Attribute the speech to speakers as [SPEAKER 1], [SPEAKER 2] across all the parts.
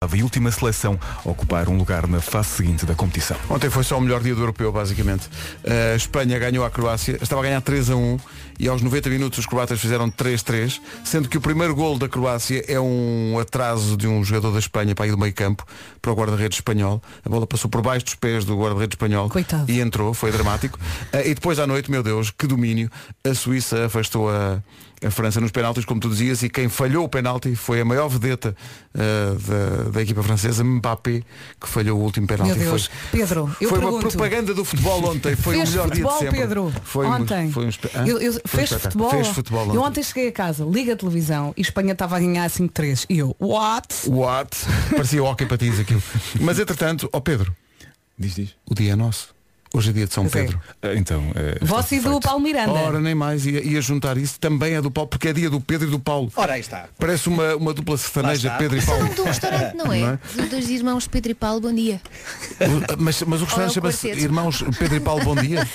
[SPEAKER 1] oitava e última seleção a ocupar um lugar na fase seguinte da competição.
[SPEAKER 2] Ontem foi só o melhor dia do europeu, basicamente. A Espanha ganhou a Croácia, estava a ganhar 3 a 1 e aos 90 minutos os croatas fizeram 3-3, sendo que o primeiro gol da Croácia é um atraso de um jogador da Espanha para ir do meio campo para o guarda-redes espanhol. A bola passou por baixo dos pés do guarda-redes espanhol
[SPEAKER 3] Coitado.
[SPEAKER 2] e entrou, foi dramático. Ah, E depois à noite, meu Deus, que domínio, a Suíça afastou a, a França nos penaltis, como tu dizias, e quem falhou o penalti foi a maior vedeta ah, da, da equipa francesa, Mbappé, que falhou o último penalti.
[SPEAKER 3] Meu Deus.
[SPEAKER 2] Foi,
[SPEAKER 3] Pedro, eu
[SPEAKER 2] foi uma
[SPEAKER 3] pergunto.
[SPEAKER 2] propaganda do futebol ontem, foi
[SPEAKER 3] fez
[SPEAKER 2] o melhor
[SPEAKER 3] futebol,
[SPEAKER 2] dia de sempre.
[SPEAKER 3] Pedro,
[SPEAKER 2] Foi um-
[SPEAKER 3] ontem.
[SPEAKER 2] foi um espe- Hã?
[SPEAKER 3] eu, eu,
[SPEAKER 2] Foi um
[SPEAKER 3] fez
[SPEAKER 2] espetáculo.
[SPEAKER 3] futebol.
[SPEAKER 2] Fez futebol
[SPEAKER 3] Eu ontem cheguei a casa, liga a televisão e Espanha estava a ganhar 5-3. E eu, what?
[SPEAKER 2] What? Parecia hockey patins aquilo. Mas entretanto, ó Pedro,
[SPEAKER 1] Diz, diz.
[SPEAKER 2] o dia é nosso. Hoje é dia de São
[SPEAKER 3] Pois é.
[SPEAKER 2] Pedro.
[SPEAKER 1] Então, eh,
[SPEAKER 3] Você e do
[SPEAKER 1] perfeito.
[SPEAKER 3] Paulo Miranda.
[SPEAKER 2] tá Ora, nem mais, ia, ia juntar isso. Também é do Paulo, porque é dia do Pedro e do Paulo.
[SPEAKER 4] Ora, aí está.
[SPEAKER 2] Parece uma, uma dupla sertaneja,
[SPEAKER 4] Lá está.
[SPEAKER 2] Pedro e
[SPEAKER 5] São
[SPEAKER 2] Paulo.
[SPEAKER 5] do restaurante, não é? Dos dois irmãos Pedro e Paulo, bom dia.
[SPEAKER 2] O- Mas, mas o restaurante
[SPEAKER 5] Ou é o
[SPEAKER 2] chama-se
[SPEAKER 5] quarteto.
[SPEAKER 2] Irmãos Pedro e Paulo, bom dia.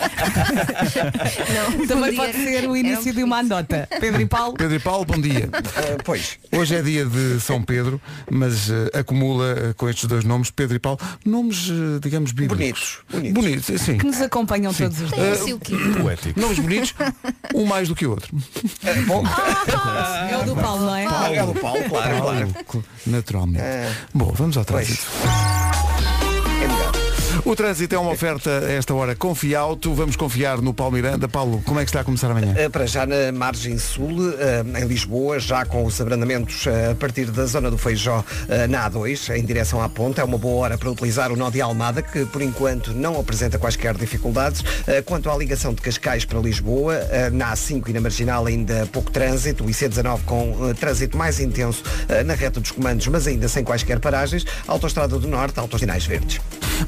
[SPEAKER 5] Não, bom
[SPEAKER 3] Também
[SPEAKER 5] dia.
[SPEAKER 3] pode
[SPEAKER 2] é
[SPEAKER 3] ser o
[SPEAKER 5] Era
[SPEAKER 3] início
[SPEAKER 5] um
[SPEAKER 3] de uma andota. Pedro e Paulo.
[SPEAKER 2] Pedro e Paulo, bom dia.
[SPEAKER 4] Ah, pois.
[SPEAKER 2] Hoje é dia de São Pedro, mas eh, acumula eh, com estes dois nomes, Pedro e Paulo, nomes, eh, digamos, bíblicos.
[SPEAKER 4] Bonitos, bonitos.
[SPEAKER 2] Bonitos, sim.
[SPEAKER 3] Que nos acompanham todos os dias.
[SPEAKER 5] Tem o seu quê?
[SPEAKER 1] Poético.
[SPEAKER 2] Nomes bonitos, um mais do que o outro.
[SPEAKER 4] Ah, bom,
[SPEAKER 3] É o do Paulo, não é?
[SPEAKER 4] ah, é do Paulo, claro, claro. É.
[SPEAKER 2] Claro, Naturalmente. Bom, vamos ao
[SPEAKER 4] Pois.
[SPEAKER 2] trânsito.
[SPEAKER 4] É melhor.
[SPEAKER 2] O trânsito é uma oferta a esta hora Confiauto. Vamos confiar no Paulo Miranda. Paulo, como é que está a começar amanhã?
[SPEAKER 4] Uh, Para já na margem sul, uh, em Lisboa, já com os abrandamentos uh, a partir da zona do Feijó uh, na A2, em direção à ponta. É uma boa hora para utilizar o nó de Almada, que por enquanto não apresenta quaisquer dificuldades. Uh, Quanto à ligação de Cascais para Lisboa, uh, na A5 e na Marginal ainda pouco trânsito. O IC19 com uh, trânsito mais intenso uh, na reta dos comandos, mas ainda sem quaisquer paragens. Autostrada do Norte, altos sinais verdes.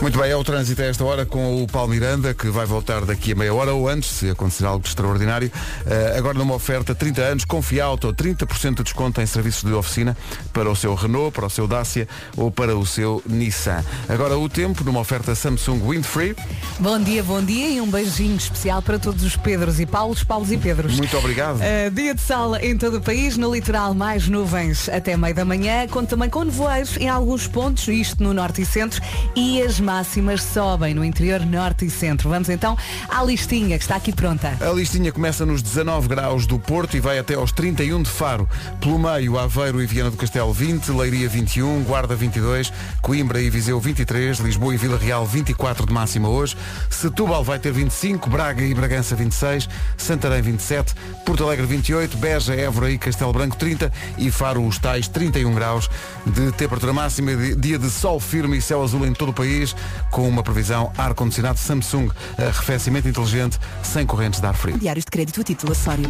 [SPEAKER 2] Muito bem, é o trânsito a esta hora com o Paulo Miranda, que vai voltar daqui a meia hora ou antes, se acontecer algo de extraordinário. Eh, agora numa oferta 30 anos, Confiauto, 30% de desconto em serviços de oficina para o seu Renault, para o seu Dacia ou para o seu Nissan. Agora o tempo numa oferta Samsung Windfree.
[SPEAKER 3] Bom dia, bom dia e um beijinho especial para todos os Pedros e Paulos, Paulos e Pedros.
[SPEAKER 2] Muito obrigado.
[SPEAKER 3] Uh, dia de sol em todo o país, no litoral mais nuvens até meio da manhã, conto também com nevoeiros em alguns pontos, isto no norte e centro, e as máximas sobem no interior norte e centro. Vamos então à listinha que está aqui pronta.
[SPEAKER 2] A listinha começa nos 19 graus do Porto e vai até aos 31 de Faro. Pelo meio, Aveiro e Viana do Castelo 20, Leiria 21, Guarda 22, Coimbra e Viseu 23, Lisboa e Vila Real 24 de máxima hoje, Setúbal vai ter 25, Braga e Bragança 26, Santarém 27, Porto Alegre 28, Beja, Évora e Castelo Branco 30 e Faro os tais 31 graus de temperatura máxima, de- dia de sol firme e céu azul em todo o país, com uma previsão ar-condicionado Samsung, arrefecimento inteligente, sem correntes de ar frio.
[SPEAKER 6] Diários de crédito a título acessório.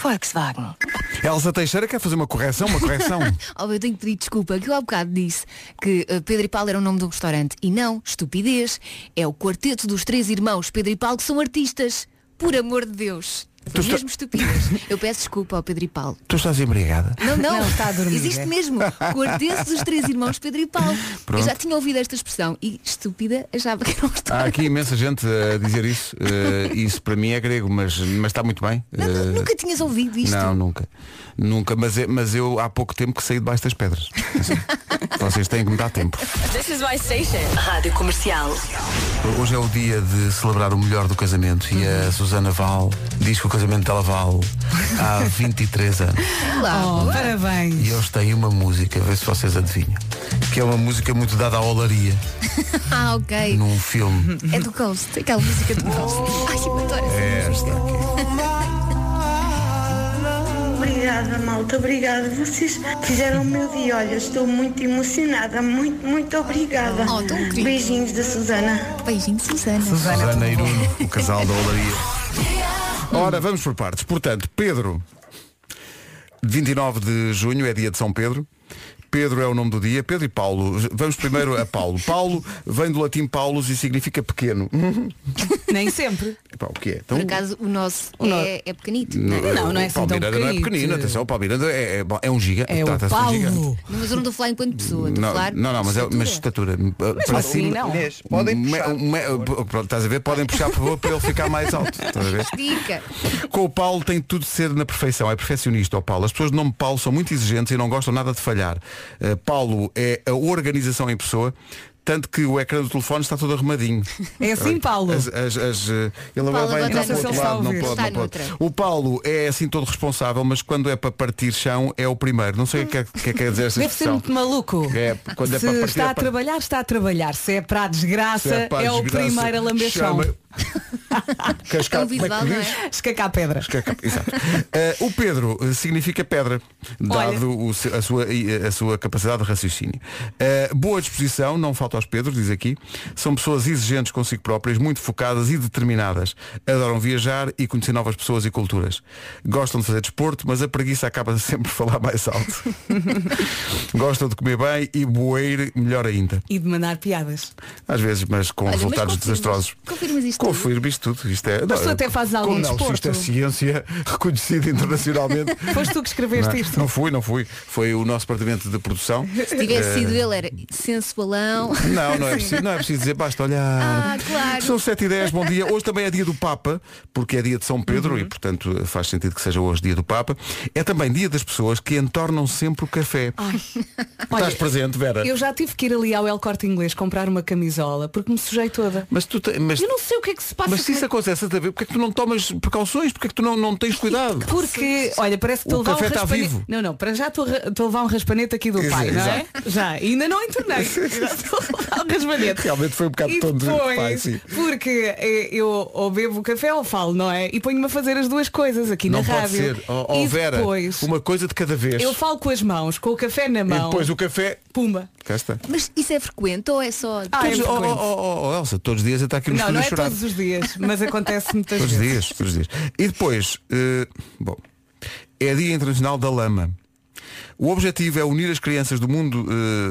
[SPEAKER 6] Volkswagen.
[SPEAKER 2] Elsa Teixeira quer fazer uma correção, uma correção.
[SPEAKER 5] Oh, eu tenho que pedir desculpa, que eu há bocado disse que eh, Pedro e Paulo era o nome de um restaurante. E não, estupidez. É o quarteto dos três irmãos Pedro e Paulo que são artistas. Por amor de Deus. Foi
[SPEAKER 2] Tu
[SPEAKER 5] mesmo estupidez. Eu peço desculpa ao Pedro e Paulo.
[SPEAKER 2] tu estás embriagada?
[SPEAKER 5] Não, não.
[SPEAKER 3] Não, está a dormir,
[SPEAKER 5] Existe
[SPEAKER 3] é?
[SPEAKER 5] mesmo. Quarteto dos três irmãos Pedro e Paulo.
[SPEAKER 2] Pronto.
[SPEAKER 5] Eu já tinha ouvido esta expressão e estúpida achava que era um
[SPEAKER 2] Há
[SPEAKER 5] restaurante.
[SPEAKER 2] aqui imensa gente a dizer isso. eh, isso para mim é grego, mas, mas está muito bem.
[SPEAKER 5] Não,
[SPEAKER 2] Eh,
[SPEAKER 5] não, Nunca tinhas ouvido isto.
[SPEAKER 2] Não, nunca. Nunca, mas, é- mas eu há pouco tempo que saí debaixo das pedras. Assim, Vocês têm que me dar tempo.
[SPEAKER 7] This is my station.
[SPEAKER 6] Rádio Comercial.
[SPEAKER 2] Hoje é o dia de celebrar o melhor do casamento e a Susana Val diz que o casamento dela vale há 23 anos.
[SPEAKER 5] Lá.
[SPEAKER 3] Oh,
[SPEAKER 2] E
[SPEAKER 3] parabéns.
[SPEAKER 2] eles têm uma música, a ver se vocês adivinham, que é uma música muito dada à olaria
[SPEAKER 5] Ah, ok.
[SPEAKER 2] num filme.
[SPEAKER 5] É do Ghost. Aquela música do Ghost. Ai, eu adoro essa
[SPEAKER 2] Oh. É Esta
[SPEAKER 5] música.
[SPEAKER 2] aqui.
[SPEAKER 8] Obrigada, malta, obrigada. Vocês fizeram o meu dia. Olha, estou muito emocionada. Muito, muito obrigada.
[SPEAKER 5] Oh, tão querido.
[SPEAKER 8] Beijinhos da Susana.
[SPEAKER 5] Beijinho, Susana.
[SPEAKER 2] Susana e Bruno, o casal da olaria. Ora, vamos por partes. Portanto, Pedro, 29 de junho é dia de São Pedro. Pedro é o nome do dia, Pedro e Paulo. Vamos primeiro a Paulo. Paulo vem do latim Paulus e significa pequeno.
[SPEAKER 3] Nem sempre.
[SPEAKER 2] Pá, o que é? Então,
[SPEAKER 5] Por acaso o nosso
[SPEAKER 3] O no-
[SPEAKER 5] é, é pequenito.
[SPEAKER 3] Não, não é
[SPEAKER 2] o
[SPEAKER 3] assim tão
[SPEAKER 2] Palmeiranda não é
[SPEAKER 3] pequenito.
[SPEAKER 2] pequenino, atenção, o Palmeiranda é, é, é um giga.
[SPEAKER 3] É o
[SPEAKER 2] trata-se de um gigante.
[SPEAKER 3] Paulo.
[SPEAKER 5] Não, Mas eu não estou a falar enquanto pessoa, estou a
[SPEAKER 2] Não,
[SPEAKER 5] falar.
[SPEAKER 2] não, não, mas, é, mas
[SPEAKER 5] estatura.
[SPEAKER 2] estatura. Para
[SPEAKER 3] assim
[SPEAKER 2] cima-
[SPEAKER 3] não.
[SPEAKER 4] Inês, podem
[SPEAKER 2] Me-
[SPEAKER 4] puxar.
[SPEAKER 2] me- pronto, estás a ver? Podem puxar por favor para ele ficar mais alto. Estás a ver?
[SPEAKER 5] Dica.
[SPEAKER 2] Com o Paulo tem tudo de ser na perfeição. É perfeccionista o Paulo. As pessoas de nome Paulo são muito exigentes e não gostam nada de falhar. Eh, Paulo é a organização em pessoa. Tanto que o ecrã do telefone está todo arrumadinho.
[SPEAKER 3] É assim, Paulo?
[SPEAKER 2] As- as- as, eh, ele
[SPEAKER 5] Paulo
[SPEAKER 2] agora vai
[SPEAKER 5] agora
[SPEAKER 2] entrar
[SPEAKER 5] está
[SPEAKER 2] para o
[SPEAKER 5] noutra.
[SPEAKER 2] outro lado. Não
[SPEAKER 3] Está
[SPEAKER 2] pode, não pode.
[SPEAKER 5] noutra.
[SPEAKER 2] O Paulo é assim todo responsável, mas quando é para partir chão é o primeiro. Não sei o que é que é que quer dizer esta
[SPEAKER 3] Deve ser
[SPEAKER 2] expressão.
[SPEAKER 3] muito maluco.
[SPEAKER 2] É, quando é
[SPEAKER 3] Se
[SPEAKER 2] para partir, é
[SPEAKER 3] está a
[SPEAKER 2] para-
[SPEAKER 3] trabalhar, está a trabalhar. Se é para a desgraça, é,
[SPEAKER 2] Se para a
[SPEAKER 3] o
[SPEAKER 2] desgraça,
[SPEAKER 3] primeiro a lamber chão.
[SPEAKER 2] chama- Cascar,
[SPEAKER 5] Tão
[SPEAKER 2] como é
[SPEAKER 5] visual,
[SPEAKER 2] que
[SPEAKER 5] não
[SPEAKER 2] diz?
[SPEAKER 5] é?
[SPEAKER 3] Escacar a pedra.
[SPEAKER 2] Exato. Eh, o Pedro eh, significa pedra, dado o se- a, sua, eh, a sua capacidade de raciocínio. Eh, boa disposição, não falta aos Pedros, diz aqui. São pessoas exigentes consigo próprias, muito focadas e determinadas. Adoram viajar e conhecer novas pessoas e culturas. Gostam de fazer desporto, mas a preguiça acaba sempre por falar mais alto. Gostam de comer bem e boeir melhor ainda.
[SPEAKER 3] E de mandar piadas.
[SPEAKER 2] Às vezes, mas com
[SPEAKER 5] Olha, mas
[SPEAKER 2] resultados
[SPEAKER 5] confirmas-
[SPEAKER 2] desastrosos.
[SPEAKER 5] confirmas isto tudo?
[SPEAKER 2] Confirmo isto tudo. Isto é,
[SPEAKER 3] é- Mas tu até fazes algum
[SPEAKER 2] com- não,
[SPEAKER 3] desporto.
[SPEAKER 2] Isto é ciência reconhecida internacionalmente.
[SPEAKER 3] Foste tu que escreveste
[SPEAKER 2] não, é?
[SPEAKER 3] isto.
[SPEAKER 2] não fui, não fui. Foi o nosso departamento de produção.
[SPEAKER 5] Se
[SPEAKER 2] É.
[SPEAKER 5] tivesse sido ele era sensualão.
[SPEAKER 2] Não, não é, preciso, não é preciso dizer, basta olhar.
[SPEAKER 5] Ah, claro.
[SPEAKER 2] São 7 e 10, bom dia. Hoje também é dia do Papa, porque é dia de São Pedro
[SPEAKER 3] Uhum.
[SPEAKER 2] e, portanto, faz sentido que seja hoje dia do Papa. É também dia das pessoas que entornam sempre o café. Estás presente, Vera?
[SPEAKER 3] Eu já tive que ir ali ao El Corte Inglês comprar uma camisola porque me sujei toda.
[SPEAKER 2] Mas tu te- mas,
[SPEAKER 3] Eu não sei o que é que se passa.
[SPEAKER 2] mas se isso acontece a ver, porque é que tu não tomas precauções? Porque é que tu não, não tens cuidado?
[SPEAKER 3] Porque, olha, parece que
[SPEAKER 2] O
[SPEAKER 3] estou a levar
[SPEAKER 2] café
[SPEAKER 3] um
[SPEAKER 2] está
[SPEAKER 3] raspanete.
[SPEAKER 2] vivo.
[SPEAKER 3] Não, não, para já estou a ra- estou a levar um raspanete aqui do
[SPEAKER 2] Exa-
[SPEAKER 3] pai, não é? Já, ainda não entornei. Já estou a levar um raspanete.
[SPEAKER 2] Realmente foi um bocado
[SPEAKER 3] e
[SPEAKER 2] tonto do
[SPEAKER 3] depois,
[SPEAKER 2] pai, sim.
[SPEAKER 3] Porque eh, eu ou bebo café ou falo, não é? E ponho-me a fazer as duas coisas aqui
[SPEAKER 2] Não
[SPEAKER 3] na
[SPEAKER 2] pode
[SPEAKER 3] rádio.
[SPEAKER 2] ser. Ó, ó,
[SPEAKER 3] e
[SPEAKER 2] Vera,
[SPEAKER 3] depois,
[SPEAKER 2] uma coisa de cada vez.
[SPEAKER 3] eu falo com as mãos, com o café na
[SPEAKER 2] e
[SPEAKER 3] mão.
[SPEAKER 2] depois o café.
[SPEAKER 3] Pumba.
[SPEAKER 2] Cá está.
[SPEAKER 5] Mas isso é frequente ou é só.
[SPEAKER 3] Ah, é
[SPEAKER 2] Todos- oh,
[SPEAKER 3] frequente.
[SPEAKER 2] oh, oh, oh, Elsa, todos os dias está aqui no
[SPEAKER 3] Não,
[SPEAKER 2] estúdio
[SPEAKER 3] não
[SPEAKER 2] a
[SPEAKER 3] é
[SPEAKER 2] chorar.
[SPEAKER 3] todos os dias, mas acontece muitas
[SPEAKER 2] Todos os
[SPEAKER 3] vezes.
[SPEAKER 2] dias, todos os dias. E depois, eh, bom, é Dia Internacional da Lama. O objetivo é unir as crianças do mundo,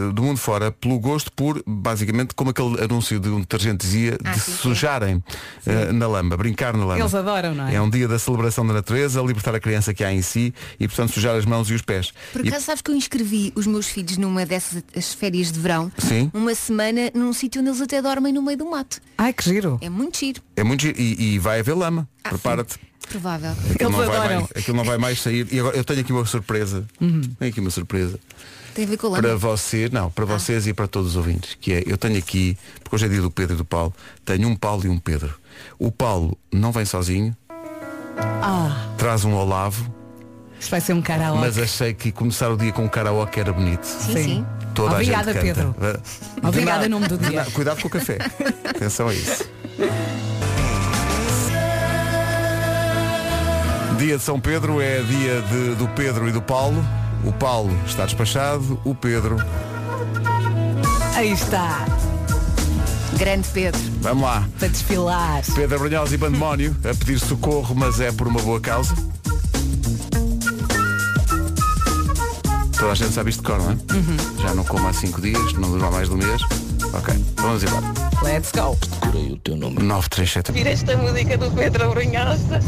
[SPEAKER 2] eh, do mundo fora pelo gosto por, basicamente, como aquele anúncio de um detergente dizia,
[SPEAKER 5] Ah,
[SPEAKER 2] de
[SPEAKER 5] sim,
[SPEAKER 2] se
[SPEAKER 5] sim.
[SPEAKER 2] sujarem eh, na lama, brincar na lama.
[SPEAKER 3] Eles adoram, não é?
[SPEAKER 2] É um dia da celebração da natureza, libertar a criança que há em si e, portanto, sujar as mãos e os pés.
[SPEAKER 5] Por
[SPEAKER 2] E-
[SPEAKER 5] acaso sabes que eu inscrevi os meus filhos numa dessas as férias de verão,
[SPEAKER 2] Sim.
[SPEAKER 5] uma semana num sítio onde eles até dormem no meio do mato.
[SPEAKER 3] Ai, que giro.
[SPEAKER 5] É muito giro.
[SPEAKER 2] É muito giro. E, e vai haver lama. Prepara-te.
[SPEAKER 5] Provável.
[SPEAKER 2] Aquilo não,
[SPEAKER 3] Ah, Eles
[SPEAKER 2] vai
[SPEAKER 3] adoram. Uhum.
[SPEAKER 2] mais, aquilo não vai mais sair. E agora eu tenho aqui uma surpresa. Tenho aqui uma surpresa.
[SPEAKER 5] Tem a ver com o
[SPEAKER 3] Ah,
[SPEAKER 2] Para
[SPEAKER 5] lama.
[SPEAKER 2] você, não, para vocês e para todos os ouvintes, que é, eu tenho aqui, porque hoje é dia do Pedro e do Paulo, tenho um Paulo e um Pedro. O Paulo não vem sozinho,
[SPEAKER 3] Ah,
[SPEAKER 2] traz um Olavo,
[SPEAKER 3] isto vai ser um karaoke.
[SPEAKER 2] mas achei que começar o dia com um karaoke era bonito.
[SPEAKER 5] Sim, sim.
[SPEAKER 2] Toda
[SPEAKER 3] Obrigada,
[SPEAKER 2] a gente canta.
[SPEAKER 3] Pedro.
[SPEAKER 2] De
[SPEAKER 3] Obrigada,
[SPEAKER 2] nada,
[SPEAKER 3] nome do
[SPEAKER 2] de
[SPEAKER 3] dia.
[SPEAKER 2] nada. Cuidado com o café. Atenção a isso. Dia de São Pedro é dia de- do Pedro e do Paulo. O Paulo está despachado, o Pedro.
[SPEAKER 3] Aí está,
[SPEAKER 5] Grande Pedro.
[SPEAKER 2] Vamos lá.
[SPEAKER 3] para desfilar.
[SPEAKER 2] Pedro Brunhosa e Pandemónio a pedir socorro, mas é por uma boa causa. Toda a gente sabe isto de cor, não é?
[SPEAKER 3] Uhum.
[SPEAKER 2] Já não como há cinco dias, não durma mais de um mês. Ok, vamos embora.
[SPEAKER 3] Let's go.
[SPEAKER 2] 937.
[SPEAKER 7] ouvir esta música do Pedro Brunhosa.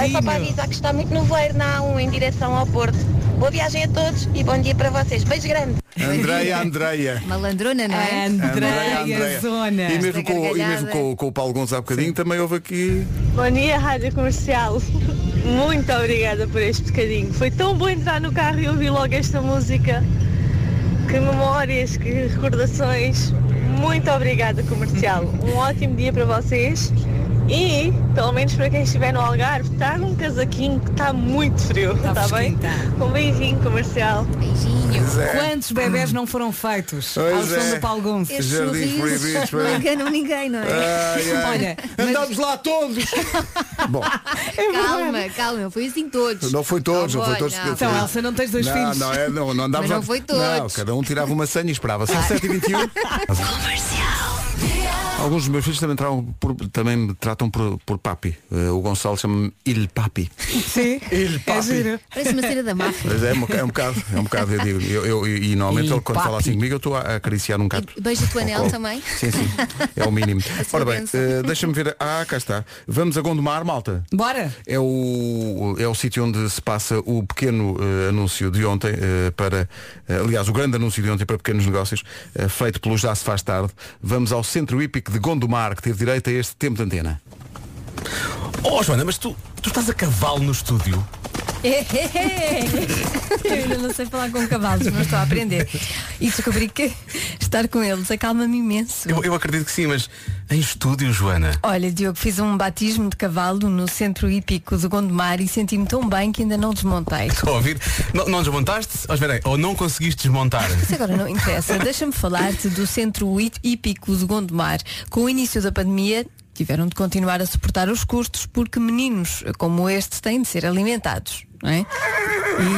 [SPEAKER 7] Oi, papai
[SPEAKER 3] Imagina.
[SPEAKER 7] diz ah, que está muito nevoeiro na A1 em direção ao Porto. Boa viagem a todos e bom dia para vocês. Beijo grande.
[SPEAKER 2] Andreia, Andreia.
[SPEAKER 5] Malandrona, não é?
[SPEAKER 2] Andreia,
[SPEAKER 3] Andréia
[SPEAKER 2] Andreia.
[SPEAKER 3] Zona.
[SPEAKER 2] E mesmo,
[SPEAKER 5] Esta
[SPEAKER 2] com, e
[SPEAKER 5] gargalhada.
[SPEAKER 2] mesmo com, com o Paulo Gonçalves há bocadinho também houve aqui.
[SPEAKER 9] Bom dia, Rádio Comercial. Muito obrigada por este bocadinho. Foi tão bom entrar no carro e ouvir logo esta música. Que memórias, que recordações. Muito obrigada, Comercial. Um ótimo dia para vocês. E, pelo menos para quem estiver no Algarve, está num casaquinho que está muito frio, está, bem?
[SPEAKER 3] fresquinho, tá.
[SPEAKER 9] Um beijinho, Comercial.
[SPEAKER 5] Beijinho.
[SPEAKER 3] Quantos bebés não foram feitos?
[SPEAKER 2] Pois
[SPEAKER 3] ao som
[SPEAKER 2] é.
[SPEAKER 3] do Paulo Gonçalves.
[SPEAKER 5] Estes
[SPEAKER 2] Jardim
[SPEAKER 5] sorrisos
[SPEAKER 2] proibido,
[SPEAKER 5] não
[SPEAKER 2] bem.
[SPEAKER 5] enganam ninguém, não é?
[SPEAKER 10] Ah,
[SPEAKER 3] Olha, mas-
[SPEAKER 2] Andámos lá todos! Bom,
[SPEAKER 10] é
[SPEAKER 5] calma, calma, foi assim todos.
[SPEAKER 2] não foi todos, não foi todos.
[SPEAKER 5] Não.
[SPEAKER 3] Então, Elsa, não tens dois
[SPEAKER 2] não,
[SPEAKER 3] filhos?
[SPEAKER 2] Não, é, não, não andava
[SPEAKER 5] Mas não foi todos.
[SPEAKER 2] Não, cada um tirava uma senha e esperava. São 7 e 21 Comercial. um. Alguns dos meus filhos também, tratam por, também me tratam por, por papi. Eh, o Gonçalo chama-me Il Papi.
[SPEAKER 3] Sim.
[SPEAKER 2] Il
[SPEAKER 3] É
[SPEAKER 2] Papi.
[SPEAKER 3] giro.
[SPEAKER 5] Parece uma cera da máfia.
[SPEAKER 2] Mas é, um- é um bocado, é um bocado, eu digo, eu, eu- e normalmente
[SPEAKER 3] Il
[SPEAKER 2] ele quando fala
[SPEAKER 3] Papi.
[SPEAKER 2] assim comigo eu estou a acariciar um gato.
[SPEAKER 5] E beija o teu
[SPEAKER 2] Ao
[SPEAKER 5] anel
[SPEAKER 2] colo.
[SPEAKER 5] também?
[SPEAKER 2] Sim, sim, é o mínimo.
[SPEAKER 5] A sua
[SPEAKER 2] Ora bem,
[SPEAKER 5] bênção.
[SPEAKER 2] eh, deixa-me ver, ah, cá está. Vamos a Gondomar, malta.
[SPEAKER 3] Bora.
[SPEAKER 2] É o, é o sítio onde se passa o pequeno eh, anúncio de ontem eh, para, eh, aliás, o grande anúncio de ontem para pequenos negócios, eh, feito pelo Já se faz tarde. Vamos ao Centro Hípico de Gondomar, que teve direito a este tempo de antena.
[SPEAKER 1] Oh, Joana, mas tu, tu estás a cavalo no estúdio?
[SPEAKER 10] Eu ainda não sei falar com cavalos, mas estou a aprender. E descobri que estar com eles acalma-me imenso.
[SPEAKER 1] Eu, eu acredito que sim, mas em estúdio, Joana.
[SPEAKER 10] Olha, Diogo, fiz um batismo de cavalo no centro hípico de Gondomar e senti-me tão bem que ainda não desmontei.
[SPEAKER 1] Estou a ouvir. Não, não desmontaste? Oh, espera aí. Ou não conseguiste desmontar?
[SPEAKER 10] Isso agora não interessa. Deixa-me falar-te do centro hí- hípico de Gondomar. Com o início da pandemia, tiveram de continuar a suportar os custos porque meninos como este têm de ser alimentados. Não é?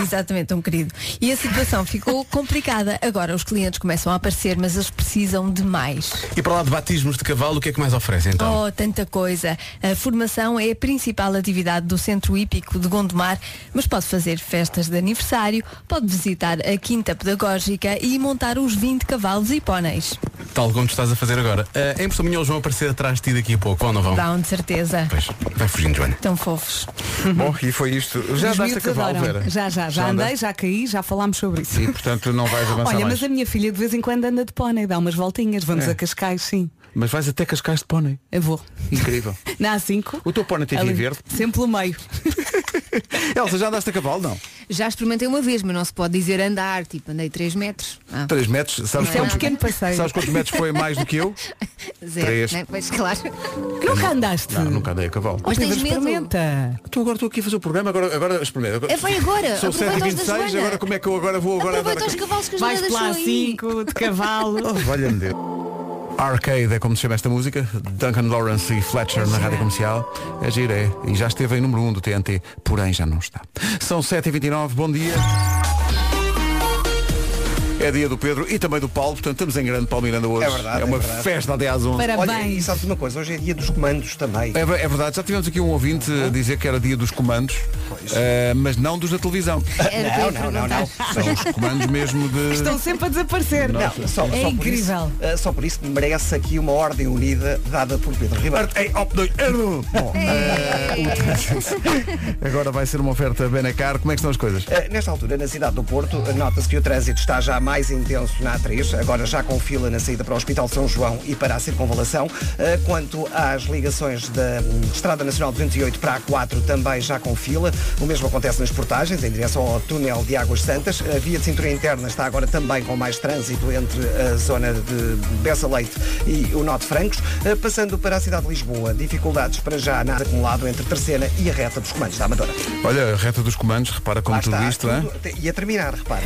[SPEAKER 10] Exatamente, tão querido. E a situação ficou complicada. Agora os clientes começam a aparecer, mas eles precisam de mais.
[SPEAKER 1] E para lá de batismos de cavalo, o que é que mais oferece então?
[SPEAKER 10] Oh, tanta coisa. A formação é a principal atividade do Centro Hípico de Gondomar, mas pode fazer festas de aniversário, pode visitar a Quinta Pedagógica e montar os 20 cavalos e póneis.
[SPEAKER 1] Tal como tu estás a fazer agora. Ah, em Portugal eles vão aparecer atrás de ti daqui a pouco, ou não vão?
[SPEAKER 10] Dão de certeza.
[SPEAKER 1] Pois, vai fugindo, Joana.
[SPEAKER 10] Tão fofos.
[SPEAKER 2] Bom, e foi isto. Já
[SPEAKER 3] Os
[SPEAKER 2] andaste a
[SPEAKER 3] miúdos
[SPEAKER 2] cavalo,
[SPEAKER 3] adoram.
[SPEAKER 2] Vera?
[SPEAKER 3] Já, já, já,
[SPEAKER 2] andaste?
[SPEAKER 3] andei, já caí, já falámos sobre isso.
[SPEAKER 2] E portanto não vais avançar
[SPEAKER 3] Olha,
[SPEAKER 2] mais.
[SPEAKER 3] mas a minha filha de vez em quando anda de pônei, dá umas voltinhas, vamos
[SPEAKER 2] É.
[SPEAKER 3] a Cascais, sim.
[SPEAKER 2] Mas vais até Cascais de Pónei.
[SPEAKER 3] Eu vou.
[SPEAKER 2] Incrível.
[SPEAKER 3] Na A5.
[SPEAKER 2] O teu pônei tem
[SPEAKER 3] ali,
[SPEAKER 2] vinho verde?
[SPEAKER 3] Sempre pelo meio.
[SPEAKER 2] Elsa, já andaste a cavalo? Não.
[SPEAKER 5] Já experimentei uma vez, mas não se pode dizer andar, tipo, andei 3 metros. Ah,
[SPEAKER 2] 3 metros, sabes
[SPEAKER 5] Isso é um
[SPEAKER 2] quantos,
[SPEAKER 3] pequeno passeio.
[SPEAKER 2] Sabes quantos metros foi mais do que eu?
[SPEAKER 5] zero.
[SPEAKER 2] três.
[SPEAKER 5] Né? Pois claro.
[SPEAKER 3] Nunca andaste.
[SPEAKER 2] Não, nunca andei a cavalo.
[SPEAKER 5] Mas tens medo?
[SPEAKER 3] Experimenta.
[SPEAKER 2] Então agora estou aqui a fazer o programa, agora, agora experimenta. Agora-
[SPEAKER 5] É, vai agora.
[SPEAKER 2] São
[SPEAKER 5] Aproveita os da
[SPEAKER 2] 7h26,
[SPEAKER 5] Joana.
[SPEAKER 2] agora como é que eu agora vou agora andar a
[SPEAKER 5] Aproveita os cavalos que a
[SPEAKER 3] Vais assim?
[SPEAKER 5] Joana
[SPEAKER 3] pela
[SPEAKER 5] deixou aí.
[SPEAKER 3] A5 de cavalo.
[SPEAKER 2] Oh, Valha-me Deus. Arcade é como se chama esta música, Duncan Lawrence e Fletcher na rádio comercial. É gira, é. E já esteve em número 1 um do TNT, porém já não está. São 7h29, bom dia. É dia do Pedro e também do Paulo, portanto estamos em grande Paulo Miranda hoje.
[SPEAKER 4] É verdade,
[SPEAKER 2] uma
[SPEAKER 4] é verdade.
[SPEAKER 2] festa até às 11.
[SPEAKER 4] Olha, e
[SPEAKER 3] Parabéns.
[SPEAKER 4] sabes uma coisa, hoje é dia dos comandos também.
[SPEAKER 2] É, ver- é verdade, já tivemos aqui um ouvinte a dizer que era dia dos comandos, eh, mas não dos da televisão.
[SPEAKER 5] Era o que eu ia
[SPEAKER 4] não, não, não,
[SPEAKER 5] perguntar.
[SPEAKER 4] não.
[SPEAKER 2] São os comandos mesmo de.
[SPEAKER 3] Estão sempre a desaparecer.
[SPEAKER 4] Não, só,
[SPEAKER 3] é
[SPEAKER 4] só
[SPEAKER 3] incrível.
[SPEAKER 4] Por isso, eh, só por isso merece aqui uma ordem unida dada por Pedro Ribeiro.
[SPEAKER 2] Ei, op, dois, erro! Bom, eh, agora vai ser uma oferta Benacar. Como é que estão as coisas?
[SPEAKER 4] Eh, Nesta altura, na cidade do Porto, eh, nota-se que o trânsito está já mais intenso na A3, agora já com fila na saída para o Hospital São João e para a circunvalação. Eh, Quanto às ligações da hum, Estrada Nacional 208 para a A4, também já com fila. O mesmo acontece nas portagens, em direção ao túnel de Águas Santas. A via de cintura interna está agora também com mais trânsito entre a zona de Bessa Leite e o Norte Francos. Eh, Passando para a cidade de Lisboa, dificuldades para já nada acumulado entre Terceira e a reta dos comandos da Amadora.
[SPEAKER 2] Olha, a reta dos comandos, repara como
[SPEAKER 4] Lá
[SPEAKER 2] tudo
[SPEAKER 4] está,
[SPEAKER 2] isto, hã?
[SPEAKER 4] tudo- E a terminar, repara.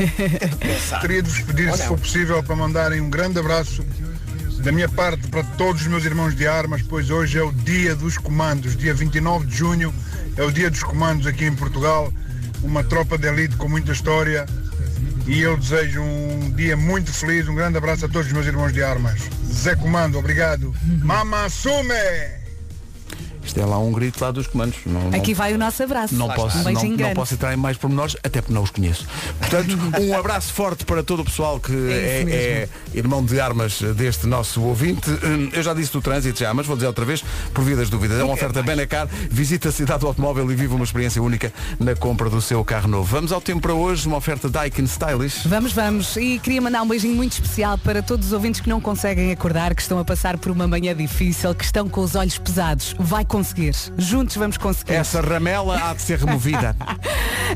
[SPEAKER 11] Gostaria de vos pedir,
[SPEAKER 4] Ou
[SPEAKER 11] se
[SPEAKER 4] não.
[SPEAKER 11] for possível, para mandarem um grande abraço da minha parte para todos os meus irmãos de armas, pois hoje é o dia dos comandos, dia 29 de junho, é o dia dos comandos aqui em Portugal, uma tropa de elite com muita história e eu desejo um dia muito feliz, um grande abraço a todos os meus irmãos de armas. Zé Comando, obrigado. Mama Sume!
[SPEAKER 2] Isto é lá um grito lá dos comandos. Não, não-
[SPEAKER 3] Aqui vai o nosso abraço.
[SPEAKER 2] não posso,
[SPEAKER 3] um
[SPEAKER 2] não,
[SPEAKER 3] beijinho
[SPEAKER 2] não
[SPEAKER 3] grande.
[SPEAKER 2] posso entrar em mais pormenores, até porque não os conheço. Portanto, um abraço forte para todo o pessoal que é,
[SPEAKER 3] isso mesmo.
[SPEAKER 2] é irmão de armas deste nosso ouvinte. Hum, Eu já disse do trânsito já, mas vou dizer outra vez, por via das dúvidas. É uma oferta Benacar. Visita a cidade do automóvel e vive uma experiência única na compra do seu carro novo. Vamos ao tempo para hoje, uma oferta Daikin Stylish.
[SPEAKER 3] Vamos, vamos. E queria mandar um beijinho muito especial para todos os ouvintes que não conseguem acordar, que estão a passar por uma manhã difícil, que estão com os olhos pesados. Vai conseguir. Juntos vamos conseguir.
[SPEAKER 2] Essa ramela há de ser removida.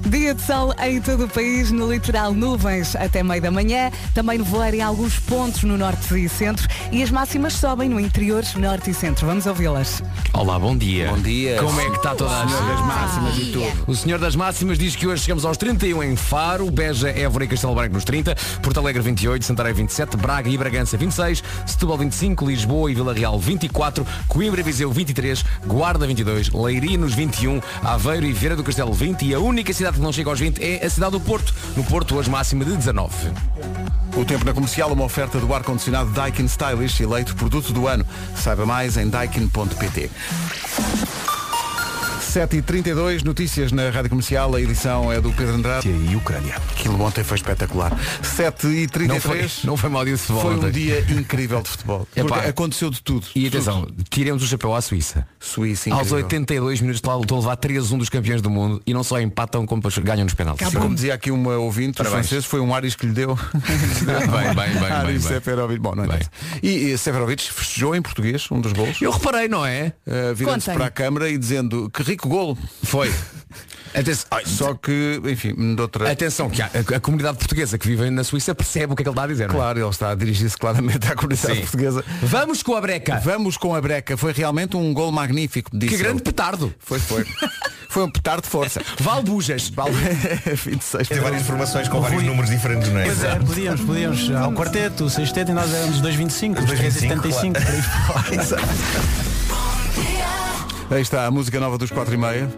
[SPEAKER 3] Dia de sol em todo o país, no litoral nuvens até meio da manhã, também nevoeiro em alguns pontos no norte e centro e as máximas sobem no interior, norte e centro. Vamos ouvi-las.
[SPEAKER 12] Olá, bom dia.
[SPEAKER 2] Bom dia.
[SPEAKER 12] Como é que está toda a
[SPEAKER 2] Senhor das
[SPEAKER 12] gente?
[SPEAKER 2] máximas e tudo.
[SPEAKER 12] O Senhor das Máximas diz que hoje chegamos aos 31 em Faro, Beja, Évora e Castelo Branco nos 30, Porto Alegre 28, Santarém 27, Braga e Bragança 26, Setúbal 25, Lisboa e Vila Real 24, Coimbra e Viseu 23, Guarda 22, Leiria nos 21, Aveiro e Vieira do Castelo 20 e a única cidade que não chega aos 20 é a cidade do Porto. No Porto, hoje máxima de 19.
[SPEAKER 2] O tempo na comercial, uma oferta do ar-condicionado Daikin Stylish, eleito produto do ano. Saiba mais em daikin.pt. 7h32, notícias na Rádio Comercial, a edição é do Pedro Andrade.
[SPEAKER 12] E Ucrânia.
[SPEAKER 2] Aquilo ontem foi espetacular. 7h33.
[SPEAKER 12] Não foi- não foi mau dia de futebol
[SPEAKER 2] Foi um
[SPEAKER 12] ontem.
[SPEAKER 2] dia incrível de futebol.
[SPEAKER 12] Epá.
[SPEAKER 2] Porque aconteceu de tudo.
[SPEAKER 12] E atenção, tiremos o chapéu à Suíça.
[SPEAKER 2] Suíça,
[SPEAKER 12] Aos
[SPEAKER 2] incrível.
[SPEAKER 12] 82 minutos lá estão a levar 3-1 dos campeões do mundo e não só empatam como depois ganham nos penaltis.
[SPEAKER 2] Sim. Como dizia aqui uma ouvinte, os
[SPEAKER 12] Parabéns.
[SPEAKER 2] franceses foi um Aris que lhe deu.
[SPEAKER 12] Bem, bem, bem,
[SPEAKER 2] Aris
[SPEAKER 12] bem, bem.
[SPEAKER 2] Seferovic. Bom, não é nada. E, e Seferovic festejou em português um dos golos.
[SPEAKER 12] Eu reparei, não é?
[SPEAKER 2] Uh, Virando-se
[SPEAKER 12] Contem.
[SPEAKER 2] para a câmara e dizendo que rico golo.
[SPEAKER 12] Foi.
[SPEAKER 2] Só que, enfim, de outra.
[SPEAKER 12] Atenção, que a, a comunidade portuguesa que vive na Suíça percebe o que é que ele está a dizer. não é?
[SPEAKER 2] Claro, ele está a dirigir-se claramente à comunidade
[SPEAKER 12] Sim.
[SPEAKER 2] portuguesa.
[SPEAKER 12] Vamos com a breca.
[SPEAKER 2] Vamos com a breca. Foi realmente um gol magnífico. disse
[SPEAKER 12] Que grande
[SPEAKER 2] ele.
[SPEAKER 12] petardo.
[SPEAKER 2] Foi, foi. foi um petardo de força.
[SPEAKER 12] Valbujas.
[SPEAKER 2] Val... 26.
[SPEAKER 13] é
[SPEAKER 14] Tem várias formações com vários números diferentes, não é?
[SPEAKER 15] Pois é, podíamos, podíamos.
[SPEAKER 12] eh,
[SPEAKER 15] Há o quarteto, o sexteto e nós
[SPEAKER 12] é um
[SPEAKER 15] éramos 225, os 375. por aí fora.
[SPEAKER 2] Aí está a música nova dos 4 e meia.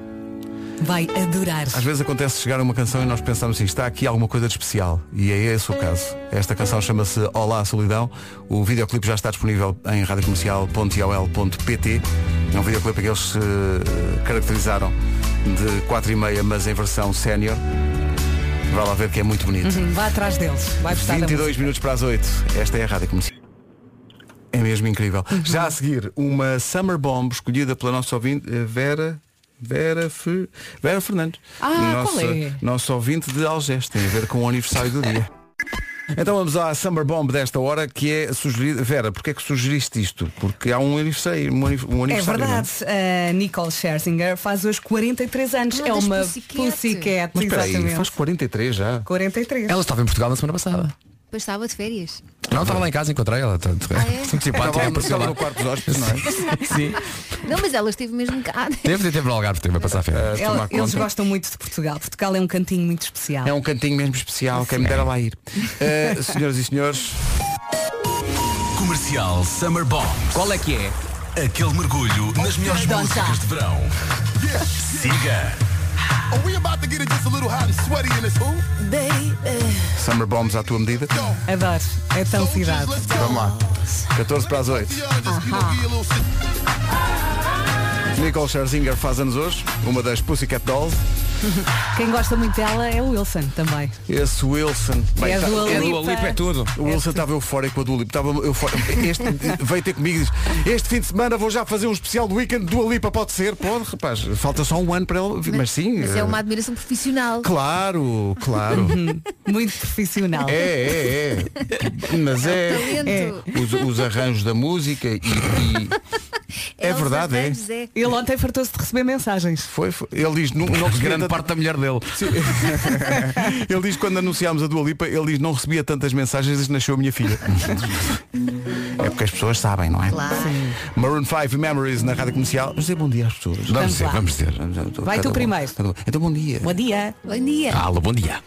[SPEAKER 3] Vai adorar.
[SPEAKER 2] Às vezes acontece chegar uma canção e nós pensamos assim, está aqui alguma coisa de especial. E é esse o caso. Esta canção chama-se Olá Solidão. O videoclipe já está disponível em radiocomercial.iol.pt É um videoclipe que eles se eh, caracterizaram de 4 e meia, mas em versão sénior. Vai lá ver que é muito bonito.
[SPEAKER 3] Uhum, vá atrás deles. Vai gostar da
[SPEAKER 2] 22 minutos para as 8. Esta é a Rádio Comercial. É mesmo incrível.
[SPEAKER 3] Uhum.
[SPEAKER 2] Já a seguir, uma Summer Bomb escolhida pela nossa ouvinte eh, Vera. Vera, Fe- Vera Fernandes.
[SPEAKER 3] Ah,
[SPEAKER 2] nosso,
[SPEAKER 3] qual é?
[SPEAKER 2] nosso ouvinte de Algés. Tem a ver com o aniversário do dia. Então vamos à Summer Bomb desta hora, que é sugerida. Vera, porque é que sugeriste isto? Porque há um aniversário. Um anif- um
[SPEAKER 3] É
[SPEAKER 2] aniversário não
[SPEAKER 3] verdade, a Nicole Scherzinger faz hoje 43 anos.
[SPEAKER 5] Ah,
[SPEAKER 3] é
[SPEAKER 5] das
[SPEAKER 3] uma
[SPEAKER 5] Pussycat.
[SPEAKER 3] pussycat,
[SPEAKER 2] Mas espera aí,
[SPEAKER 3] exatamente.
[SPEAKER 2] faz 43 já.
[SPEAKER 3] 43.
[SPEAKER 12] Ela estava em Portugal na semana passada.
[SPEAKER 5] Depois estava de férias.
[SPEAKER 12] Não, estava lá em casa, encontrei ela. Tanto,
[SPEAKER 5] Ah, é?
[SPEAKER 12] Muito
[SPEAKER 1] Tá
[SPEAKER 12] simpática,
[SPEAKER 2] Estava-
[SPEAKER 12] apareceu lá.
[SPEAKER 2] estava no quarto dos hóspedes, não
[SPEAKER 12] é? Sim.
[SPEAKER 5] Não, mas ela esteve mesmo cá.
[SPEAKER 12] Teve, teve no Algarve, teve a passar
[SPEAKER 1] Eh,
[SPEAKER 12] a
[SPEAKER 2] Ah,
[SPEAKER 12] férias.
[SPEAKER 3] Ela- eles gostam muito de Portugal. Portugal é um cantinho muito especial.
[SPEAKER 2] É um cantinho mesmo especial, quem me dera lá ir. Eh, senhoras e senhores,
[SPEAKER 16] Comercial Summer Bombs. Qual é que é? Aquele mergulho nas melhores músicas de verão. Siga.
[SPEAKER 17] Are we about to get it just a little hot and sweaty in this hoop?
[SPEAKER 2] Summer Bombs à tua medida.
[SPEAKER 3] Adoro. É tão cidade.
[SPEAKER 2] Vamos lá. 14 para as 8. Nicole Scherzinger faz anos hoje, uma das Pussycat Dolls.
[SPEAKER 3] Quem gosta muito dela é o Wilson também.
[SPEAKER 2] Esse Wilson.
[SPEAKER 3] E a
[SPEAKER 2] tá-
[SPEAKER 3] Dua É a Dua Lipa. Lipa, é
[SPEAKER 12] tudo.
[SPEAKER 2] O Wilson estava eufórico com a Dua Lipa. Estava eufórico. Este veio ter comigo e diz, este fim de semana vou já fazer um especial do weekend Dua Lipa, pode ser? Pode, rapaz. Falta só um ano para ela. Mas, sim.
[SPEAKER 5] Mas é
[SPEAKER 2] eh,
[SPEAKER 5] uma admiração profissional.
[SPEAKER 2] Claro, claro.
[SPEAKER 3] Muito profissional.
[SPEAKER 2] É, é, é. Mas é.
[SPEAKER 5] Talento.
[SPEAKER 2] é. Os, os arranjos da música e. e- É, verdade, é.
[SPEAKER 3] Ele ontem fartou-se de receber mensagens.
[SPEAKER 2] Foi, foi. Ele diz, não, não recebia
[SPEAKER 12] Grande
[SPEAKER 2] tanta-
[SPEAKER 12] parte da mulher dele.
[SPEAKER 2] Sim. ele diz quando anunciámos a Dua Lipa, ele diz não recebia tantas mensagens desde que nasceu a minha filha. é porque as pessoas sabem, não é?
[SPEAKER 5] Claro. Sim.
[SPEAKER 2] Maroon 5 Memories na Rádio Comercial. Vamos dizer bom dia às pessoas. Vamos,
[SPEAKER 3] Vamos
[SPEAKER 2] dizer,
[SPEAKER 3] lá.
[SPEAKER 2] vamos dizer.
[SPEAKER 3] Vai tu
[SPEAKER 2] Cada um.
[SPEAKER 3] primeiro.
[SPEAKER 2] Cada um. Então bom dia.
[SPEAKER 3] Bom dia.
[SPEAKER 5] Bom dia.
[SPEAKER 12] Alô, bom dia.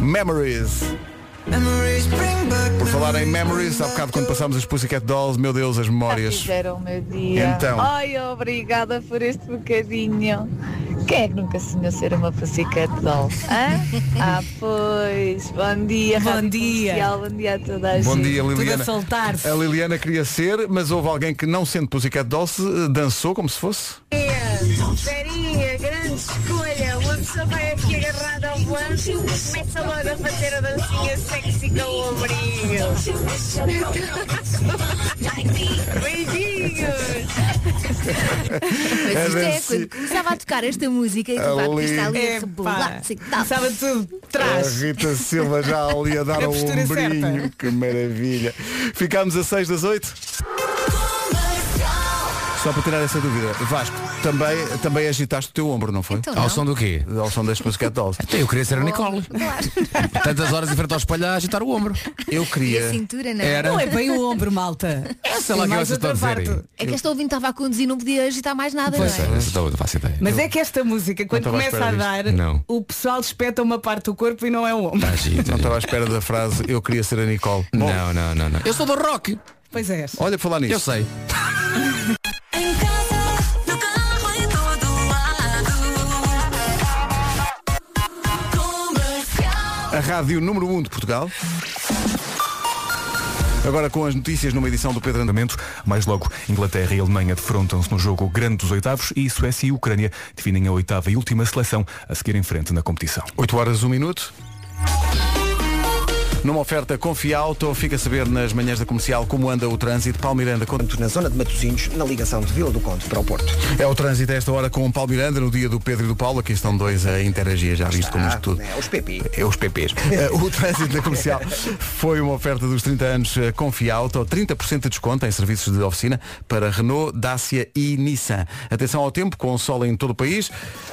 [SPEAKER 2] Memories. Por falar em Memories, há bocado quando passámos as Pussycat Dolls, meu Deus, as memórias.
[SPEAKER 18] Fizeram o meu dia.
[SPEAKER 2] Então.
[SPEAKER 18] Ai, obrigada por este bocadinho. Quem é que nunca sonhou ser uma pussycat doll? hã? ah, pois. Bom dia,
[SPEAKER 3] Bom
[SPEAKER 18] Rádio
[SPEAKER 3] dia.
[SPEAKER 18] Comercial, Bom dia a toda a gente.
[SPEAKER 2] Bom dia, Liliana. A Liliana queria ser, mas houve alguém que não sendo Pussycat Dolls eh, dançou como se fosse.
[SPEAKER 19] Verinha, grande escolha. Uma pessoa vai aqui agarrada ao volante e começa logo a fazer a dancinha sexy com o ombrinho. Beijinhos!
[SPEAKER 5] Mas isto é,
[SPEAKER 2] Deve ser-
[SPEAKER 5] quando começava a tocar esta música e tu pá, porque está
[SPEAKER 19] É
[SPEAKER 5] ali a rebolar. sei que tal.
[SPEAKER 3] tudo
[SPEAKER 2] A Rita Silva já ali a dar
[SPEAKER 5] A
[SPEAKER 2] ao
[SPEAKER 5] postura
[SPEAKER 2] ombrinho.
[SPEAKER 5] certa.
[SPEAKER 2] Que maravilha. Ficámos a 6 das 8. Só para tirar essa dúvida, Vasco, também, também agitaste o teu ombro, não foi?
[SPEAKER 5] Então não. Ao som
[SPEAKER 12] do quê?
[SPEAKER 2] Ao som das Pussycat Dolls.
[SPEAKER 12] Até eu queria ser a Nicole. Tantas horas em frente ao espelho a agitar o ombro.
[SPEAKER 2] Eu
[SPEAKER 5] E a cintura, não é?
[SPEAKER 12] Era.
[SPEAKER 3] Não é bem o ombro, malta.
[SPEAKER 12] É, sei lá
[SPEAKER 3] É
[SPEAKER 12] que
[SPEAKER 3] mais
[SPEAKER 12] vocês estão a
[SPEAKER 3] outra
[SPEAKER 12] dizer
[SPEAKER 3] parte.
[SPEAKER 5] É que esta ouvinte estava a conduzir, não podia agitar mais nada,
[SPEAKER 12] Pois
[SPEAKER 5] não é?
[SPEAKER 12] é, isso dá- não faço ideia.
[SPEAKER 3] Mas é que esta música, quando
[SPEAKER 2] estava à
[SPEAKER 3] começa a
[SPEAKER 2] espera
[SPEAKER 3] dar,
[SPEAKER 2] disto. Não.
[SPEAKER 3] o pessoal espeta uma parte do corpo e não é o ombro.
[SPEAKER 2] Não estava à espera da frase eu queria ser a Nicole. Ah, não,
[SPEAKER 12] não, não, não.
[SPEAKER 3] sou do rock. Pois é.
[SPEAKER 2] Olha, por falar nisso.
[SPEAKER 12] Eu sei.
[SPEAKER 3] Em
[SPEAKER 2] rádio número 1 um de Portugal. Agora com as notícias numa edição do Pedro Andamento.
[SPEAKER 13] Mais logo, Inglaterra e Alemanha defrontam-se no jogo grande dos oitavos e Suécia e Ucrânia definem a oitava e última seleção a seguir em frente na competição.
[SPEAKER 2] 8 horas, 1 minuto. Numa oferta Confiauto, fica a saber nas manhãs da comercial como anda o trânsito. Palmiranda com...
[SPEAKER 4] Na zona de Matosinhos, na ligação de Vila do Conde para o Porto.
[SPEAKER 2] É o trânsito a esta hora com o Palmiranda, no dia do Pedro e do Paulo. Aqui estão dois a interagir, já viste como isto tudo.
[SPEAKER 4] É, os PP.
[SPEAKER 2] É os PPs. Eh, o trânsito da comercial foi uma oferta dos 30 anos eh, Confiauto, 30% de desconto em serviços de oficina para Renault, Dacia e Nissan. Atenção ao tempo, com sol em todo o país.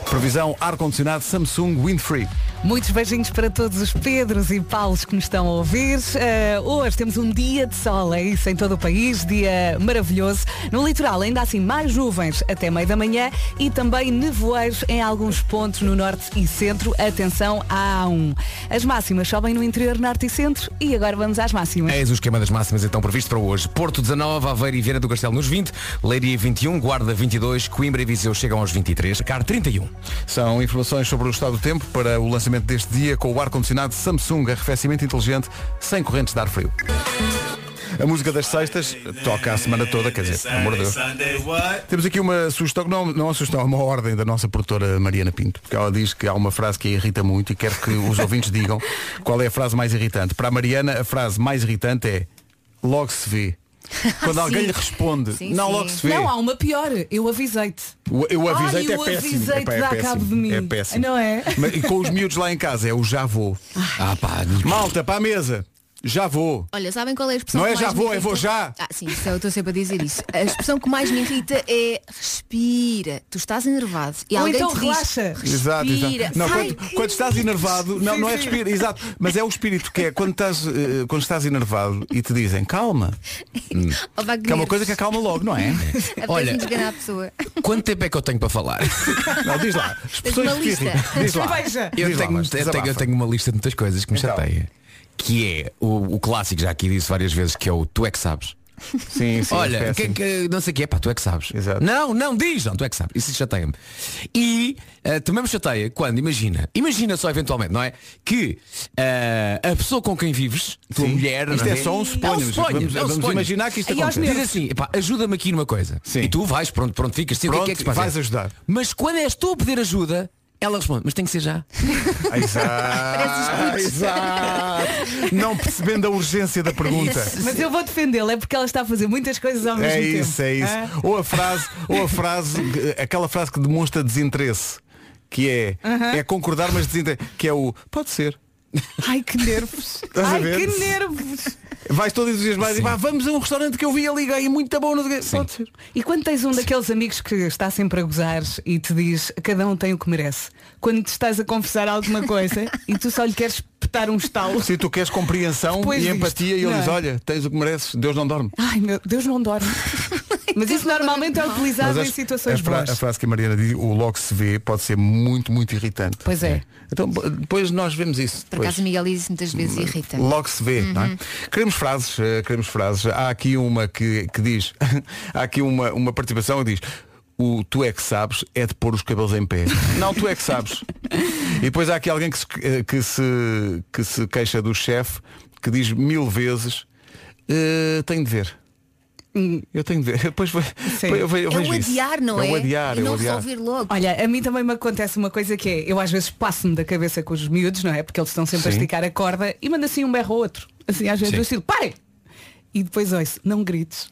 [SPEAKER 2] Previsão ar-condicionado Samsung Windfree.
[SPEAKER 3] Muitos beijinhos para todos os Pedros e Paulos que nos estão a ouvir. Eh, hoje temos um dia de sol, é isso, em todo o país, dia maravilhoso. No litoral, ainda assim, mais nuvens até meio da manhã e também nevoeiros em alguns pontos no norte e centro. Atenção à A1. As máximas sobem no interior norte e centro e agora vamos às máximas.
[SPEAKER 12] Eis o esquema das máximas então previsto para hoje. Porto 19, Aveiro e Vieira do Castelo nos 20, Leiria 21, Guarda 22, Coimbra e Viseu chegam aos 23, Car 31.
[SPEAKER 2] São informações sobre o estado do tempo para o lançamento deste dia com o ar-condicionado Samsung, arrefecimento inteligente, sem correntes de ar frio. A música das sextas toca a semana toda, quer dizer, amor de Deus. Temos aqui uma sugestão, que não, não é uma sugestão, é uma ordem da nossa produtora Mariana Pinto, porque ela diz que há uma frase que a irrita muito e quer que os ouvintes digam qual é a frase mais irritante. Para a Mariana, a frase mais irritante é logo se vê. Quando alguém
[SPEAKER 3] Sim.
[SPEAKER 2] lhe responde,
[SPEAKER 3] Sim,
[SPEAKER 2] não
[SPEAKER 3] sim.
[SPEAKER 2] logo se vê.
[SPEAKER 3] Não, há uma pior. Eu avisei-te.
[SPEAKER 2] O- Eu
[SPEAKER 3] Ai,
[SPEAKER 2] avisei é
[SPEAKER 3] eu
[SPEAKER 2] péssimo.
[SPEAKER 3] avisei-te,
[SPEAKER 2] Epá, é,
[SPEAKER 3] dá
[SPEAKER 2] péssimo.
[SPEAKER 3] cabo de mim.
[SPEAKER 2] é péssimo.
[SPEAKER 3] Não é?
[SPEAKER 2] Mas, e com os miúdos lá em casa, é o já vou.
[SPEAKER 12] Ah, pá.
[SPEAKER 2] Malta, para a mesa. Já vou.
[SPEAKER 5] Olha, sabem qual é a expressão
[SPEAKER 2] Não
[SPEAKER 5] que
[SPEAKER 2] é
[SPEAKER 5] mais
[SPEAKER 2] já
[SPEAKER 5] me
[SPEAKER 2] vou, é
[SPEAKER 5] irrita?
[SPEAKER 2] vou já.
[SPEAKER 5] Ah, sim, isso eu estou sempre a dizer isso. A expressão que mais me irrita é respira. Tu estás enervado. E
[SPEAKER 3] Ou
[SPEAKER 5] alguém
[SPEAKER 3] então
[SPEAKER 5] te diz,
[SPEAKER 3] relaxa.
[SPEAKER 2] Exato,
[SPEAKER 5] Respira.
[SPEAKER 2] exato. Não,
[SPEAKER 5] Sai.
[SPEAKER 2] quando, quando estás enervado, não,
[SPEAKER 5] Sim,
[SPEAKER 2] não é
[SPEAKER 5] sim.
[SPEAKER 2] respira, exato. Mas é o espírito que é quando estás, eh, quando estás enervado e te dizem calma. Hum.
[SPEAKER 5] Oh, vá,
[SPEAKER 2] Que é uma coisa que acalma logo, não é?
[SPEAKER 5] Olha, a pessoa.
[SPEAKER 12] Quanto tempo é que eu tenho para falar?
[SPEAKER 2] Não, diz lá.
[SPEAKER 5] Tens uma
[SPEAKER 2] que te irritam.
[SPEAKER 5] lista.
[SPEAKER 2] Diz lá.
[SPEAKER 5] Veja.
[SPEAKER 12] Eu,
[SPEAKER 2] Diz lá,
[SPEAKER 12] tenho,
[SPEAKER 2] mas
[SPEAKER 12] eu tenho- eu
[SPEAKER 2] desabafa. Então.
[SPEAKER 12] tenho uma lista de muitas coisas que me chateia. Que é o, o clássico, já aqui disse várias vezes, que é o tu é que sabes.
[SPEAKER 2] Sim, sim,
[SPEAKER 12] Olha,
[SPEAKER 2] é
[SPEAKER 12] que,
[SPEAKER 2] péssimo.
[SPEAKER 12] que- não sei o que é, pá, tu é que sabes. Não, não, diz, não, tu é que sabes. Isso chateia-me. E ah, também me chateia quando, imagina, imagina só eventualmente, não é? Que ah, a pessoa com quem vives, tua mulher,
[SPEAKER 2] Isto
[SPEAKER 12] não
[SPEAKER 2] é só um suponho,
[SPEAKER 12] Não, suponho,
[SPEAKER 2] vamos-
[SPEAKER 12] não,
[SPEAKER 2] vamos
[SPEAKER 12] suponho.
[SPEAKER 2] imaginar que isto
[SPEAKER 12] E aos
[SPEAKER 2] acontece.
[SPEAKER 12] Diz assim, epá, ajuda-me aqui numa coisa. E tu vais, pronto, pronto, ficas, sim, o que é que é que se
[SPEAKER 2] Pronto,
[SPEAKER 12] passa?
[SPEAKER 2] vais ajudar.
[SPEAKER 12] Mas quando és tu a pedir ajuda, ela responde, mas tem que ser já.
[SPEAKER 2] Ah, Exato. exato. Não percebendo a urgência da pergunta.
[SPEAKER 3] Mas eu vou defendê-la, é porque ela está a fazer muitas coisas ao mesmo
[SPEAKER 2] É
[SPEAKER 3] tempo.
[SPEAKER 2] isso, é isso.
[SPEAKER 3] Ah.
[SPEAKER 2] Ou a frase, ou a frase, eh, aquela frase que demonstra desinteresse, que é,
[SPEAKER 3] Aham.
[SPEAKER 2] é concordar, mas desinteresse, que é o pode ser.
[SPEAKER 3] Ai que nervos.
[SPEAKER 2] Estás a
[SPEAKER 3] Ai
[SPEAKER 2] ver?
[SPEAKER 3] que nervos.
[SPEAKER 2] Vais todo entusiasmado e
[SPEAKER 3] Sim.
[SPEAKER 2] pá, vamos a um restaurante que eu vi ali, ganhei muito bom. Não... sei o quê." Pode ser.
[SPEAKER 3] E quando tens um daqueles amigos que está sempre a gozar e te diz cada um tem o que merece. Quando te estás a confessar alguma coisa e tu só lhe queres espetar um estalo.
[SPEAKER 2] Se tu queres compreensão
[SPEAKER 3] Depois
[SPEAKER 2] e
[SPEAKER 3] disto,
[SPEAKER 2] empatia e ele
[SPEAKER 3] não
[SPEAKER 2] diz,
[SPEAKER 3] é?
[SPEAKER 2] olha, tens o que mereces, Deus não dorme.
[SPEAKER 3] Ai meu Deus não dorme. Mas isso normalmente é utilizado
[SPEAKER 2] Mas
[SPEAKER 3] em
[SPEAKER 2] as-
[SPEAKER 3] situações
[SPEAKER 2] a, fra- é a
[SPEAKER 3] boas.
[SPEAKER 2] frase que a Mariana diz, o logo se vê, pode ser muito, muito irritante.
[SPEAKER 3] Pois é.
[SPEAKER 2] Então, b- depois nós vemos isso.
[SPEAKER 5] Por
[SPEAKER 2] depois.
[SPEAKER 5] acaso o Miguel diz isso muitas vezes e irrita.
[SPEAKER 2] Logo se vê, não é?
[SPEAKER 5] Uhum.
[SPEAKER 2] Queremos frases, eh, queremos frases. Há aqui uma que, que diz, há aqui uma, uma participação que diz, o tu é que sabes é de pôr os cabelos em pé. não, tu é que sabes. E depois há aqui alguém que se, eh, que se, que se queixa do chefe, que diz mil vezes, "Eh, tenho de ver. Eu tenho de ver. Depois vou- eu ve- eu
[SPEAKER 5] Hum. é
[SPEAKER 2] vejo
[SPEAKER 5] o
[SPEAKER 2] isso.
[SPEAKER 5] adiar, não é?
[SPEAKER 2] É o adiar,
[SPEAKER 5] e
[SPEAKER 2] é o
[SPEAKER 5] não
[SPEAKER 2] adiar.
[SPEAKER 5] resolver logo.
[SPEAKER 3] Olha, a mim também me acontece uma coisa que é, eu às vezes passo-me da cabeça com os miúdos, não é? Porque eles estão sempre a
[SPEAKER 2] Sim.
[SPEAKER 3] esticar a corda e manda assim um berro ao outro. Assim, às vezes
[SPEAKER 2] Sim.
[SPEAKER 3] eu estilo, parem! E depois ouço, não grites.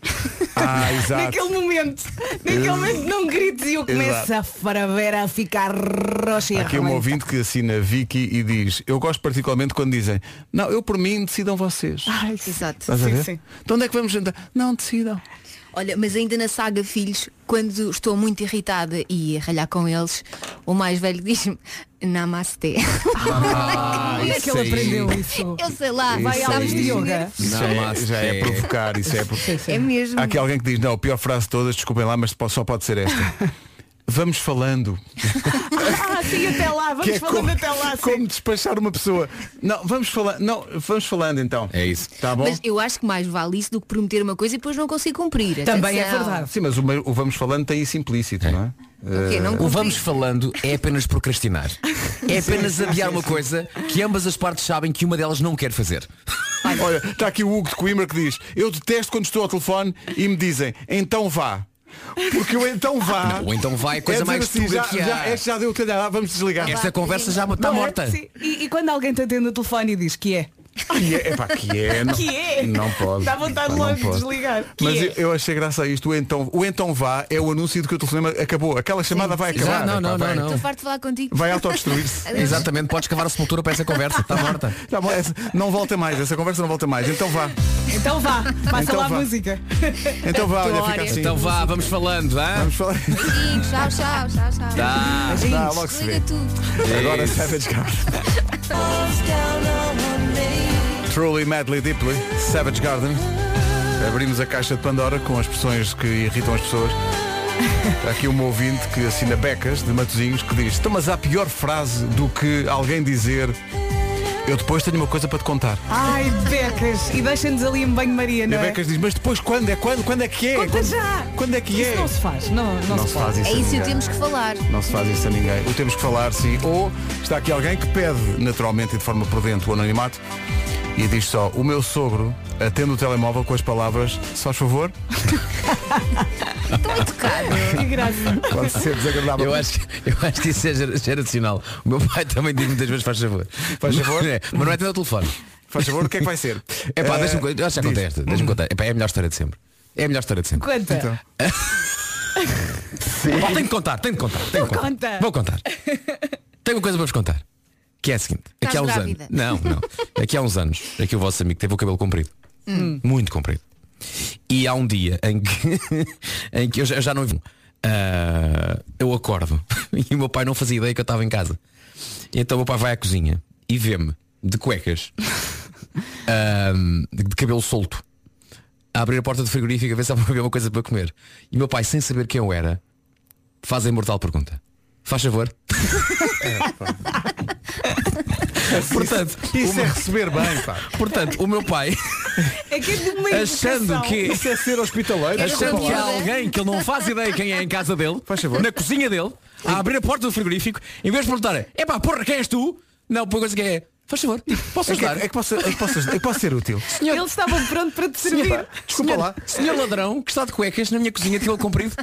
[SPEAKER 2] Ah, exato.
[SPEAKER 3] Naquele momento, naquele
[SPEAKER 2] Ex-
[SPEAKER 3] momento não grites e eu começo
[SPEAKER 2] Exato.
[SPEAKER 3] a faraveira a ficar roxa e
[SPEAKER 2] Há aqui um
[SPEAKER 3] arrebenta.
[SPEAKER 2] ouvinte que assina Vicky e diz, eu gosto particularmente quando dizem, não, eu por mim decidam vocês.
[SPEAKER 3] Ai, Exato.
[SPEAKER 2] Estás a ver? Então onde é que vamos jantar? Não, decidam.
[SPEAKER 5] Olha, mas ainda na saga Filhos, quando estou muito irritada e a ralhar com eles, o mais velho diz-me Namaste.
[SPEAKER 2] Ah,
[SPEAKER 5] Como é que ele
[SPEAKER 2] aí-
[SPEAKER 5] aprendeu Eu sei lá,
[SPEAKER 2] Isso
[SPEAKER 5] sabes
[SPEAKER 2] aí-
[SPEAKER 5] de yoga.
[SPEAKER 2] Isso é,
[SPEAKER 12] Namastê.
[SPEAKER 2] já é provocar, isso é provocar.
[SPEAKER 5] É mesmo.
[SPEAKER 2] Há aqui alguém que diz, não, a pior frase de todas, desculpem lá, mas só pode ser esta. Vamos falando.
[SPEAKER 3] Ah, sim, até lá, vamos
[SPEAKER 2] Que é
[SPEAKER 3] falando
[SPEAKER 2] como-
[SPEAKER 3] até lá. sim.
[SPEAKER 2] Como despachar uma pessoa. Não, vamos falando, não, vamos falando então. É isso. Tá bom?
[SPEAKER 5] Mas eu acho que mais vale isso do que prometer uma coisa e depois não consigo cumprir. Atenção.
[SPEAKER 2] Sim, mas o, o vamos falando tem isso implícito, não é?
[SPEAKER 5] quê? Não
[SPEAKER 12] O
[SPEAKER 5] cumpri?
[SPEAKER 12] vamos falando é apenas procrastinar. É apenas adiar uma coisa que ambas as partes sabem que uma delas não quer fazer.
[SPEAKER 2] Olha, está aqui o Hugo de Coimbra que diz Eu detesto quando estou ao telefone e me dizem Então vá Porque o então vá
[SPEAKER 12] Ou então vai, a
[SPEAKER 2] é
[SPEAKER 12] coisa
[SPEAKER 2] dizer
[SPEAKER 12] mais
[SPEAKER 2] assim,
[SPEAKER 12] estúpida
[SPEAKER 2] já,
[SPEAKER 12] que há.
[SPEAKER 2] já,
[SPEAKER 4] é
[SPEAKER 2] Este já deu calhar, ah, vamos desligar
[SPEAKER 12] Esta conversa já
[SPEAKER 2] tá
[SPEAKER 12] está
[SPEAKER 3] Não é?
[SPEAKER 12] morta.
[SPEAKER 3] Sim. E, e quando alguém te atende o telefone e diz que é?
[SPEAKER 2] Que é, epá, que é, não,
[SPEAKER 3] Que é?
[SPEAKER 2] não pode.
[SPEAKER 3] Dá vontade
[SPEAKER 2] Epá, não
[SPEAKER 3] logo de
[SPEAKER 2] pode.
[SPEAKER 3] desligar. Que
[SPEAKER 2] Mas
[SPEAKER 3] é?
[SPEAKER 2] eu, eu achei graça a isto. O então, o então vá é o anúncio de que o telefonema acabou. Aquela chamada vai
[SPEAKER 12] sim.
[SPEAKER 2] acabar.
[SPEAKER 12] Já, não,
[SPEAKER 2] epá,
[SPEAKER 12] não,
[SPEAKER 2] vai.
[SPEAKER 12] não,
[SPEAKER 5] Estou farto de falar contigo.
[SPEAKER 2] Vai autodestruir-se.
[SPEAKER 5] Adeus.
[SPEAKER 12] Exatamente, podes cavar a sepultura para essa conversa, está morta.
[SPEAKER 2] Tá bom, essa- não volta mais, essa conversa não volta mais. Então vá.
[SPEAKER 3] Então vá, passa
[SPEAKER 2] Então
[SPEAKER 3] lá a
[SPEAKER 2] vá.
[SPEAKER 3] música.
[SPEAKER 2] Então vá, olha, fica assim.
[SPEAKER 12] Então vá, vamos falando, hã?
[SPEAKER 2] Vamos falar.
[SPEAKER 5] Beijinhos, tchau, tchau, tchau, tchau.
[SPEAKER 12] Tá.
[SPEAKER 5] Beijinhos.
[SPEAKER 12] Tá, logo se vê.
[SPEAKER 5] Liga tudo.
[SPEAKER 2] Agora Savage Garden. Truly, madly, deeply. Savage Garden. Abrimos a caixa de Pandora com as expressões que irritam as pessoas. Está aqui um ouvinte que assina Becas de Matozinhos que diz Então mas há pior frase do que alguém dizer Eu depois tenho uma coisa para te contar
[SPEAKER 3] Ai, becas. E deixem-nos ali em banho-maria,
[SPEAKER 2] E
[SPEAKER 3] não
[SPEAKER 2] a
[SPEAKER 3] Ah, é?
[SPEAKER 2] Becas diz, mas depois quando? É quando? Quando é que é?
[SPEAKER 3] Conta
[SPEAKER 2] Quando-
[SPEAKER 3] já!
[SPEAKER 2] Quando é que
[SPEAKER 3] Isso
[SPEAKER 2] é?
[SPEAKER 3] não se faz. Não, não,
[SPEAKER 2] Não se
[SPEAKER 3] pode.
[SPEAKER 2] faz isso.
[SPEAKER 5] É isso e
[SPEAKER 2] Ninguém.
[SPEAKER 5] temos que falar.
[SPEAKER 2] Não se faz isso a ninguém. O temos que falar, sim. Ou está aqui alguém que pede, naturalmente e de forma prudente, o anonimato e diz só, o meu sogro atende o telemóvel com as palavras, se faz favor,
[SPEAKER 3] Que graça.
[SPEAKER 2] pode ser desagradável.
[SPEAKER 12] Eu acho, que- eu acho que isso é gera- geracional. O meu pai também diz muitas vezes, faz favor.
[SPEAKER 2] Faz favor?
[SPEAKER 12] É, mas não é atender o telefone.
[SPEAKER 2] Faz favor, o que é que vai ser?
[SPEAKER 12] É pá,
[SPEAKER 2] Eh,
[SPEAKER 12] deixa-me co- eu já contei
[SPEAKER 2] diz.
[SPEAKER 12] esta. Deixa-me contar. Epá, é a melhor história de sempre. É a melhor história de sempre.
[SPEAKER 3] Conta.
[SPEAKER 2] Então.
[SPEAKER 12] Oh, tenho de contar, tenho de contar. Tenho de
[SPEAKER 3] Não
[SPEAKER 12] contar.
[SPEAKER 3] conta.
[SPEAKER 12] Vou contar. Tenho uma coisa para vos contar. Que é a seguinte.
[SPEAKER 5] Estás
[SPEAKER 12] Aqui há uns
[SPEAKER 5] grávida.
[SPEAKER 12] anos. Não, não. Aqui há uns anos. Aqui o vosso amigo teve o cabelo comprido.
[SPEAKER 5] Hum.
[SPEAKER 12] Muito comprido. E há um dia em que, em que eu, já, eu já não vivo. Ah, eu acordo e o meu pai não fazia ideia que eu estava em casa. Então o meu pai vai à cozinha e vê-me de cuecas, ah, de, de cabelo solto, a abrir a porta do frigorífico a ver se havia uma coisa para comer. E o meu pai, sem saber quem eu era, faz a imortal pergunta. Faz favor. Portanto,
[SPEAKER 2] Isso
[SPEAKER 12] o
[SPEAKER 2] é
[SPEAKER 12] meu-
[SPEAKER 2] receber bem, pá.
[SPEAKER 12] Portanto, o meu pai
[SPEAKER 3] É que é de uma
[SPEAKER 12] achando
[SPEAKER 3] educação.
[SPEAKER 12] que
[SPEAKER 2] Isso é ser hospitaleiro.
[SPEAKER 12] achando que há
[SPEAKER 2] desculpa lá.
[SPEAKER 12] alguém que ele não faz ideia quem é em casa dele na cozinha dele a abrir a porta do frigorífico em vez de perguntar é pá porra quem és tu não por coisa que é faz favor posso
[SPEAKER 2] É que,
[SPEAKER 12] ajudar
[SPEAKER 2] é, que posso, é, que posso, é que posso ser útil.
[SPEAKER 3] Ele estava pronto para te servir.
[SPEAKER 12] Senhor,
[SPEAKER 2] desculpa
[SPEAKER 12] senhor-
[SPEAKER 2] lá.
[SPEAKER 12] senhor ladrão que está de cuecas na minha cozinha de cabelo comprido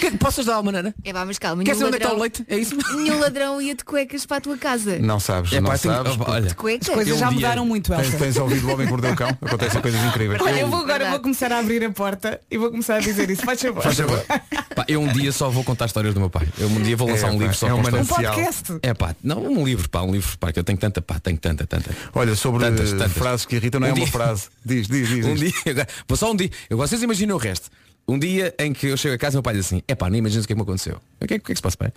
[SPEAKER 12] que, posso ajudar de alguma maneira
[SPEAKER 5] É pá, mas calma.
[SPEAKER 12] Quer
[SPEAKER 5] nenhum
[SPEAKER 12] saber onde é que está o
[SPEAKER 5] ladrão-
[SPEAKER 12] leite? É isso?
[SPEAKER 5] Nenhum ladrão ia de cuecas para a tua casa.
[SPEAKER 4] Hum.
[SPEAKER 2] Não sabes,
[SPEAKER 12] É
[SPEAKER 2] não
[SPEAKER 12] pá, tenho-
[SPEAKER 2] sabes.
[SPEAKER 12] opa, olha,
[SPEAKER 5] De cuecas?
[SPEAKER 3] As coisas
[SPEAKER 2] Eu
[SPEAKER 3] já
[SPEAKER 2] um dia-
[SPEAKER 3] mudaram muito,
[SPEAKER 2] Tens,
[SPEAKER 3] Elsa.
[SPEAKER 2] tens um ouvido o homem que mordeu o cão? Acontecem coisas incríveis.
[SPEAKER 3] Olha,
[SPEAKER 2] Eu-
[SPEAKER 3] eu vou agora vou começar a abrir a porta e vou começar a dizer isso. Faz favor.
[SPEAKER 12] Faz favor. Pá, eu um dia só vou contar histórias do meu pai. Eu um dia vou lançar
[SPEAKER 2] É,
[SPEAKER 12] um
[SPEAKER 2] pá,
[SPEAKER 12] livro só
[SPEAKER 2] é
[SPEAKER 12] com
[SPEAKER 2] um
[SPEAKER 12] histórias.
[SPEAKER 3] Um podcast.
[SPEAKER 12] É pá, não, um livro, pá, um livro, pá, que eu tenho tanta, pá, tenho tanta, tanta.
[SPEAKER 2] Olha, sobre
[SPEAKER 12] Tantas,
[SPEAKER 2] eh,
[SPEAKER 12] tantas.
[SPEAKER 2] frases que irritam, não é
[SPEAKER 12] Um
[SPEAKER 2] uma
[SPEAKER 12] dia-
[SPEAKER 2] frase. Diz, diz, diz.
[SPEAKER 12] Um
[SPEAKER 2] diz.
[SPEAKER 12] dia, agora- vou só um dia, eu, vocês imaginem o resto. Um dia em que eu chego a casa e meu pai diz assim, é pá, não imaginas o que é que me aconteceu. O que é, o que é que se passa, pai?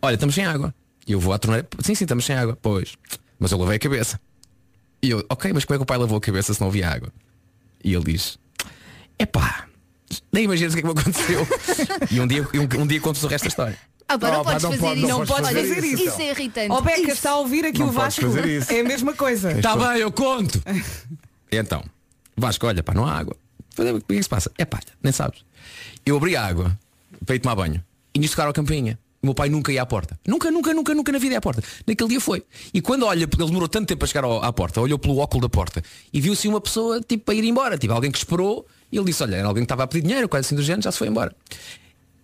[SPEAKER 12] Olha, estamos sem água. E eu vou à torneira, sim, sim, estamos sem água. Pois, mas eu lavei a cabeça. E eu, ok, mas como é que o pai lavou a cabeça se não havia água? E ele diz, é pá, nem imaginas o que é que me aconteceu. e um dia, um, um dia conto-vos o resto da história.
[SPEAKER 5] Ah, pá,
[SPEAKER 2] Não,
[SPEAKER 5] não,
[SPEAKER 2] pá,
[SPEAKER 5] podes
[SPEAKER 2] não
[SPEAKER 5] fazer
[SPEAKER 2] pode-
[SPEAKER 5] isso.
[SPEAKER 2] não
[SPEAKER 3] Não podes
[SPEAKER 2] fazer
[SPEAKER 3] fazer
[SPEAKER 2] isso,
[SPEAKER 3] isso.
[SPEAKER 5] Isso é irritante.
[SPEAKER 3] Ó Oh, Beca, está a ouvir aqui
[SPEAKER 2] Não
[SPEAKER 3] o
[SPEAKER 2] podes
[SPEAKER 3] Vasco?
[SPEAKER 2] fazer isso.
[SPEAKER 3] É a mesma coisa.
[SPEAKER 12] Está Tá bem, eu conto. E então, Vasco, olha, pá, não há água. Falei, O que é que se passa? É pá, nem sabes. Eu abri a água para ir tomar banho e nisso tocaram a campainha. O meu pai nunca ia à porta. Nunca, nunca, nunca, nunca na vida ia à porta. Naquele dia foi. E quando olha, porque ele demorou tanto tempo para chegar ao- à porta, olhou pelo óculo da porta e viu-se uma pessoa tipo para ir embora. Tipo, alguém que esperou e ele disse, olha, era alguém que estava a pedir dinheiro, coisa assim do género, já se foi embora.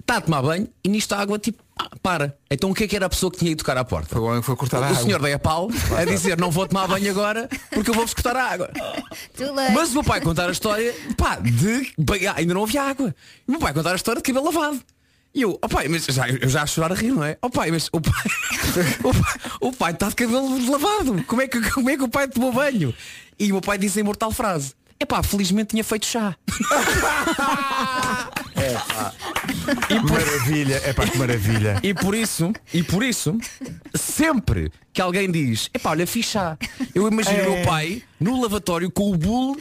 [SPEAKER 12] Está a tomar banho e nisto a água tipo, ah, para. Então o que é que era a pessoa que tinha ido tocar à porta?
[SPEAKER 13] Um
[SPEAKER 2] Foi o homem que foi cortar a
[SPEAKER 12] o
[SPEAKER 2] água.
[SPEAKER 12] senhor veio a pau a dizer não vou tomar banho agora porque eu vou-vos cortar a água.
[SPEAKER 5] Tu lês.
[SPEAKER 12] Mas o meu pai contar a história, pá, de. bem, ah, ainda não havia água. E o meu pai contar a história de cabelo lavado. E eu, ó pai, mas já, eu já a chorar a rir, não é? Ó pai, mas o pai o pai- o pai está de cabelo lavado. Como é, que, como é que o pai tomou banho? E o meu pai disse a imortal frase. É pá, felizmente tinha feito chá.
[SPEAKER 2] Maravilha, é pá, que maravilha.
[SPEAKER 12] E por isso, e por isso, sempre que alguém diz, epá, olha, fiz chá, eu imagino o meu
[SPEAKER 2] É.
[SPEAKER 12] pai no lavatório com o bulo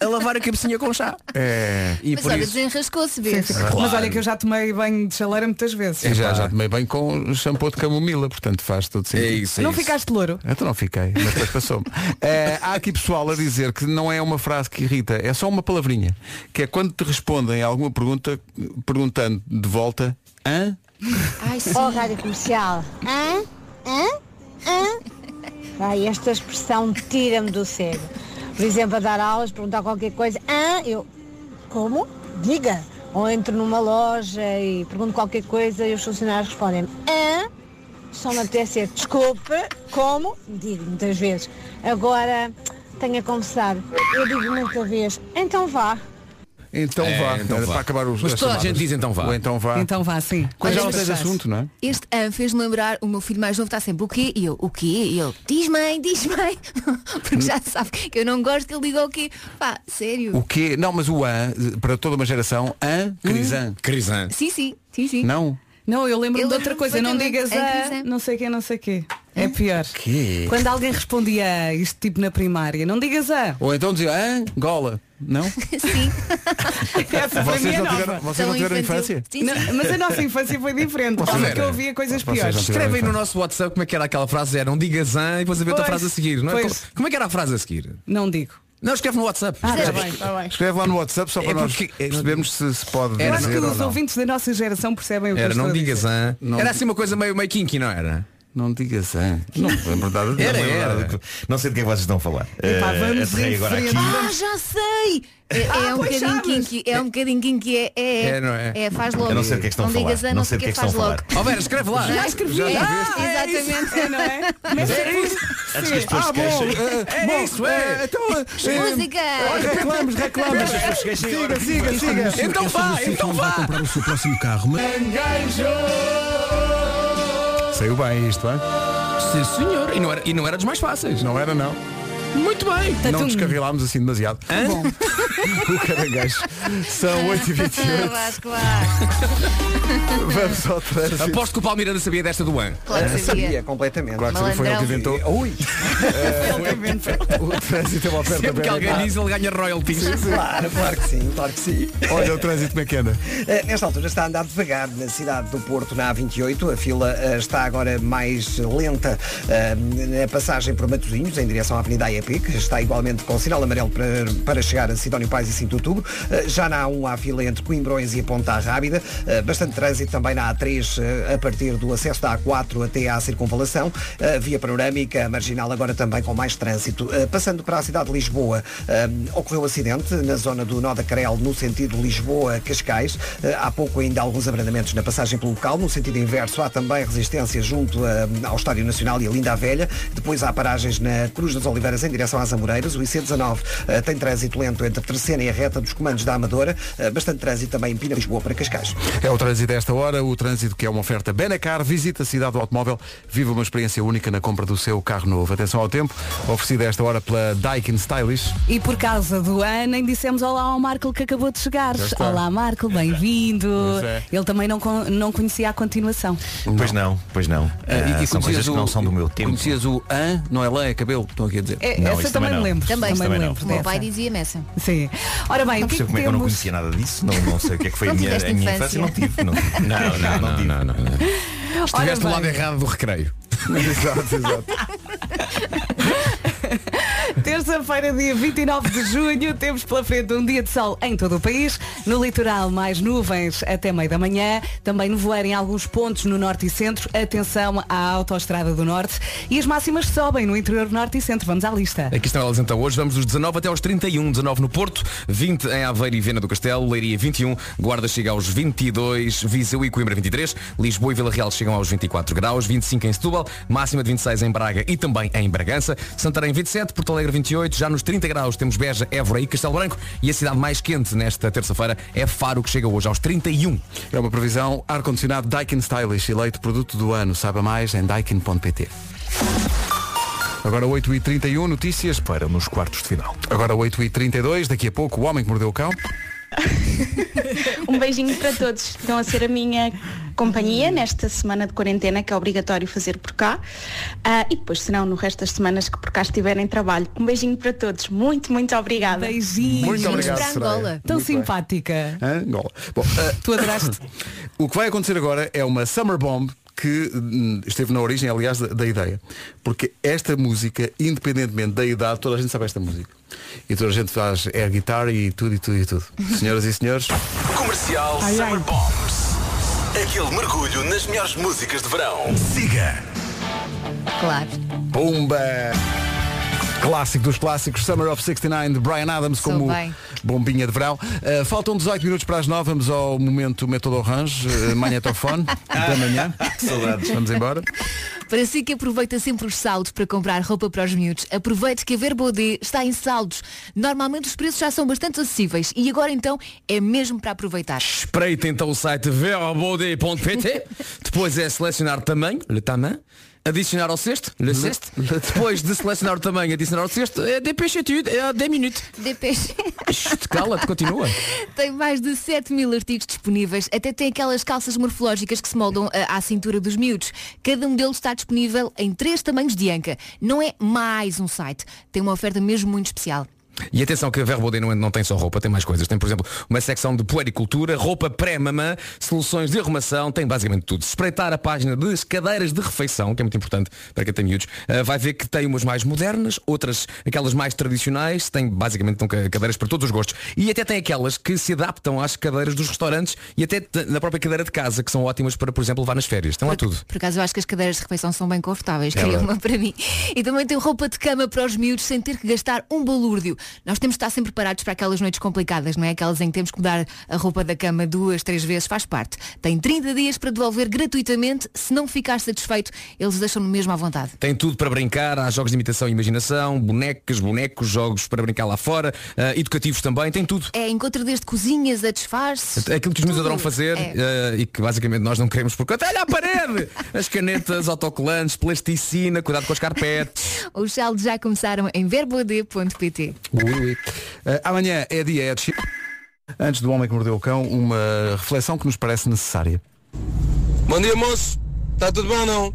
[SPEAKER 12] a lavar a cabecinha com chá.
[SPEAKER 2] É.
[SPEAKER 12] E
[SPEAKER 5] Mas
[SPEAKER 12] por
[SPEAKER 5] olha,
[SPEAKER 12] isso.
[SPEAKER 5] desenrascou-se, vês?
[SPEAKER 3] Mas olha que eu já tomei banho de chaleira muitas vezes.
[SPEAKER 2] Eu já, É já tomei bem com shampoo de camomila, portanto faz todo sentido.
[SPEAKER 12] É isso, é
[SPEAKER 3] Não
[SPEAKER 12] isso.
[SPEAKER 3] ficaste louro?
[SPEAKER 2] Então não fiquei, mas depois passou-me. Eh, há aqui pessoal a dizer que não é uma frase que irrita, é só uma palavrinha. Que é quando te respondem a alguma pergunta, perguntando de volta, hã?
[SPEAKER 5] Ai, sim.
[SPEAKER 20] Oh, Rádio Comercial. Hã? Hã? Hã? Ai, esta expressão tira-me do sério. Por exemplo, a dar aulas, perguntar qualquer coisa. Hã? Eu, como? Diga. Ou entro numa loja e pergunto qualquer coisa e os funcionários respondem Hã? Só me apetece ser, desculpe, como? Digo muitas vezes. Agora, tenho a confessar, eu digo muita vez, então vá.
[SPEAKER 2] Então
[SPEAKER 12] É,
[SPEAKER 2] vá,
[SPEAKER 12] então
[SPEAKER 2] era
[SPEAKER 12] vá.
[SPEAKER 2] para acabar os
[SPEAKER 12] Mas
[SPEAKER 2] as
[SPEAKER 12] toda a
[SPEAKER 2] chamadas.
[SPEAKER 12] gente diz então vá.
[SPEAKER 2] O então vá.
[SPEAKER 3] Então vá, sim.
[SPEAKER 2] Quando já não
[SPEAKER 5] Olha,
[SPEAKER 2] tens
[SPEAKER 5] mas-
[SPEAKER 2] assunto, não é?
[SPEAKER 5] Este an fez-me lembrar, o meu filho mais novo está sempre o quê? E eu, o quê? E ele, diz mãe, diz mãe. Porque já sabe que eu não gosto que ele diga o quê. Pá, sério.
[SPEAKER 2] O quê? Não, mas o an, para toda uma geração,
[SPEAKER 3] Hum?
[SPEAKER 2] an, crisan.
[SPEAKER 12] Crisan.
[SPEAKER 5] Sim, sim, sim, sim.
[SPEAKER 2] Não?
[SPEAKER 3] Não, eu lembro-me
[SPEAKER 5] Eu
[SPEAKER 3] de outra
[SPEAKER 5] lembro-me Hum?
[SPEAKER 3] coisa. Não
[SPEAKER 5] perfeitamente.
[SPEAKER 3] digas
[SPEAKER 5] É
[SPEAKER 3] a não sei quê, não sei quê. É pior.
[SPEAKER 2] Quê?
[SPEAKER 3] Quando alguém respondia a isto tipo na primária, não digas a.
[SPEAKER 2] Ou então dizia Angola, não?
[SPEAKER 5] Sim.
[SPEAKER 3] Essa para mim
[SPEAKER 2] Vocês
[SPEAKER 3] é
[SPEAKER 2] não
[SPEAKER 3] nova.
[SPEAKER 2] tiveram- vocês não tiveram infância?
[SPEAKER 3] Não, mas a nossa infância foi diferente.
[SPEAKER 12] Vocês
[SPEAKER 3] Como que eu
[SPEAKER 12] eram?
[SPEAKER 3] ouvia coisas
[SPEAKER 12] Vocês
[SPEAKER 3] piores?
[SPEAKER 12] não tiveram Escrevem no nosso WhatsApp como é que era aquela frase, era não digas an e depois a ver outra
[SPEAKER 3] Pois,
[SPEAKER 12] frase a seguir, não é?
[SPEAKER 3] pois.
[SPEAKER 12] Como- Como é que era a frase a seguir?
[SPEAKER 3] Não digo.
[SPEAKER 12] Não, escreve no WhatsApp.
[SPEAKER 3] Ah, está
[SPEAKER 2] é
[SPEAKER 12] Escreve.
[SPEAKER 3] bem, está bem.
[SPEAKER 2] Escreve lá no WhatsApp só para
[SPEAKER 12] É
[SPEAKER 2] nós
[SPEAKER 12] porque-
[SPEAKER 2] percebermos se, se pode
[SPEAKER 3] Eu acho
[SPEAKER 2] dizer
[SPEAKER 3] que
[SPEAKER 2] é ou
[SPEAKER 3] os
[SPEAKER 2] não.
[SPEAKER 3] ouvintes da nossa geração percebem o que eu
[SPEAKER 12] Era
[SPEAKER 3] estou
[SPEAKER 12] não
[SPEAKER 3] a dizer.
[SPEAKER 12] digas an.
[SPEAKER 2] Não-
[SPEAKER 12] Era assim uma coisa meio, meio kinky, não era?
[SPEAKER 2] Não digas an. Não me lembro nada.
[SPEAKER 12] Era,
[SPEAKER 2] não me lembro
[SPEAKER 12] era.
[SPEAKER 2] nada.
[SPEAKER 14] Não sei do que é que vocês estão a falar.
[SPEAKER 2] Epá,
[SPEAKER 14] Eh,
[SPEAKER 2] vamos
[SPEAKER 14] aterrei
[SPEAKER 2] em
[SPEAKER 14] agora
[SPEAKER 2] frente.
[SPEAKER 14] aqui.
[SPEAKER 5] Ah, já sei! É, é
[SPEAKER 3] Ah,
[SPEAKER 5] um
[SPEAKER 3] pois
[SPEAKER 5] bocadinho
[SPEAKER 3] sabes.
[SPEAKER 5] kinky, é um bocadinho kinky, é, é,
[SPEAKER 12] É, não é?
[SPEAKER 5] faz logo.
[SPEAKER 14] Eu não sei do que é que estão a falar.
[SPEAKER 5] digas, ah,
[SPEAKER 14] Não sei do que é que
[SPEAKER 5] faz
[SPEAKER 14] estão a
[SPEAKER 5] logo.
[SPEAKER 14] falar.
[SPEAKER 12] Ó Vera, escreve lá.
[SPEAKER 5] Já
[SPEAKER 3] escrevi.
[SPEAKER 12] Já
[SPEAKER 5] Ah,
[SPEAKER 12] escreveste?
[SPEAKER 5] exatamente.
[SPEAKER 3] É, não é? Mas
[SPEAKER 12] É
[SPEAKER 3] tudo-
[SPEAKER 14] Antes
[SPEAKER 3] sim.
[SPEAKER 14] que as pessoas
[SPEAKER 3] Ah,
[SPEAKER 14] se
[SPEAKER 3] bom.
[SPEAKER 14] queixem.
[SPEAKER 12] É isso,
[SPEAKER 3] Ah,
[SPEAKER 12] é.
[SPEAKER 2] Então,
[SPEAKER 5] Música!
[SPEAKER 2] reclamos, reclamos.
[SPEAKER 14] As pessoas se queixem agora.
[SPEAKER 2] Siga, siga, siga.
[SPEAKER 12] Então vá, então vá.
[SPEAKER 16] Para o seu próximo
[SPEAKER 12] um
[SPEAKER 16] carro, mas...
[SPEAKER 2] Saiu bem isto, hein?
[SPEAKER 12] Sim, senhor. E não era, e não era dos mais fáceis.
[SPEAKER 2] Não era, não.
[SPEAKER 12] Muito bem.
[SPEAKER 2] Não descarrilámos assim demasiado. Bom, o caranguejo.
[SPEAKER 12] É
[SPEAKER 2] São 8h28.
[SPEAKER 5] Vasco, Ah, vá.
[SPEAKER 2] Vamos ao trânsito.
[SPEAKER 12] Aposto que o Palmeiranda sabia desta do An.
[SPEAKER 5] Claro que sabia.
[SPEAKER 4] Sabia completamente.
[SPEAKER 2] Claro que sim, foi ele que inventou.
[SPEAKER 12] É,
[SPEAKER 4] Ui,
[SPEAKER 2] Então, eh, O trânsito é uma oferta
[SPEAKER 12] Sempre que alguém
[SPEAKER 2] BNK.
[SPEAKER 12] diz, ele ganha royalties.
[SPEAKER 4] claro, claro que sim, claro que sim.
[SPEAKER 2] Olha o trânsito como é que anda.
[SPEAKER 4] Eh, Nesta altura está a andar devagar na cidade do Porto, na A28. A fila eh, está agora mais lenta eh, na passagem por Matosinhos, em direção à Avenida AEP, que está igualmente com sinal amarelo para, para chegar a Sidónio Pais e 5 de Outubro. Eh, Já na A1 há fila entre Coimbrões e a Ponta Rábida. Eh, Bastante trânsito também na A3, eh, a partir do acesso da A4 até à circunvalação. Eh, Via panorâmica, a marginal agora também com mais trânsito. Eh, Passando para a cidade de Lisboa, eh, ocorreu um acidente na zona do Nó da Carel, no sentido Lisboa-Cascais. Eh, Há pouco ainda alguns abrandamentos na passagem pelo local. No sentido inverso, há também resistência junto eh, ao Estádio Nacional e a Linda a Velha. Depois há paragens na Cruz das Oliveiras em direção às Amoreiras. O IC19 eh, tem trânsito lento entre a terceira e a reta dos comandos da Amadora. Eh, Bastante trânsito também em Pina Lisboa para Cascais.
[SPEAKER 2] É o trânsito desta hora, o trânsito que é uma oferta Benacar, visita a cidade do automóvel, viva uma experiência única na compra do seu carro novo. Atenção ao tempo, oferecida esta hora pela Daikin Stylish.
[SPEAKER 3] E por causa do ano, nem dissemos olá ao Marco que acabou de chegar.
[SPEAKER 2] Já está.
[SPEAKER 3] Olá Marco, bem-vindo.
[SPEAKER 2] Pois é.
[SPEAKER 3] Ele também não, con- não conhecia a continuação.
[SPEAKER 14] Pois não, pois não. Ah, são coisas que não são do meu tempo.
[SPEAKER 2] Conhecias o an, não é lã, é cabelo, estou aqui a dizer.
[SPEAKER 3] É,
[SPEAKER 14] Não,
[SPEAKER 3] essa
[SPEAKER 14] isso também
[SPEAKER 3] também me
[SPEAKER 14] não.
[SPEAKER 3] lembro.
[SPEAKER 5] Também.
[SPEAKER 3] Também me
[SPEAKER 14] Também não.
[SPEAKER 3] lembro
[SPEAKER 5] O meu
[SPEAKER 3] dessa.
[SPEAKER 5] pai dizia-me essa.
[SPEAKER 3] Sim. Ora bem,
[SPEAKER 14] Não
[SPEAKER 3] o que é
[SPEAKER 14] percebo
[SPEAKER 3] que
[SPEAKER 14] como é que eu não
[SPEAKER 3] temos?
[SPEAKER 14] conhecia nada disso. Não, não sei o que é que foi a
[SPEAKER 5] Não
[SPEAKER 14] minha,
[SPEAKER 5] tiveste
[SPEAKER 14] a minha
[SPEAKER 5] infância.
[SPEAKER 14] infância. Não tive. Não, não, não, não tive.
[SPEAKER 12] não, não.
[SPEAKER 3] Ora
[SPEAKER 12] Estiveste do
[SPEAKER 3] bem.
[SPEAKER 12] lado errado do recreio.
[SPEAKER 2] exato, exato.
[SPEAKER 3] Terça-feira, dia 29 de junho, temos pela frente um dia de sol em todo o país. No litoral, mais nuvens até meio da manhã. Também nevoeiro em alguns pontos no norte e centro. Atenção à autoestrada do norte. E as máximas sobem no interior norte e centro. Vamos à lista.
[SPEAKER 12] Aqui estão elas então hoje. Vamos dos 19 até aos 31. 19 no Porto, 20 em Aveiro e Viana do Castelo, Leiria 21, Guarda chega aos 22, Viseu e Coimbra 23, Lisboa e Vila Real chegam aos 24 graus, 25 em Setúbal, máxima de 26 em Braga e também em Bragança, Santarém 27, Porto Alegre 28, já nos 30 graus temos Beja, Évora e Castelo Branco e a cidade mais quente nesta terça-feira é Faro que chega hoje aos 31.
[SPEAKER 2] É uma previsão ar-condicionado Daikin Stylish, eleito produto do ano. Saiba mais em daikin.pt. Agora 8h31, notícias.
[SPEAKER 13] Para nos quartos de final.
[SPEAKER 2] Agora 8h32, daqui a pouco o homem que mordeu o cão.
[SPEAKER 21] Um beijinho para todos que estão a ser a minha companhia nesta semana de quarentena que é obrigatório fazer por cá Ah, e depois serão no resto das semanas que por cá estiverem em trabalho. Um beijinho para todos. Muito, muito obrigada.
[SPEAKER 3] Beijinhos.
[SPEAKER 2] Muito obrigado,
[SPEAKER 5] para
[SPEAKER 2] Soraya.
[SPEAKER 5] Angola.
[SPEAKER 3] Tão
[SPEAKER 2] Muito bem.
[SPEAKER 3] simpática.
[SPEAKER 2] Hã? Gola. Bom, ah,
[SPEAKER 3] Tu adoraste.
[SPEAKER 2] o que vai acontecer agora é uma Summer Bomb que hum, esteve na origem, aliás, da, da ideia. Porque esta música, independentemente da idade, toda a gente sabe esta música. E toda a gente faz air guitar e tudo e tudo e tudo. Senhoras e senhores,
[SPEAKER 16] Comercial Summer Bombs. Aquele mergulho nas melhores músicas de verão. Siga.
[SPEAKER 5] Claro.
[SPEAKER 2] Pumba! Clássico dos clássicos, Summer of 69 de Brian Adams
[SPEAKER 5] Sou
[SPEAKER 2] como
[SPEAKER 5] bem.
[SPEAKER 2] bombinha de verão. Uh, faltam 18 minutos para as 9, vamos ao momento método orange, uh, magnetofone da manhã.
[SPEAKER 14] Que saudades.
[SPEAKER 2] Vamos embora.
[SPEAKER 5] Para si que aproveita sempre os saldos para comprar roupa para os miúdos, aproveite que a Verbo D está em saldos. Normalmente os preços já são bastante acessíveis e agora então é mesmo para aproveitar.
[SPEAKER 12] Espreite então o site verbode.pt Depois é selecionar tamanho, le tamanho Adicionar ao cesto, le cesto Depois de selecionar o tamanho, adicionar ao cesto É dépêche-tudo, é 10 minutos
[SPEAKER 5] DPG
[SPEAKER 12] Cala-te, continua
[SPEAKER 5] tem mais de 7 mil artigos disponíveis, até tem aquelas calças morfológicas que se moldam eh, à cintura dos miúdos. Cada modelo está disponível em três tamanhos de anca. Não é mais um site, tem uma oferta mesmo muito especial.
[SPEAKER 12] E atenção que a Verbode não, não tem só roupa, tem mais coisas. Tem, por exemplo, uma secção de puericultura, roupa pré-mama, soluções de arrumação, tem basicamente tudo. Se espreitar a página das cadeiras de refeição, que é muito importante para quem tem miúdos, ah, vai ver que tem umas mais modernas, outras, aquelas mais tradicionais, tem basicamente então, ca- cadeiras para todos os gostos. E até tem aquelas que se adaptam às cadeiras dos restaurantes e até t- na própria cadeira de casa, que são ótimas para, por exemplo, levar nas férias. Tem lá tudo.
[SPEAKER 5] Por acaso eu acho que as cadeiras de refeição são bem confortáveis,
[SPEAKER 12] É
[SPEAKER 5] queria
[SPEAKER 12] verdade.
[SPEAKER 5] uma para mim. E também tem roupa de cama para os miúdos sem ter que gastar um balúrdio. Nós temos de estar sempre preparados para aquelas noites complicadas, não é? Aquelas em que temos que mudar a roupa da cama duas, três vezes, faz parte. Tem 30 dias para devolver gratuitamente, se não ficar satisfeito, eles deixam-no mesmo à vontade.
[SPEAKER 12] Tem tudo para brincar, há jogos de imitação e imaginação, bonecas, bonecos, jogos para brincar lá fora, ah, educativos também, tem tudo.
[SPEAKER 5] É encontro desde cozinhas a disfarce.
[SPEAKER 12] É Aquilo que os meus adoram fazer
[SPEAKER 5] É.
[SPEAKER 12] eh, e que basicamente nós não queremos porque olha a parede! As canetas, autocolantes, plasticina, cuidado com as carpetes.
[SPEAKER 5] Os saldos já começaram em verbod.pt.
[SPEAKER 2] Ui, ui. Eh, amanhã é dia Ed Sheeran. Antes do Homem que Mordeu o Cão, uma reflexão que nos parece necessária.
[SPEAKER 6] Bom dia, moço. Está tudo bom, não?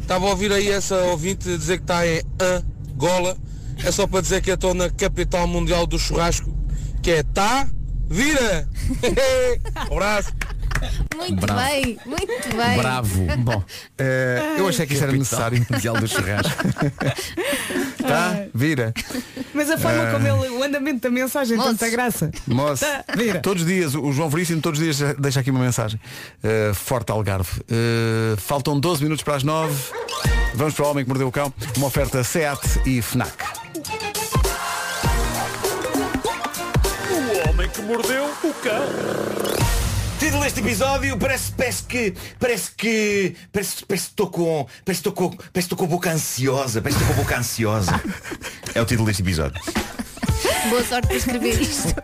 [SPEAKER 6] Estava a ouvir aí essa ouvinte dizer que está em Angola. É só para dizer que eu estou na capital mundial do churrasco, que é Tá Vira. Abraço.
[SPEAKER 12] Um
[SPEAKER 5] Muito
[SPEAKER 2] Bravo.
[SPEAKER 5] bem, muito bem.
[SPEAKER 2] Bom, eh, eu achei que isso era
[SPEAKER 12] Capital
[SPEAKER 2] necessário.
[SPEAKER 12] Mundial do Churrasco.
[SPEAKER 2] tá? Vira.
[SPEAKER 3] Mas a forma
[SPEAKER 2] Ah.
[SPEAKER 3] como ele, o andamento da mensagem, tanta graça.
[SPEAKER 2] Moço,
[SPEAKER 3] Tá, vira.
[SPEAKER 2] todos os dias, o João Veríssimo todos os dias deixa aqui uma mensagem. Eh, forte Algarve. Eh, faltam 12 minutos para as 9. Vamos para o Homem que Mordeu o Cão. Uma oferta SEAT e FNAC.
[SPEAKER 22] O homem que mordeu o cão.
[SPEAKER 23] Título deste episódio parece, parece que. Parece que. Parece, parece que estou com. Parece que estou com. Parece que estou com a boca ansiosa. Parece que estou com a boca ansiosa. É o título deste episódio.
[SPEAKER 5] Boa sorte para escrever isto.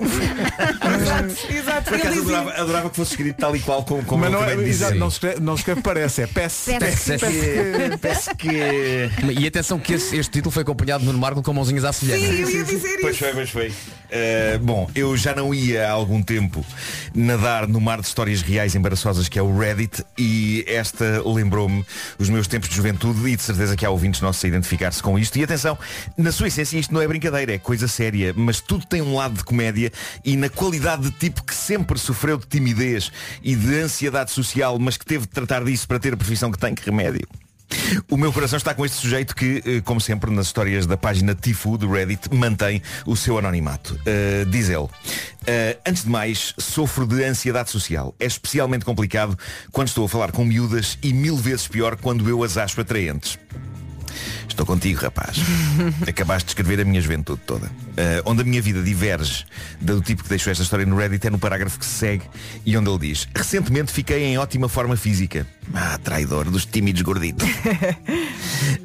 [SPEAKER 23] Por acaso adorava, adorava que fosse escrito tal e qual como, como
[SPEAKER 2] Mas
[SPEAKER 23] eu
[SPEAKER 2] não, é,
[SPEAKER 23] acabei de dizer.
[SPEAKER 2] exato, não se escreve, não se escreve parece, é peça.
[SPEAKER 23] Parece que-
[SPEAKER 2] parece
[SPEAKER 23] que.
[SPEAKER 12] E atenção que esse- este título foi acompanhado de Nuno Marco com mãozinhas à semelhança.
[SPEAKER 23] Pois foi, pois foi. Uh, bom, eu já não ia há algum tempo nadar no mar de histórias reais embaraçosas que é o Reddit e esta lembrou-me os meus tempos de juventude e de certeza que há ouvintes nossos a identificar-se com isto. E atenção, na sua essência isto não é brincadeira, é coisa séria, mas tudo tem um lado de comédia e na qualidade de tipo que sempre sofreu de timidez e de ansiedade social, mas que teve de tratar disso para ter a profissão que tem, que remédio. O meu coração está com este sujeito que, eh, como sempre, nas histórias da página Tifu do Reddit, mantém o seu anonimato. Eh, diz ele, "Eh, antes de mais, sofro de ansiedade social. É especialmente complicado quando estou a falar com miúdas e mil vezes pior quando eu as acho atraentes. Estou contigo, rapaz. Acabaste de escrever a minha juventude toda. Ah, onde a minha vida diverge da do tipo que deixou esta história no Reddit é no parágrafo que se segue e onde ele diz Recentemente fiquei em ótima forma física. Ah, traidor dos tímidos gorditos.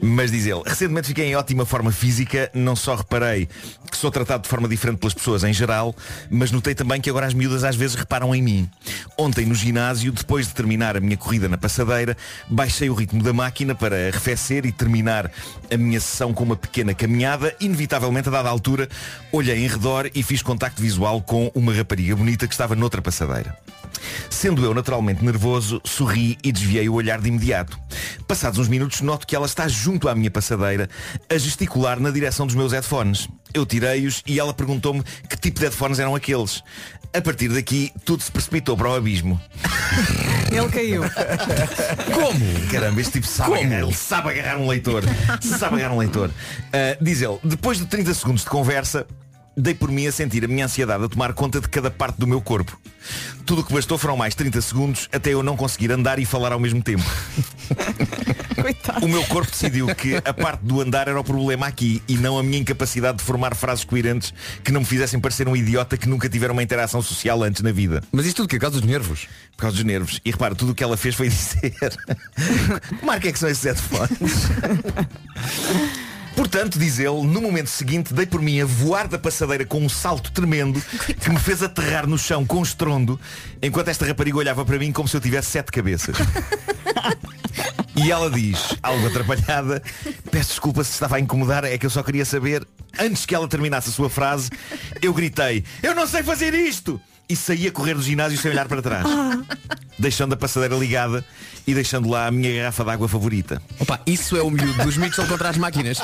[SPEAKER 23] Mas diz ele, recentemente fiquei em ótima forma física, não só reparei que sou tratado de forma diferente pelas pessoas em geral, mas notei também que agora as miúdas às vezes reparam em mim. Ontem no ginásio, depois de terminar a minha corrida na passadeira, baixei o ritmo da máquina para arrefecer e terminar a minha sessão com uma pequena caminhada. Inevitavelmente, a dada altura, olhei em redor e fiz contacto visual com uma rapariga bonita que estava noutra passadeira. Sendo eu naturalmente nervoso, sorri e desviei o olhar de imediato. Passados uns minutos, noto que ela está junto à minha passadeira, a gesticular na direção dos meus headphones. Eu tirei-os e ela perguntou-me que tipo de headphones eram aqueles. A partir daqui, tudo se precipitou para o abismo.
[SPEAKER 3] Ele caiu.
[SPEAKER 23] Como? Caramba, este tipo sabe agarrar, ele sabe agarrar um leitor. sabe agarrar um leitor. Ah, diz ele, depois de 30 segundos de conversa, dei por mim a sentir a minha ansiedade a tomar conta de cada parte do meu corpo. Tudo o que bastou foram mais 30 segundos até eu não conseguir andar e falar ao mesmo tempo. O meu corpo decidiu que a parte do andar era o problema aqui e não a minha incapacidade de formar frases coerentes que não me fizessem parecer um idiota que nunca tiveram uma interação social antes na vida.
[SPEAKER 12] Mas isto tudo que é por causa dos nervos?
[SPEAKER 23] Por causa dos nervos. E repara, tudo o que ela fez foi dizer que marca é que são esses headphones? Portanto, diz ele, no momento seguinte dei por mim a voar da passadeira com um salto tremendo que me fez aterrar no chão com estrondo enquanto esta rapariga olhava para mim como se eu tivesse sete cabeças. E ela diz, algo atrapalhada, peço desculpa se estava a incomodar, é que eu só queria saber, antes que ela terminasse a sua frase, eu gritei, eu não sei fazer isto! E saí a correr do ginásio sem olhar para trás, deixando a passadeira ligada e deixando lá a minha garrafa de água favorita.
[SPEAKER 12] Opa, isso é o miúdo dos mitos são contra as máquinas.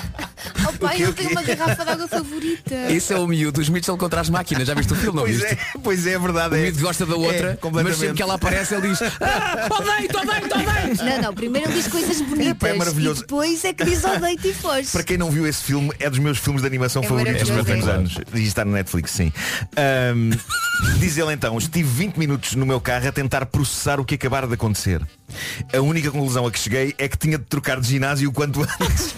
[SPEAKER 5] Oh pai, eu tenho uma garrafa de água favorita.
[SPEAKER 12] Isso é o miúdo dos mitos são contra as máquinas. Já viste o filme? Não
[SPEAKER 23] Pois
[SPEAKER 12] viste?
[SPEAKER 23] é, pois é, verdade.
[SPEAKER 12] O miúdo gosta da outra, mas
[SPEAKER 23] completamente.
[SPEAKER 12] sempre que ela aparece ele diz ah, odeio, odeio, odeio.
[SPEAKER 5] Não, não, primeiro ele diz coisas bonitas.
[SPEAKER 23] é maravilhoso.
[SPEAKER 5] E depois é que diz odeio-te e foge.
[SPEAKER 23] Para quem não viu esse filme, é dos meus filmes de animação
[SPEAKER 5] É
[SPEAKER 23] favoritos dos
[SPEAKER 5] maravilhoso,
[SPEAKER 23] últimos
[SPEAKER 5] é.
[SPEAKER 23] anos. E está no Netflix, sim. Ahm, diz ele então, estive 20 minutos no meu carro a tentar processar o que acabara de acontecer. A única conclusão a que cheguei é que tinha de trocar de ginásio o quanto antes.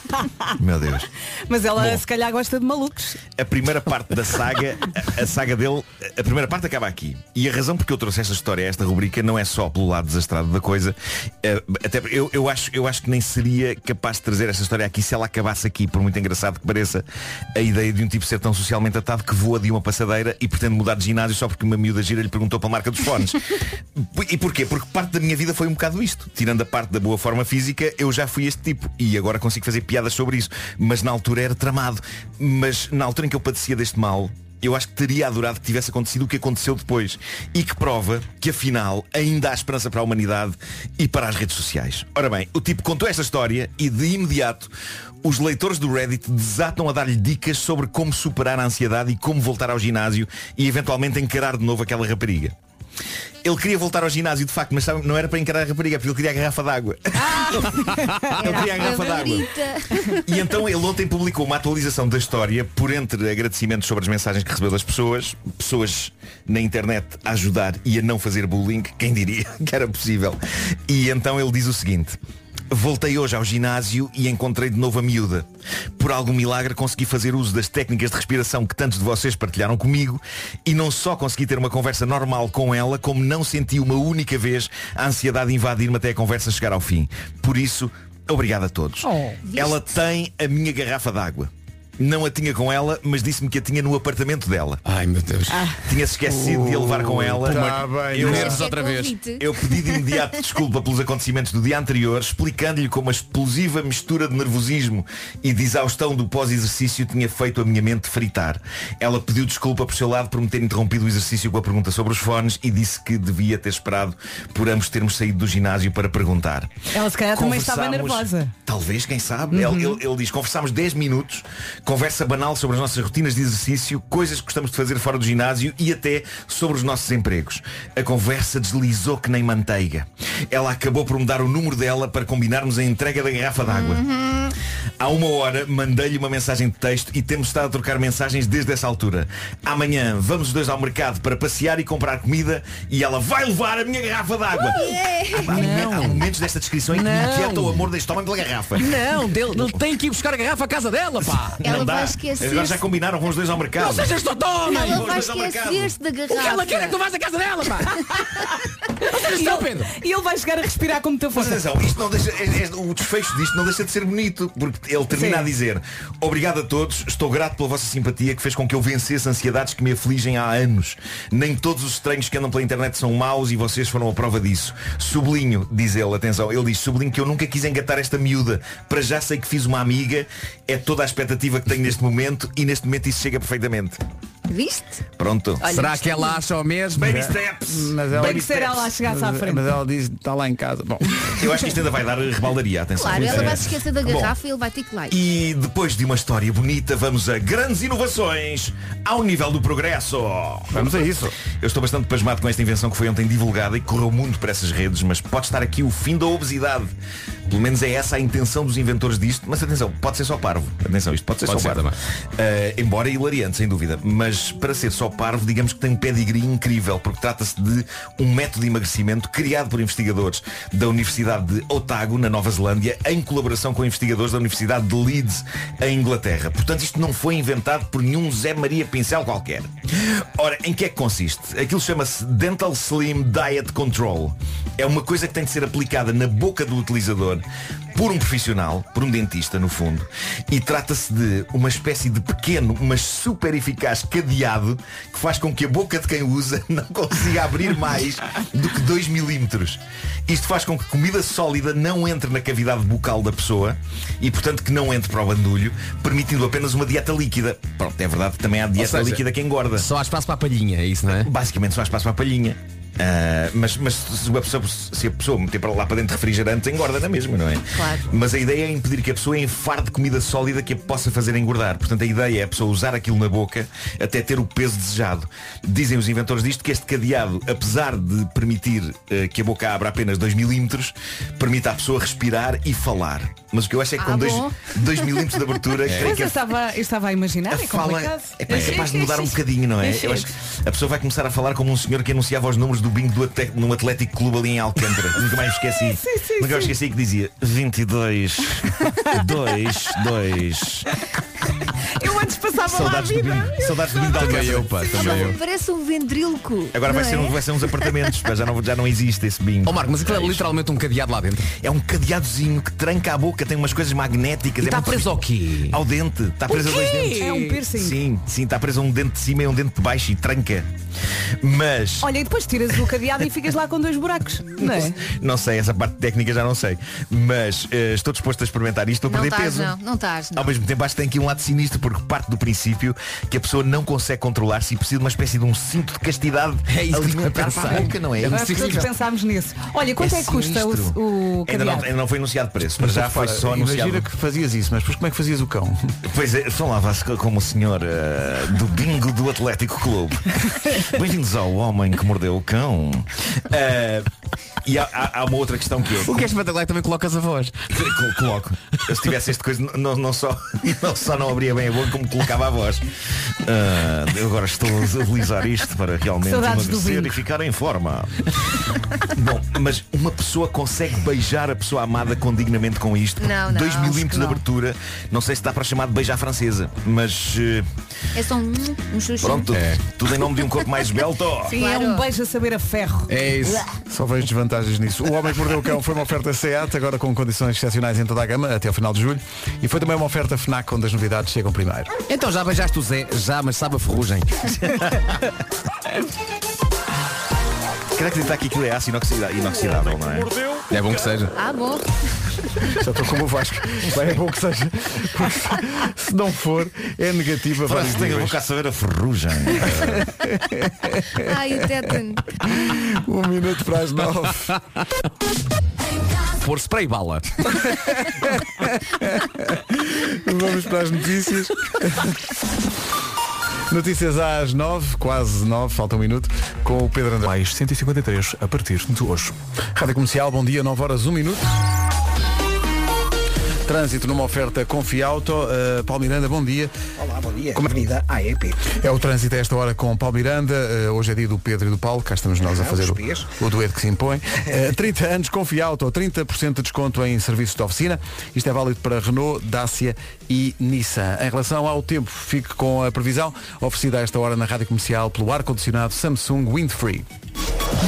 [SPEAKER 23] Meu Deus.
[SPEAKER 3] Mas ela
[SPEAKER 23] Bom.
[SPEAKER 3] se calhar gosta de malucos.
[SPEAKER 23] A primeira parte da saga, a- a saga dele, a primeira parte acaba aqui. E a razão porque eu trouxe esta história a esta rubrica não é só pelo lado desastrado da coisa. eh, Até porque eu, eu, acho, eu acho que nem seria capaz de trazer esta história aqui se ela acabasse aqui, por muito engraçado que pareça, a ideia de um tipo ser tão socialmente atado que voa de uma passadeira e pretende mudar de ginásio só porque uma miúda gira lhe perguntou pela marca dos fones. E porquê? Porque parte da minha vida foi um bocado isto. Tirando a parte da boa forma física, eu já fui este tipo. E agora consigo fazer piadas sobre isso. Mas na altura era tramado. Mas na altura em que eu padecia deste mal, eu acho que teria adorado que tivesse acontecido o que aconteceu depois. E que prova que afinal ainda há esperança para a humanidade e para as redes sociais. Ora bem, o tipo contou esta história e de imediato os leitores do Reddit desatam a dar-lhe dicas sobre como superar a ansiedade e como voltar ao ginásio e eventualmente encarar de novo aquela rapariga. Ele queria voltar ao ginásio, de facto, mas sabe, não era para encarar a rapariga, porque ele queria a garrafa d'água. ele queria a garrafa d'água. E então ele ontem publicou uma atualização da história por entre agradecimentos sobre as mensagens que recebeu das pessoas, pessoas na internet a ajudar e a não fazer bullying, quem diria que era possível. E então ele diz o seguinte. Voltei hoje ao ginásio e encontrei de novo a miúda. Por algum milagre consegui fazer uso das técnicas de respiração que tantos de vocês partilharam comigo e não só consegui ter uma conversa normal com ela, como não senti uma única vez a ansiedade invadir-me até a conversa chegar ao fim. Por isso, obrigado a todos. Ela tem a minha garrafa d'água. Não a tinha com ela, mas disse-me que a tinha no apartamento dela.
[SPEAKER 12] Ai meu Deus.
[SPEAKER 3] Ah.
[SPEAKER 2] Ah.
[SPEAKER 23] Tinha-se esquecido de a levar com ela.
[SPEAKER 12] Tá bem.
[SPEAKER 23] eu,
[SPEAKER 5] É
[SPEAKER 12] Nervos outra vez.
[SPEAKER 23] eu pedi de imediato desculpa pelos acontecimentos do dia anterior, explicando-lhe como a explosiva mistura de nervosismo e de exaustão do pós-exercício tinha feito a minha mente fritar. Ela pediu desculpa por seu lado por me ter interrompido o exercício com a pergunta sobre os fones e disse que devia ter esperado por ambos termos saído do ginásio para perguntar.
[SPEAKER 3] Ela se calhar também estava
[SPEAKER 23] Conversámos-
[SPEAKER 3] nervosa. Uhum.
[SPEAKER 23] Talvez, quem sabe? Ele, ele- ele diz, conversámos 10 minutos, conversa banal sobre as nossas rotinas de exercício, coisas que gostamos de fazer fora do ginásio e até sobre os nossos empregos. A conversa deslizou que nem manteiga. Ela acabou por me dar o número dela para combinarmos a entrega da garrafa d'água. Há uma hora mandei-lhe uma mensagem de texto e temos estado a trocar mensagens desde essa altura. Amanhã vamos os dois ao mercado para passear e comprar comida e ela vai levar a minha garrafa d'água. Há- há momen- Há momentos desta descrição em que me
[SPEAKER 12] Não.
[SPEAKER 23] inquieta o amor deste homem pela garrafa.
[SPEAKER 12] Não, dele, ele tem que ir buscar a garrafa à casa dela, pá.
[SPEAKER 23] Não dá. Agora já combinaram, vão os dois ao mercado.
[SPEAKER 12] Não sejas totó, homem.
[SPEAKER 23] Vão os dois ao mercado.
[SPEAKER 5] da garrafa.
[SPEAKER 12] O que ela quer é que tu vais à casa dela, pá.
[SPEAKER 3] E ele, e ele vai chegar a respirar com muita
[SPEAKER 23] Mas
[SPEAKER 3] força.
[SPEAKER 23] atenção, isto não deixa, é- é- o desfecho disto não deixa de ser bonito, porque ele termina
[SPEAKER 3] Sim.
[SPEAKER 23] a dizer Obrigado a todos, estou grato pela vossa simpatia que fez com que eu vencesse ansiedades que me afligem há anos. Nem todos os estranhos que andam pela internet são maus e vocês foram a prova disso. Sublinho, diz ele, atenção, ele diz, sublinho que eu nunca quis engatar esta miúda. Para já sei que fiz uma amiga, é toda a expectativa que tenho neste momento e neste momento isso chega perfeitamente.
[SPEAKER 5] Viste?
[SPEAKER 23] Pronto.
[SPEAKER 12] Será que ela acha o mesmo?
[SPEAKER 23] Baby steps.
[SPEAKER 2] Mas ela,
[SPEAKER 23] é
[SPEAKER 3] Tem que ser ela a chegar-se à
[SPEAKER 2] mas-
[SPEAKER 3] frente.
[SPEAKER 2] Mas ela diz, está lá em casa. Bom,
[SPEAKER 23] Eu acho que isto ainda vai dar rebaldaria, atenção.
[SPEAKER 5] Claro, ela
[SPEAKER 23] É.
[SPEAKER 5] vai se esquecer da
[SPEAKER 23] Bom,
[SPEAKER 5] garrafa e ele vai ter que lá. ir.
[SPEAKER 23] E depois de uma história bonita, vamos a grandes inovações ao nível do progresso.
[SPEAKER 2] Vamos a isso.
[SPEAKER 23] Eu estou bastante pasmado com esta invenção que foi ontem divulgada e que correu muito para essas redes, mas pode estar aqui o fim da obesidade. Pelo menos é essa a intenção dos inventores disto, mas atenção, pode ser só parvo. Atenção, isto pode ser
[SPEAKER 12] Pode
[SPEAKER 23] só
[SPEAKER 12] ser
[SPEAKER 23] parvo. Eh, embora hilariante, sem dúvida. Mas para ser só parvo, digamos que tem um pedigree incrível, porque trata-se de um método de emagrecimento criado por investigadores da Universidade de Otago, na Nova Zelândia, em colaboração com investigadores da Universidade de Leeds, em Inglaterra. Portanto, isto não foi inventado por nenhum Zé Maria Pincel qualquer. Ora, em que é que consiste? Aquilo chama-se Dental Slim Diet Control. É uma coisa que tem de ser aplicada na boca do utilizador por um profissional, por um dentista no fundo, e trata-se de uma espécie de pequeno, mas super eficaz cadeado que faz com que a boca de quem usa não consiga abrir mais do que 2 milímetros. Isto faz com que comida sólida não entre na cavidade bucal da pessoa e, portanto, que não entre para o bandulho, permitindo apenas uma dieta líquida. Pronto, é verdade que também há dieta
[SPEAKER 12] Ou seja,
[SPEAKER 23] líquida que engorda.
[SPEAKER 12] Só há espaço para a palhinha, é isso, não é?
[SPEAKER 23] Basicamente só há espaço para a palhinha. Ah, mas mas se, a pessoa, se a pessoa meter para lá para dentro refrigerante, engorda na mesma, não é?
[SPEAKER 5] Claro.
[SPEAKER 23] Mas a ideia é impedir que a pessoa enfarde comida sólida que a possa fazer engordar. Portanto, a ideia é a pessoa usar aquilo na boca até ter o peso desejado. Dizem os inventores disto que este cadeado, apesar de permitir eh, que a boca abra apenas 2 milímetros, permite à pessoa respirar e falar. Mas o que eu acho é que
[SPEAKER 3] Ah,
[SPEAKER 23] com 2
[SPEAKER 3] bom.
[SPEAKER 23] milímetros de abertura,
[SPEAKER 12] É.
[SPEAKER 23] creio
[SPEAKER 3] Mas
[SPEAKER 23] que
[SPEAKER 3] eu
[SPEAKER 23] a
[SPEAKER 3] estava, eu estava a imaginar,
[SPEAKER 5] Ah,
[SPEAKER 23] a
[SPEAKER 3] é
[SPEAKER 23] fala
[SPEAKER 3] complicado.
[SPEAKER 23] é, pá, é capaz de mudar um bocadinho, não é? Eu acho que a pessoa vai começar a falar como um senhor que anunciava os números do bingo do ate- num Atlético Clube ali em Alcântara. Nunca mais esqueci.
[SPEAKER 19] Sim, sim,
[SPEAKER 23] Nunca mais
[SPEAKER 19] sim.
[SPEAKER 23] esqueci que dizia 22, 2, 2.
[SPEAKER 3] Eu antes passava lá a
[SPEAKER 23] Saudades do
[SPEAKER 3] vida.
[SPEAKER 23] bingo. Saudades do bingo de Alcântara.
[SPEAKER 5] Parece um vendríloco.
[SPEAKER 23] Agora vai
[SPEAKER 5] não
[SPEAKER 23] ser,
[SPEAKER 5] é?
[SPEAKER 23] um- vai ser uns apartamentos, pá, já não, já não existe esse bingo.
[SPEAKER 2] Oh,
[SPEAKER 12] Ó Marco, mas aquilo é literalmente um cadeado lá dentro.
[SPEAKER 23] É um cadeadozinho que tranca a boca, tem umas coisas magnéticas.
[SPEAKER 12] E
[SPEAKER 23] é
[SPEAKER 12] tá
[SPEAKER 23] muito-
[SPEAKER 12] preso ao quê?
[SPEAKER 23] Ao dente. Está
[SPEAKER 12] O
[SPEAKER 23] preso a dois
[SPEAKER 12] quê?
[SPEAKER 23] dentes.
[SPEAKER 12] É um piercing.
[SPEAKER 23] Sim, sim, está preso a um dente de cima e a um dente de baixo e tranca. Mas.
[SPEAKER 3] Olha, e depois tiras o cadeado e ficas lá com dois buracos, não é?
[SPEAKER 23] Não sei, essa parte técnica já não sei. Mas eh, estou disposto a experimentar isto para
[SPEAKER 5] Não
[SPEAKER 23] perder
[SPEAKER 5] estás,
[SPEAKER 23] peso.
[SPEAKER 5] não. Não estás, não.
[SPEAKER 23] Ao mesmo tempo acho que tem aqui um lado sinistro Porque parte do princípio que a pessoa não consegue controlar-se E precisa de uma espécie de um cinto de castidade
[SPEAKER 12] É isso que eu
[SPEAKER 23] alimentar
[SPEAKER 12] estava
[SPEAKER 23] para a
[SPEAKER 12] a pensar.
[SPEAKER 23] boca, não é?
[SPEAKER 12] É um
[SPEAKER 3] Nós todos pensámos nisso. Olha, quanto é, que custa
[SPEAKER 23] sinistro.
[SPEAKER 3] o, o
[SPEAKER 23] ainda, não,
[SPEAKER 3] cadeado?
[SPEAKER 23] ainda não foi anunciado preço Mas já foi
[SPEAKER 2] repara,
[SPEAKER 23] só anunciado
[SPEAKER 2] Imagina que fazias isso, mas depois como é que fazias o cão?
[SPEAKER 23] Pois é, falava-se co- como o senhor eh, do bingo do Atlético Clube. Bem-vindos ao homem que mordeu o cão. Eh, e há, há- há uma outra questão que é.
[SPEAKER 12] O que é espetacular é que também colocas a voz.
[SPEAKER 23] Col- Coloco. Eu, se tivesse este coisa, não, não, só, não só não abria bem a boca, como colocava a voz. Ah, eu agora estou a utilizar isto para realmente
[SPEAKER 19] Saudades do
[SPEAKER 23] emagrecer
[SPEAKER 19] bingo.
[SPEAKER 23] e ficar em forma. Bom, mas uma pessoa consegue beijar a pessoa amada condignamente com isto?
[SPEAKER 5] Não, não,
[SPEAKER 23] 2
[SPEAKER 5] acho que
[SPEAKER 23] milímetros de
[SPEAKER 5] não.
[SPEAKER 23] abertura. Não sei se dá para chamar de beijar francesa, mas. eh,
[SPEAKER 5] É só um, um xuxu.
[SPEAKER 23] Pronto, tudo em nome de um corpo mais esbelto.
[SPEAKER 3] Sim, é um beijo a saber a ferro.
[SPEAKER 2] É Só vejo desvantagens nisso. O Homem que Mordeu o Cão foi uma oferta SEAT, agora com condições excepcionais em toda a gama, até ao final de julho. E foi também uma oferta FNAC, onde as novidades chegam primeiro.
[SPEAKER 12] Então já beijaste o Zé, já, mas sabe a ferrugem.
[SPEAKER 23] Quero acreditar que aquilo é aço inoxida- inoxidável, não é?
[SPEAKER 12] É bom que seja.
[SPEAKER 5] Ah, bom.
[SPEAKER 2] Já estou como o Vasco. Bem, é bom que seja. Porque se- se não for, é negativa.
[SPEAKER 23] Parece que tenho a boca a saber a ferrugem.
[SPEAKER 5] Ai, o tétano.
[SPEAKER 2] um minuto para as nove.
[SPEAKER 12] Por spray bala.
[SPEAKER 2] Vamos para as notícias. Notícias às nove, quase nove, falta um minuto, com o Pedro André.
[SPEAKER 13] Mais 153 a partir de hoje.
[SPEAKER 2] Rádio Comercial, bom dia, 9 horas, 1 minuto. Trânsito numa oferta Confiauto. Uh, Paulo Miranda, bom dia.
[SPEAKER 4] Olá, bom dia. Avenida AEP.
[SPEAKER 2] É o trânsito a esta hora com Paulo Miranda. Uh, hoje é dia do Pedro e do Paulo. Cá estamos nós a
[SPEAKER 4] Ah,
[SPEAKER 2] fazer
[SPEAKER 4] os
[SPEAKER 2] o,
[SPEAKER 4] pés.
[SPEAKER 2] o dueto que se impõe. Uh, 30 anos Confiauto, 30% de desconto em serviços de oficina. Isto é válido para Renault, Dacia e Nissan. Em relação ao tempo, fique com a previsão oferecida a esta hora na Rádio Comercial pelo ar-condicionado Samsung Windfree.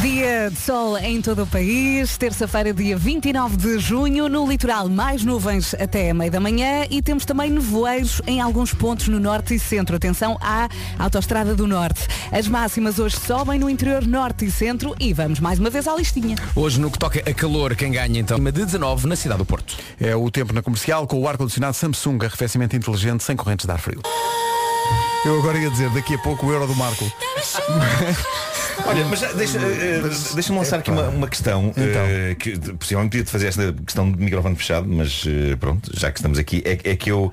[SPEAKER 3] Dia de sol em todo o país, terça-feira, dia 29 de junho, no litoral mais nuvens até a meia da manhã e temos também nevoeiros em alguns pontos no norte e centro. Atenção à Autostrada do Norte. As máximas hoje sobem no interior norte e centro e vamos mais uma vez à listinha.
[SPEAKER 12] Hoje no que toca a calor, quem ganha então? Uma de 19 na cidade do Porto.
[SPEAKER 2] É o tempo na comercial com o ar-condicionado Samsung, arrefecimento inteligente sem correntes de ar frio. Eu agora ia dizer, daqui a pouco o euro do Marco.
[SPEAKER 23] Olha, mas já deixa, eh, deixa-me lançar aqui uma, uma questão
[SPEAKER 2] Então.
[SPEAKER 23] eh, que de- possivelmente podia te fazer esta questão de microfone fechado, mas eh, pronto, já que estamos aqui, é, é que eu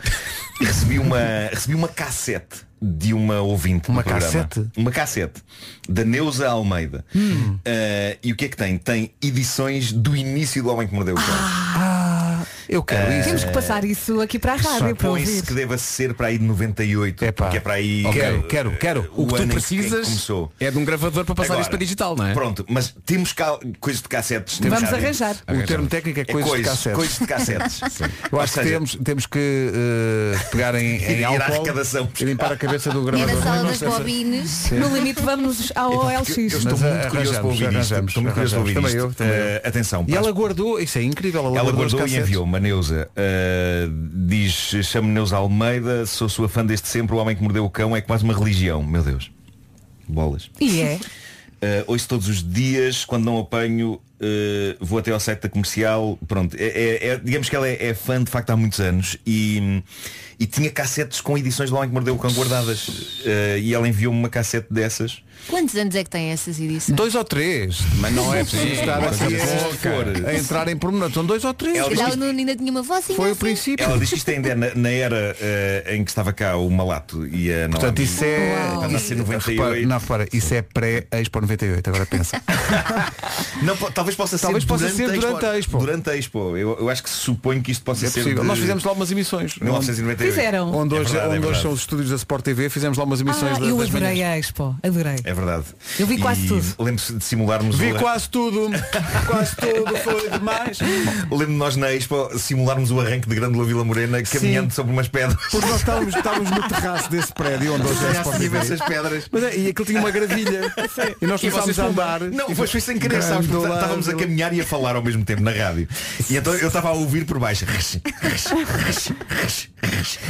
[SPEAKER 23] recebi uma, recebi uma cassete de uma ouvinte
[SPEAKER 2] Uma
[SPEAKER 23] do programa.
[SPEAKER 2] cassete? Hum.
[SPEAKER 23] Uma cassete da Neuza Almeida.
[SPEAKER 2] Ah,
[SPEAKER 23] Eh, e o que é que tem? Tem edições do início do Homem que Mordeu o Cão.
[SPEAKER 2] Eu
[SPEAKER 23] quero isso.
[SPEAKER 3] Temos que passar isso aqui para a rádio para
[SPEAKER 23] Supõe-se
[SPEAKER 3] ouvir.
[SPEAKER 23] que deva ser para aí de 98, porque é para
[SPEAKER 2] Oh,
[SPEAKER 23] aí.
[SPEAKER 12] Ok.
[SPEAKER 23] eh,
[SPEAKER 12] Quero, quero. O que tu
[SPEAKER 23] ano em
[SPEAKER 12] precisas
[SPEAKER 23] começou.
[SPEAKER 12] é de um gravador para passar isto para digital, não é?
[SPEAKER 23] Pronto, mas temos cá coisas de cassetes.
[SPEAKER 2] Temos-
[SPEAKER 23] Sabe?
[SPEAKER 2] O termo técnico é coisas, de cassetes.
[SPEAKER 23] Coisas de cassetes.
[SPEAKER 2] Eu
[SPEAKER 23] Ou
[SPEAKER 2] acho que
[SPEAKER 23] seja,
[SPEAKER 2] temos, temos que eh, pegar em,
[SPEAKER 23] Ir-
[SPEAKER 2] em
[SPEAKER 23] ir à
[SPEAKER 2] álcool
[SPEAKER 23] arrecadação.
[SPEAKER 2] e limpar a cabeça do
[SPEAKER 5] E
[SPEAKER 2] gravador.
[SPEAKER 5] na sala
[SPEAKER 2] Não
[SPEAKER 5] das
[SPEAKER 2] sei se-
[SPEAKER 5] bobines.
[SPEAKER 2] Sim. Então,
[SPEAKER 3] No limite vamos ao OLX.
[SPEAKER 23] Eu estou muito curioso para ouvir isto.
[SPEAKER 2] eh, arranjamos,
[SPEAKER 23] Estou muito curioso para ouvir
[SPEAKER 2] arranjamos.
[SPEAKER 23] isto.
[SPEAKER 2] Também eu, também
[SPEAKER 23] Eh, atenção.
[SPEAKER 2] E ela guardou, isso é incrível, ela,
[SPEAKER 23] Ela
[SPEAKER 2] guardou, os
[SPEAKER 23] guardou e
[SPEAKER 2] cassetes.
[SPEAKER 23] enviou-me, a Neuza. eh, diz, chamo-me Neuza Almeida, sou sua fã desde sempre, o homem que mordeu o cão é quase uma religião. Meu Deus. Bolas.
[SPEAKER 3] E é.
[SPEAKER 23] Uh, ouço todos os dias, quando não apanho, uh, vou até ao site da comercial. Pronto, é, é- é- digamos que ela é, é fã de facto há muitos anos e, e tinha cassetes com edições do Homem que Mordeu o Cão guardadas. Uh, e ela enviou-me uma cassete dessas.
[SPEAKER 5] Quantos anos é que tem essas edições?
[SPEAKER 2] Dois ou três, mas não é preciso
[SPEAKER 23] Sim,
[SPEAKER 2] estar
[SPEAKER 23] uma
[SPEAKER 2] aqui
[SPEAKER 23] coisa
[SPEAKER 2] a,
[SPEAKER 23] pouca.
[SPEAKER 2] a entrar em pormenor. São dois ou três.
[SPEAKER 23] Ela
[SPEAKER 5] Já o Nuno ainda tinha uma voz e não sei.
[SPEAKER 23] Ela diz que isto ainda é na, na era uh, em que estava cá o Malato e a Noemi.
[SPEAKER 2] Portanto, isso é.
[SPEAKER 23] Portanto, nasce em
[SPEAKER 2] isso-
[SPEAKER 23] 98.
[SPEAKER 2] repara- não, repara, isso é pré-Expo 98, agora pensa.
[SPEAKER 23] Não, po- talvez possa ser
[SPEAKER 2] Talvez possa ser durante a
[SPEAKER 23] Expo. Durante a Expo. Eu, eu acho que suponho que isto possa
[SPEAKER 2] É
[SPEAKER 23] ser.
[SPEAKER 2] possível.
[SPEAKER 23] de-
[SPEAKER 2] Nós fizemos lá umas emissões.
[SPEAKER 23] 1998. Fizeram.
[SPEAKER 2] Onde
[SPEAKER 23] É
[SPEAKER 2] hoje,
[SPEAKER 23] verdade, é
[SPEAKER 2] onde hoje
[SPEAKER 23] verdade.
[SPEAKER 2] são os estúdios da Sport TV, fizemos lá umas emissões
[SPEAKER 3] Ah,
[SPEAKER 2] da-
[SPEAKER 3] eu
[SPEAKER 2] das
[SPEAKER 3] adorei
[SPEAKER 2] manhãs.
[SPEAKER 3] a Expo, adorei.
[SPEAKER 23] É verdade.
[SPEAKER 3] Eu vi quase
[SPEAKER 23] E
[SPEAKER 3] tudo.
[SPEAKER 23] Lembro-se de simularmos
[SPEAKER 2] Vi
[SPEAKER 23] o-
[SPEAKER 2] quase tudo, quase tudo, foi demais.
[SPEAKER 23] Lembro-me de nós na Expo simularmos o arranque de Grândola Vila Morena caminhando sobre umas pedras.
[SPEAKER 2] Porque nós estávamos, estávamos no terraço desse prédio onde hoje é a Sport TV.
[SPEAKER 23] Imensas pedras.
[SPEAKER 2] Mas é, e aquilo tinha uma gravilha. E nós começámos a andar.
[SPEAKER 23] Não,
[SPEAKER 2] E
[SPEAKER 23] mas foi sem querer, sabes? porque
[SPEAKER 2] Grândola,
[SPEAKER 23] Estávamos a
[SPEAKER 2] Vila-
[SPEAKER 23] caminhar e a falar ao mesmo tempo na rádio. E então eu estava a ouvir por baixo.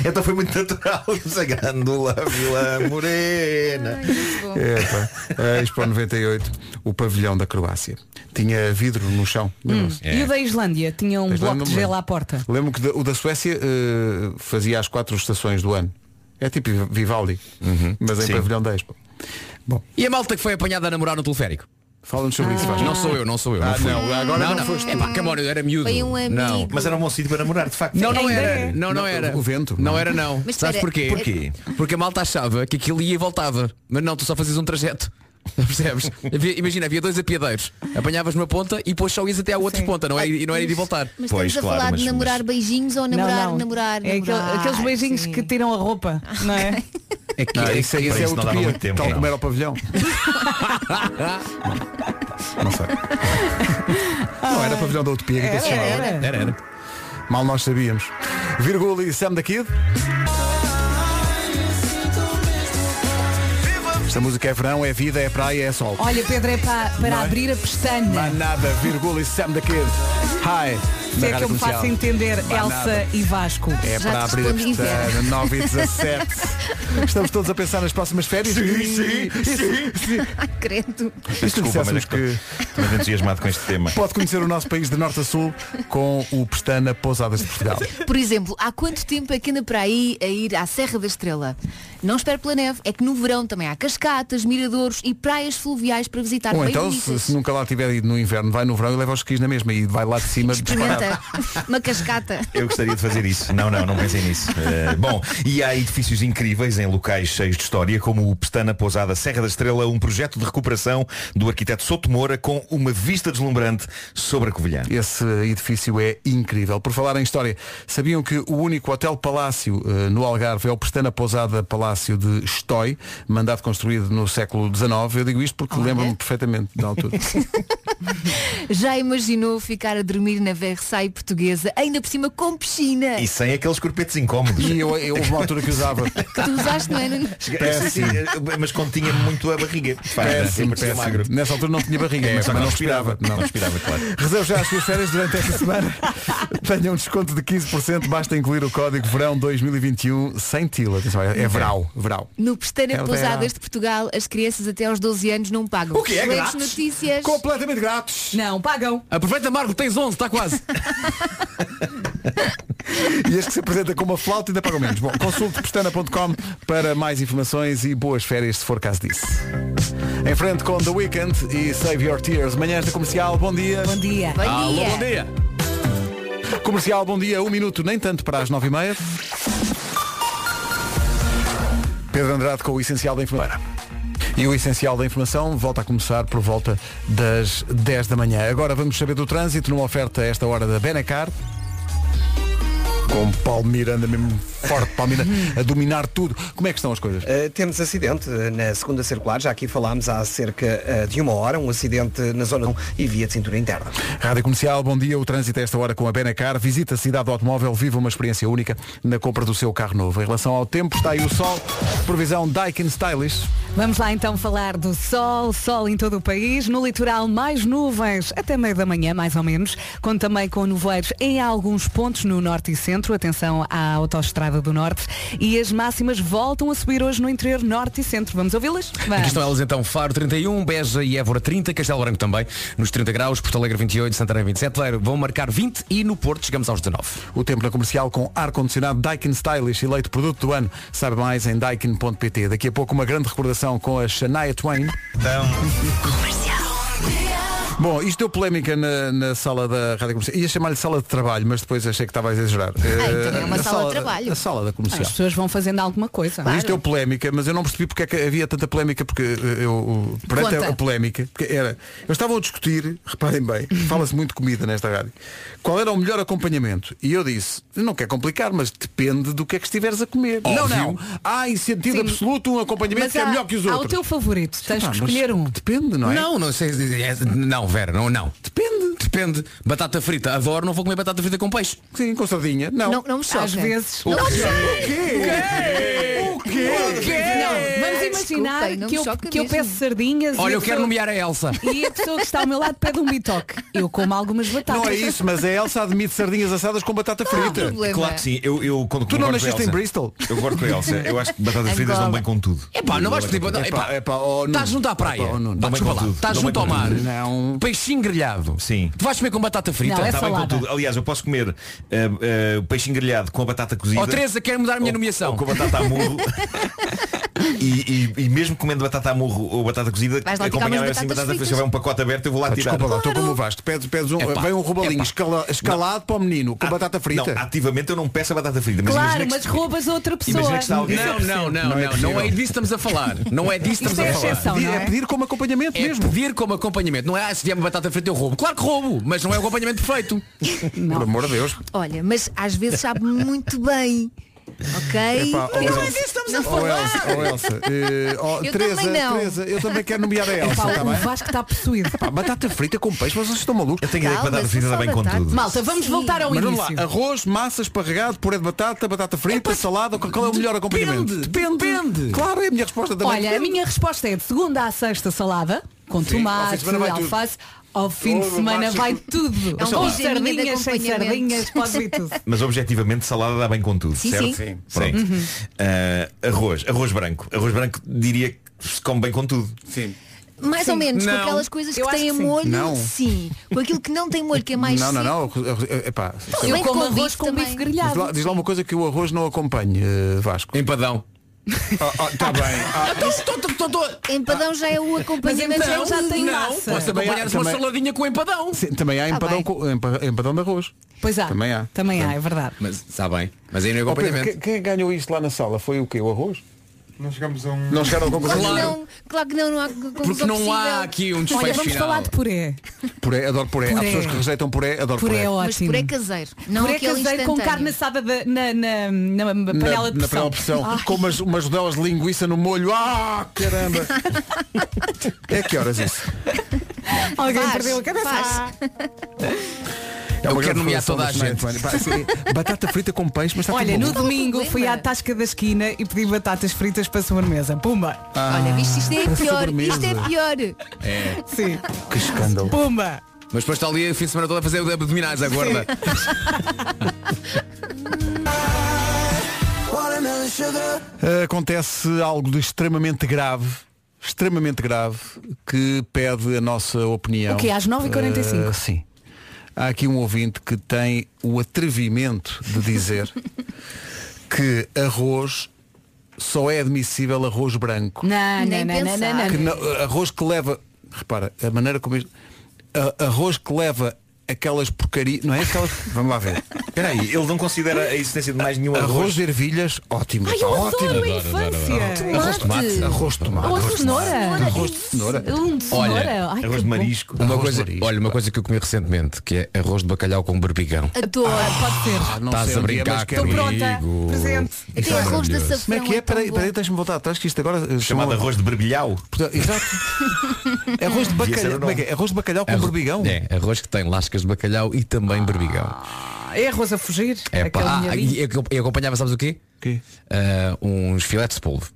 [SPEAKER 23] Então foi muito natural. A Grândola Vila Morena.
[SPEAKER 2] É, pá. A Expo 98, o pavilhão da Croácia. Tinha vidro no chão.
[SPEAKER 3] Hum.
[SPEAKER 2] lembram-se?
[SPEAKER 3] E o da Islândia tinha um
[SPEAKER 2] É. Da
[SPEAKER 3] bloco de
[SPEAKER 2] Islândia, não me
[SPEAKER 3] gelo
[SPEAKER 2] lembro.
[SPEAKER 3] à porta.
[SPEAKER 2] Lembro que da- o da Suécia eh, fazia as quatro estações do ano. É tipo Vivaldi, mas em
[SPEAKER 12] Sim.
[SPEAKER 2] pavilhão da Expo.
[SPEAKER 12] E a malta que foi apanhada a namorar no teleférico?
[SPEAKER 2] Fala-nos sobre isso, faz.
[SPEAKER 12] Não sou eu, não sou eu.
[SPEAKER 2] Ah,
[SPEAKER 12] não, fui.
[SPEAKER 2] não, agora não foste tu.
[SPEAKER 12] É pá, come on, eu era miúdo.
[SPEAKER 5] Foi um amigo.
[SPEAKER 12] Não.
[SPEAKER 23] Mas era um bom sítio para namorar, de facto. é.
[SPEAKER 12] Não, não
[SPEAKER 5] Ainda
[SPEAKER 12] era.
[SPEAKER 5] é.
[SPEAKER 12] Não, não
[SPEAKER 5] Não,
[SPEAKER 12] era.
[SPEAKER 23] o vento,
[SPEAKER 2] é?
[SPEAKER 12] Não
[SPEAKER 23] não.
[SPEAKER 12] era, não.
[SPEAKER 5] Mas
[SPEAKER 12] Sabes
[SPEAKER 5] espera,
[SPEAKER 12] porquê?
[SPEAKER 5] Porquê?
[SPEAKER 12] Porque a malta achava que aquilo ia e voltava. Mas não, tu só fazias um trajeto. Percebes? Havia- imagina, havia dois apiadeiros. Apanhavas uma ponta e depois só ias até à outra ponta. Não é, e não era ir e voltar.
[SPEAKER 5] Mas estamos a falar de namorar beijinhos ou namorar,
[SPEAKER 3] não.
[SPEAKER 5] namorar,
[SPEAKER 3] É aquele-
[SPEAKER 5] namorar. Ah,
[SPEAKER 3] aqueles beijinhos que tiram a roupa, não é?
[SPEAKER 2] É que
[SPEAKER 23] Não,
[SPEAKER 2] é,
[SPEAKER 23] isso
[SPEAKER 2] isso,
[SPEAKER 23] aí-
[SPEAKER 2] isso
[SPEAKER 23] para
[SPEAKER 2] é
[SPEAKER 23] isso não dava
[SPEAKER 2] utopia,
[SPEAKER 23] muito tempo,
[SPEAKER 2] tal
[SPEAKER 23] não.
[SPEAKER 2] como era o pavilhão. não sei. Não era pavilhão da utopia que
[SPEAKER 19] Era,
[SPEAKER 2] se chamava.
[SPEAKER 19] era.
[SPEAKER 2] era. Mal nós sabíamos. Virgula e Sam da Kid. Esta música é verão, é vida, é praia, é sol.
[SPEAKER 3] Olha, Pedro, é para, para
[SPEAKER 2] Não é?
[SPEAKER 3] abrir a pestana.
[SPEAKER 2] Mas nada, virgula e Sam da Kid. Hi.
[SPEAKER 3] Se
[SPEAKER 2] na
[SPEAKER 3] é que
[SPEAKER 2] Rádio
[SPEAKER 3] eu me faço
[SPEAKER 2] Comercial.
[SPEAKER 3] entender,
[SPEAKER 2] Mas
[SPEAKER 3] Elsa
[SPEAKER 2] nada.
[SPEAKER 3] e Vasco.
[SPEAKER 2] É para abrir a pestana, 9 e 17. Estamos todos a pensar nas próximas férias?
[SPEAKER 23] Sim, sim, sim.
[SPEAKER 5] Credo.
[SPEAKER 2] Isto
[SPEAKER 23] Desculpa, mas é
[SPEAKER 2] dissessemos
[SPEAKER 23] que estou estou muito entusiasmado com este tema.
[SPEAKER 2] Pode conhecer o nosso país de norte a sul com o Pestana Pousadas de Portugal.
[SPEAKER 5] Por exemplo, há quanto tempo é que anda para aí a ir à Serra da Estrela? Não espero pela neve, é que no verão também há cascatas, miradouros e praias fluviais para visitar.
[SPEAKER 2] Ou
[SPEAKER 5] bem
[SPEAKER 2] então, se,
[SPEAKER 5] bonitas.
[SPEAKER 2] se nunca lá tiver ido no inverno, vai no verão e leva os skis na mesma e vai lá de cima disparado.
[SPEAKER 5] Experimenta uma cascata.
[SPEAKER 23] Eu gostaria de fazer isso. Não, não, não pensei nisso. Eh, bom, e há edifícios incríveis em locais cheios de história, como o Pestana Pousada Serra da Estrela, um projeto de recuperação do arquiteto Souto Moura com uma vista deslumbrante sobre a Covilhã.
[SPEAKER 2] Esse edifício é incrível. Por falar em história, sabiam que o único hotel palácio eh, no Algarve é o Pestana Pousada Palácio de Estói, mandado construído no século XIX. Eu digo isto porque lembro-me perfeitamente da altura.
[SPEAKER 5] Já imaginou ficar a dormir na Versailles portuguesa, ainda por cima com piscina?
[SPEAKER 23] E sem aqueles corpetes incómodos.
[SPEAKER 2] E eu, eu houve uma altura que usava.
[SPEAKER 5] Que tu usaste, não é? Nuno?
[SPEAKER 23] Sim, sim, eh, mas continha muito a barriga. De facto,
[SPEAKER 2] Péssimo,
[SPEAKER 23] parecia
[SPEAKER 2] péssimo.
[SPEAKER 23] assim magro.
[SPEAKER 2] Nessa altura não tinha barriga,
[SPEAKER 23] É,
[SPEAKER 2] mas
[SPEAKER 23] só que
[SPEAKER 2] também
[SPEAKER 23] não
[SPEAKER 2] não
[SPEAKER 23] respirava.
[SPEAKER 2] respirava. Não.
[SPEAKER 23] Não respirava, claro.
[SPEAKER 2] Reserve já as suas férias durante esta semana. Tenha um desconto de 15%, basta incluir o código verão 2021 sem tila. Atenção, É, é verão, verão.
[SPEAKER 5] No Pestana
[SPEAKER 2] É o
[SPEAKER 5] Pousadas
[SPEAKER 2] verão.
[SPEAKER 5] de Portugal, as crianças até aos 12 anos não pagam.
[SPEAKER 2] O que é
[SPEAKER 5] Excelentes
[SPEAKER 2] grátis?
[SPEAKER 5] notícias.
[SPEAKER 2] Completamente grátis.
[SPEAKER 3] Não, pagam.
[SPEAKER 12] Aproveita, Marco, tens 11,
[SPEAKER 2] tá
[SPEAKER 12] está quase.
[SPEAKER 2] E este que se apresenta com uma flauta ainda pagam menos. Bom, consulte pestana.com para mais informações e boas férias se for caso disso. Em frente com The Weekend e Save Your Tears. Manhãs da comercial, bom dia. Bom
[SPEAKER 3] dia.
[SPEAKER 5] Bom
[SPEAKER 2] Alô,
[SPEAKER 5] dia.
[SPEAKER 2] bom dia. Comercial, bom dia. Um minuto, nem tanto para as nove e meia. Pedro Andrade com o Essencial da Informação. E o Essencial da Informação volta a começar por volta das 10 da manhã. Agora vamos saber do trânsito numa oferta a esta hora da Benacar. com Paulo Miranda, mesmo forte Paulo Miranda, a dominar tudo. Como é que estão as coisas?
[SPEAKER 4] Uh, temos acidente uh, na segunda circular, já aqui falámos há cerca uh, de uma hora, um acidente na zona 1 e via de cintura interna.
[SPEAKER 2] Rádio Comercial, bom dia. O trânsito a esta hora com a Benacar. Visita a cidade do automóvel, viva uma experiência única na compra do seu carro novo. Em relação ao tempo, está aí o sol. Previsão Daikin Stylish.
[SPEAKER 3] Vamos lá então falar do sol, sol em todo o país, no litoral mais nuvens, até meio da manhã mais ou menos, com também com nevoeiros em alguns pontos no norte e centro, atenção à autoestrada do norte, e as máximas voltam a subir hoje no interior norte e centro. Vamos ouvi-las?
[SPEAKER 12] Aqui
[SPEAKER 3] Vamos.
[SPEAKER 12] estão elas então, Faro 31, Beja e Évora 30, Castelo Branco também, nos 30 graus, Porto Alegre 28, Santarém 27, Leiria vão marcar 20 e no Porto chegamos aos 19.
[SPEAKER 2] O tempo na comercial com ar-condicionado Daikin Stylish, eleito produto do ano. Sabe mais em daikin.pt. Daqui a pouco uma grande recordação com a Shania Twain. Bom, isto deu polémica na, na sala da Rádio Comercial. Ia chamar-lhe sala de trabalho, mas depois achei que estava a exagerar.
[SPEAKER 3] Ah, então é
[SPEAKER 2] Eh,
[SPEAKER 3] uma
[SPEAKER 2] a
[SPEAKER 3] sala de trabalho. Ah,
[SPEAKER 2] A sala da
[SPEAKER 3] As
[SPEAKER 2] comercial.
[SPEAKER 3] pessoas vão fazendo alguma coisa.
[SPEAKER 2] Isto deu polémica, mas eu não percebi porque é que havia tanta polémica, porque eh, eu, eh, perante
[SPEAKER 3] Conta.
[SPEAKER 2] a polémica, porque era, eu estava a discutir, reparem bem, fala-se muito de comida nesta rádio, qual era o melhor acompanhamento? E eu disse, não quer complicar, mas depende do que é que estiveres a comer. Não, não. Há em sentido
[SPEAKER 3] Sim.
[SPEAKER 2] absoluto um acompanhamento
[SPEAKER 3] Mas
[SPEAKER 2] que é
[SPEAKER 3] há-
[SPEAKER 2] melhor que os
[SPEAKER 3] Há o
[SPEAKER 2] outros.
[SPEAKER 3] teu favorito, tens
[SPEAKER 12] Epá,
[SPEAKER 3] que
[SPEAKER 12] mas
[SPEAKER 3] escolher um.
[SPEAKER 2] Depende,
[SPEAKER 12] Não, não sei. é- é- Não, Vera, não, não. Depende. Depende. Batata frita, adoro, não vou comer batata frita com peixe.
[SPEAKER 2] Sim, com sardinha. Não.
[SPEAKER 5] Não- não me choca.
[SPEAKER 3] Às vezes.
[SPEAKER 12] O
[SPEAKER 3] Não
[SPEAKER 12] quê?
[SPEAKER 3] sei.
[SPEAKER 12] O quê?
[SPEAKER 3] O quê? O quê? Não, vamos imaginar
[SPEAKER 5] Desculpem, não
[SPEAKER 3] que,
[SPEAKER 5] me
[SPEAKER 3] eu,
[SPEAKER 5] choca
[SPEAKER 3] que eu
[SPEAKER 5] mesmo.
[SPEAKER 3] peço sardinhas.
[SPEAKER 12] Olha,
[SPEAKER 3] e
[SPEAKER 12] eu quero
[SPEAKER 3] pessoa-
[SPEAKER 12] nomear a Elsa.
[SPEAKER 3] E a pessoa que está ao meu lado pede um bitoque. Eu como algumas batatas.
[SPEAKER 2] Não é isso, mas a Elsa admite sardinhas assadas com batata
[SPEAKER 3] Não há
[SPEAKER 2] frita.
[SPEAKER 3] problema.
[SPEAKER 23] Claro que sim, eu, eu quando
[SPEAKER 2] Tu
[SPEAKER 23] concordo com
[SPEAKER 2] não
[SPEAKER 23] a
[SPEAKER 2] nasceste em
[SPEAKER 23] Elsa-
[SPEAKER 2] Bristol?
[SPEAKER 23] Eu concordo com a Elsa, eu acho que batatas fritas
[SPEAKER 2] Angola.
[SPEAKER 23] dão bem com tudo.
[SPEAKER 12] Epá, não vais tipo.
[SPEAKER 2] Epá,
[SPEAKER 12] Epá,
[SPEAKER 2] epá, oh, Nuno.
[SPEAKER 12] estás junto à praia.
[SPEAKER 2] Epá, oh, Nuno.
[SPEAKER 12] Pá,
[SPEAKER 23] Dá-me
[SPEAKER 12] desculpa
[SPEAKER 23] com
[SPEAKER 12] lá.
[SPEAKER 23] tudo.
[SPEAKER 12] Estás
[SPEAKER 23] Dá-me
[SPEAKER 12] junto
[SPEAKER 23] com
[SPEAKER 12] ao mar.
[SPEAKER 23] tudo.
[SPEAKER 2] Não.
[SPEAKER 12] Peixinho grelhado.
[SPEAKER 23] Sim.
[SPEAKER 12] Tu vais comer com batata frita.
[SPEAKER 23] Está Tá bem com tudo. Aliás, eu posso comer eh, eh, peixe engrelhado com a batata cozida.
[SPEAKER 12] Ó Teresa, quero mudar a minha nomeação.
[SPEAKER 23] ou Oh, com batata a murro. E, e- e mesmo comendo batata a murro ou batata cozida,
[SPEAKER 12] Vais lá tirar
[SPEAKER 23] acompanhar
[SPEAKER 12] umas
[SPEAKER 23] assim
[SPEAKER 12] batatas
[SPEAKER 23] batata frita,
[SPEAKER 12] fritas.
[SPEAKER 23] se houver um pacote aberto, eu vou lá tirar.
[SPEAKER 2] Ah, Desculpa lá, estou como o Vasco. Pedes, pedes um,
[SPEAKER 23] Epá,
[SPEAKER 2] vem um robalinho
[SPEAKER 23] epá.
[SPEAKER 2] escala- escalado para o menino
[SPEAKER 12] Ah,
[SPEAKER 2] com batata frita.
[SPEAKER 23] Ah, Não, ativamente eu não peço a batata frita, mas
[SPEAKER 3] Claro,
[SPEAKER 23] imagina que
[SPEAKER 3] mas roubas a outra pessoa.
[SPEAKER 23] Imagina que está alguém-
[SPEAKER 12] Não,
[SPEAKER 23] Não
[SPEAKER 12] não, não,
[SPEAKER 23] é
[SPEAKER 12] não. Não é
[SPEAKER 23] possível.
[SPEAKER 12] disso que estamos a falar. Não é disso que
[SPEAKER 3] Isto
[SPEAKER 12] estamos
[SPEAKER 3] é
[SPEAKER 12] a falar.
[SPEAKER 3] exceção, não é? É pedir
[SPEAKER 2] como acompanhamento
[SPEAKER 12] mesmo. Pedir como acompanhamento. Não é ah, se vier uma batata frita eu roubo. Claro que roubo, mas não é o acompanhamento perfeito.
[SPEAKER 2] Por amor de Deus.
[SPEAKER 5] Olha, mas às vezes sabe muito bem. Ok?
[SPEAKER 2] Epá, oh,
[SPEAKER 5] Não
[SPEAKER 2] Elsa.
[SPEAKER 5] é disso que estamos a
[SPEAKER 2] Oh, Elsa,
[SPEAKER 5] falar.
[SPEAKER 2] oh, Elsa, eh, oh,
[SPEAKER 5] Eu
[SPEAKER 2] Teresa,
[SPEAKER 5] também não.
[SPEAKER 2] Teresa, eu também quero nomear a Elsa,
[SPEAKER 3] Epá,
[SPEAKER 2] tá
[SPEAKER 3] é o
[SPEAKER 2] bem?
[SPEAKER 3] Vasco está possuído.
[SPEAKER 2] Pá, batata frita com peixe, mas vocês estão malucos. Eu
[SPEAKER 23] tenho a ideia é que Calma, batata frita são dá bem com batatas. tudo.
[SPEAKER 3] Malta, vamos voltar ao
[SPEAKER 2] Mas vamos
[SPEAKER 3] início.
[SPEAKER 2] lá, arroz, massa, esparregado, puré de batata, batata frita, salada, qual é o melhor acompanhamento? Depende, depende. Claro, é a minha resposta também.
[SPEAKER 3] Olha, a minha resposta é de segunda à sexta salada, com
[SPEAKER 2] Sim, ao fim de
[SPEAKER 3] tomate,
[SPEAKER 2] semana vai tudo.
[SPEAKER 3] alface. Ao fim de
[SPEAKER 2] Oh,
[SPEAKER 3] semana
[SPEAKER 2] Marcos,
[SPEAKER 3] vai
[SPEAKER 2] eu-
[SPEAKER 3] tudo.
[SPEAKER 2] É um
[SPEAKER 3] Com
[SPEAKER 2] pijaminha
[SPEAKER 5] de
[SPEAKER 3] sardinhas, sem
[SPEAKER 5] acompanhamento. É
[SPEAKER 3] sardinhas, pode vir tudo.
[SPEAKER 23] Mas objetivamente salada dá bem com tudo,
[SPEAKER 3] Sim,
[SPEAKER 23] certo?
[SPEAKER 3] sim. Sim.
[SPEAKER 23] Pronto.
[SPEAKER 3] Sim. Uhum.
[SPEAKER 23] Ah, arroz, arroz branco. Arroz branco diria que se come bem com tudo. Sim.
[SPEAKER 5] Mais ou
[SPEAKER 23] Sim.
[SPEAKER 5] menos,
[SPEAKER 23] Não.
[SPEAKER 5] com aquelas coisas
[SPEAKER 3] Eu
[SPEAKER 5] que
[SPEAKER 3] acho
[SPEAKER 5] têm
[SPEAKER 3] que sim.
[SPEAKER 5] molho,
[SPEAKER 2] Não.
[SPEAKER 5] sim. Com aquilo que não tem molho, que é mais
[SPEAKER 2] não, não,
[SPEAKER 5] seco.
[SPEAKER 2] não, arroz- eh, epá, isto é-
[SPEAKER 5] Bem
[SPEAKER 3] Eu como
[SPEAKER 5] com
[SPEAKER 3] arroz
[SPEAKER 5] bife
[SPEAKER 3] com
[SPEAKER 5] também.
[SPEAKER 3] bife
[SPEAKER 2] Diz lá,
[SPEAKER 3] grelhado.
[SPEAKER 2] diz lá uma coisa que o arroz não acompanhe, eh, Vasco.
[SPEAKER 12] Empadão.
[SPEAKER 2] Está bem. Ah,
[SPEAKER 5] Empadão já é o acompanhamento,
[SPEAKER 3] Mas então,
[SPEAKER 5] já é tem
[SPEAKER 3] não,
[SPEAKER 5] massa.
[SPEAKER 12] Posso
[SPEAKER 2] Também há-
[SPEAKER 12] acompanhar uma
[SPEAKER 2] também-
[SPEAKER 12] saladinha com empadão.
[SPEAKER 2] sim, também há
[SPEAKER 5] Tá
[SPEAKER 2] empadão,
[SPEAKER 5] bem.
[SPEAKER 2] com- empa- empadão de arroz.
[SPEAKER 3] Pois há.
[SPEAKER 2] Também há.
[SPEAKER 3] Também há, é verdade.
[SPEAKER 12] Mas está bem. Mas aí não é
[SPEAKER 2] Ó, Pedro,
[SPEAKER 12] acompanhamento.
[SPEAKER 2] quem, quem ganhou isto lá na sala foi o quê? O arroz?
[SPEAKER 11] Não chegamos a um.
[SPEAKER 2] Não chegaram a
[SPEAKER 5] Claro,
[SPEAKER 2] conclusão.
[SPEAKER 5] que não, claro que não, não há conclusão
[SPEAKER 12] Porque não há
[SPEAKER 5] possível.
[SPEAKER 12] aqui um
[SPEAKER 3] Olha,
[SPEAKER 12] desfecho
[SPEAKER 3] vamos
[SPEAKER 12] final.
[SPEAKER 3] falar de puré.
[SPEAKER 2] é Puré, adoro puré. Há
[SPEAKER 3] Puré.
[SPEAKER 2] pessoas que rejeitam puré, adoro
[SPEAKER 3] Puré
[SPEAKER 2] puré.
[SPEAKER 3] é
[SPEAKER 5] Mas
[SPEAKER 3] ótimo. é
[SPEAKER 5] puré caseiro. Não
[SPEAKER 3] Puré
[SPEAKER 5] aquele
[SPEAKER 3] caseiro com
[SPEAKER 5] instantâneo.
[SPEAKER 3] carne assada de- na, na, na, na
[SPEAKER 2] Na-
[SPEAKER 3] panela de pressão.
[SPEAKER 2] na
[SPEAKER 3] Ah.
[SPEAKER 2] panela de pressão,
[SPEAKER 3] Ai,
[SPEAKER 2] com umas, umas rodelas de linguiça no molho. Ah, caramba! é que horas isso?
[SPEAKER 3] alguém
[SPEAKER 5] Faz,
[SPEAKER 3] perdeu a cabeça.
[SPEAKER 5] faz.
[SPEAKER 2] É uma
[SPEAKER 12] Eu quero
[SPEAKER 2] grande
[SPEAKER 12] nomear
[SPEAKER 2] relação
[SPEAKER 12] toda a
[SPEAKER 2] da semana,
[SPEAKER 12] gente.
[SPEAKER 2] Pá, assim, Batata frita com peixe, mas está
[SPEAKER 3] Olha,
[SPEAKER 2] tudo
[SPEAKER 3] no
[SPEAKER 2] bom.
[SPEAKER 3] domingo
[SPEAKER 5] problema.
[SPEAKER 3] fui à tasca da esquina e pedi batatas fritas para a sobremesa. Pumba!
[SPEAKER 5] Olha, viste, isto é
[SPEAKER 2] Ah,
[SPEAKER 5] pior, isto é
[SPEAKER 2] sobremesa.
[SPEAKER 5] pior.
[SPEAKER 3] Sim.
[SPEAKER 2] Que escândalo.
[SPEAKER 3] Pumba!
[SPEAKER 12] Mas depois está ali o fim de semana toda a fazer abdominais agora.
[SPEAKER 2] Acontece algo de extremamente grave extremamente grave que pede a nossa opinião.
[SPEAKER 3] O quê? Às 9h45?
[SPEAKER 2] Ah, sim. Há aqui um ouvinte que tem o atrevimento de dizer que arroz só é admissível arroz branco.
[SPEAKER 3] Não, não,
[SPEAKER 5] Ah, Nem
[SPEAKER 3] não, não, não,
[SPEAKER 5] pensar.
[SPEAKER 2] Que
[SPEAKER 3] não.
[SPEAKER 2] não- arroz que leva, repara, a maneira como isto, a- arroz que leva aquelas porcarias, não é? Aquelas... Vamos lá ver.
[SPEAKER 23] Espera aí, ele não considera a existência de mais nenhum
[SPEAKER 2] Arroz,
[SPEAKER 23] arroz.
[SPEAKER 2] de ervilhas, ótimo.
[SPEAKER 23] Ai, eu adoro
[SPEAKER 2] ótimo.
[SPEAKER 23] a infância.
[SPEAKER 2] Arroz de tomate. Arroz de tomate.
[SPEAKER 3] Arroz de
[SPEAKER 2] Arroz de tomate.
[SPEAKER 3] cenoura.
[SPEAKER 2] Arroz de cenoura.
[SPEAKER 3] Um de cenoura. Ai, que bom.
[SPEAKER 12] Uma coisa, olha, uma coisa que eu comi recentemente, que é arroz de bacalhau com berbigão.
[SPEAKER 5] Adoro. pode
[SPEAKER 12] Ah, não Estás sei a
[SPEAKER 2] é,
[SPEAKER 12] um dia, brincar mas quero comigo. ir. Estou pronta. Presente. Isso
[SPEAKER 5] Tem
[SPEAKER 12] é
[SPEAKER 5] arroz de safrão.
[SPEAKER 12] maravilhoso.
[SPEAKER 2] Como é que é?
[SPEAKER 5] tão
[SPEAKER 2] Peraí,
[SPEAKER 5] bom.
[SPEAKER 2] peraí, deixa-me voltar atrás que isto agora. eh,
[SPEAKER 23] Chamado
[SPEAKER 2] chama-
[SPEAKER 23] arroz de berbilhau.
[SPEAKER 2] Portanto, Exato. arroz de
[SPEAKER 12] Devia ser o
[SPEAKER 2] bacalhau.
[SPEAKER 12] nome.
[SPEAKER 2] Como é que é? Arroz de bacalhau com berbigão? Ah,
[SPEAKER 12] É, arroz que tem lascas de bacalhau e também berbigão.
[SPEAKER 3] É arroz a fugir.
[SPEAKER 12] É
[SPEAKER 3] Aquele
[SPEAKER 12] pá, ah,
[SPEAKER 3] molhadinho.
[SPEAKER 12] e, eu- eu acompanhava, sabes o quê? Ah, uns filetes de polvo.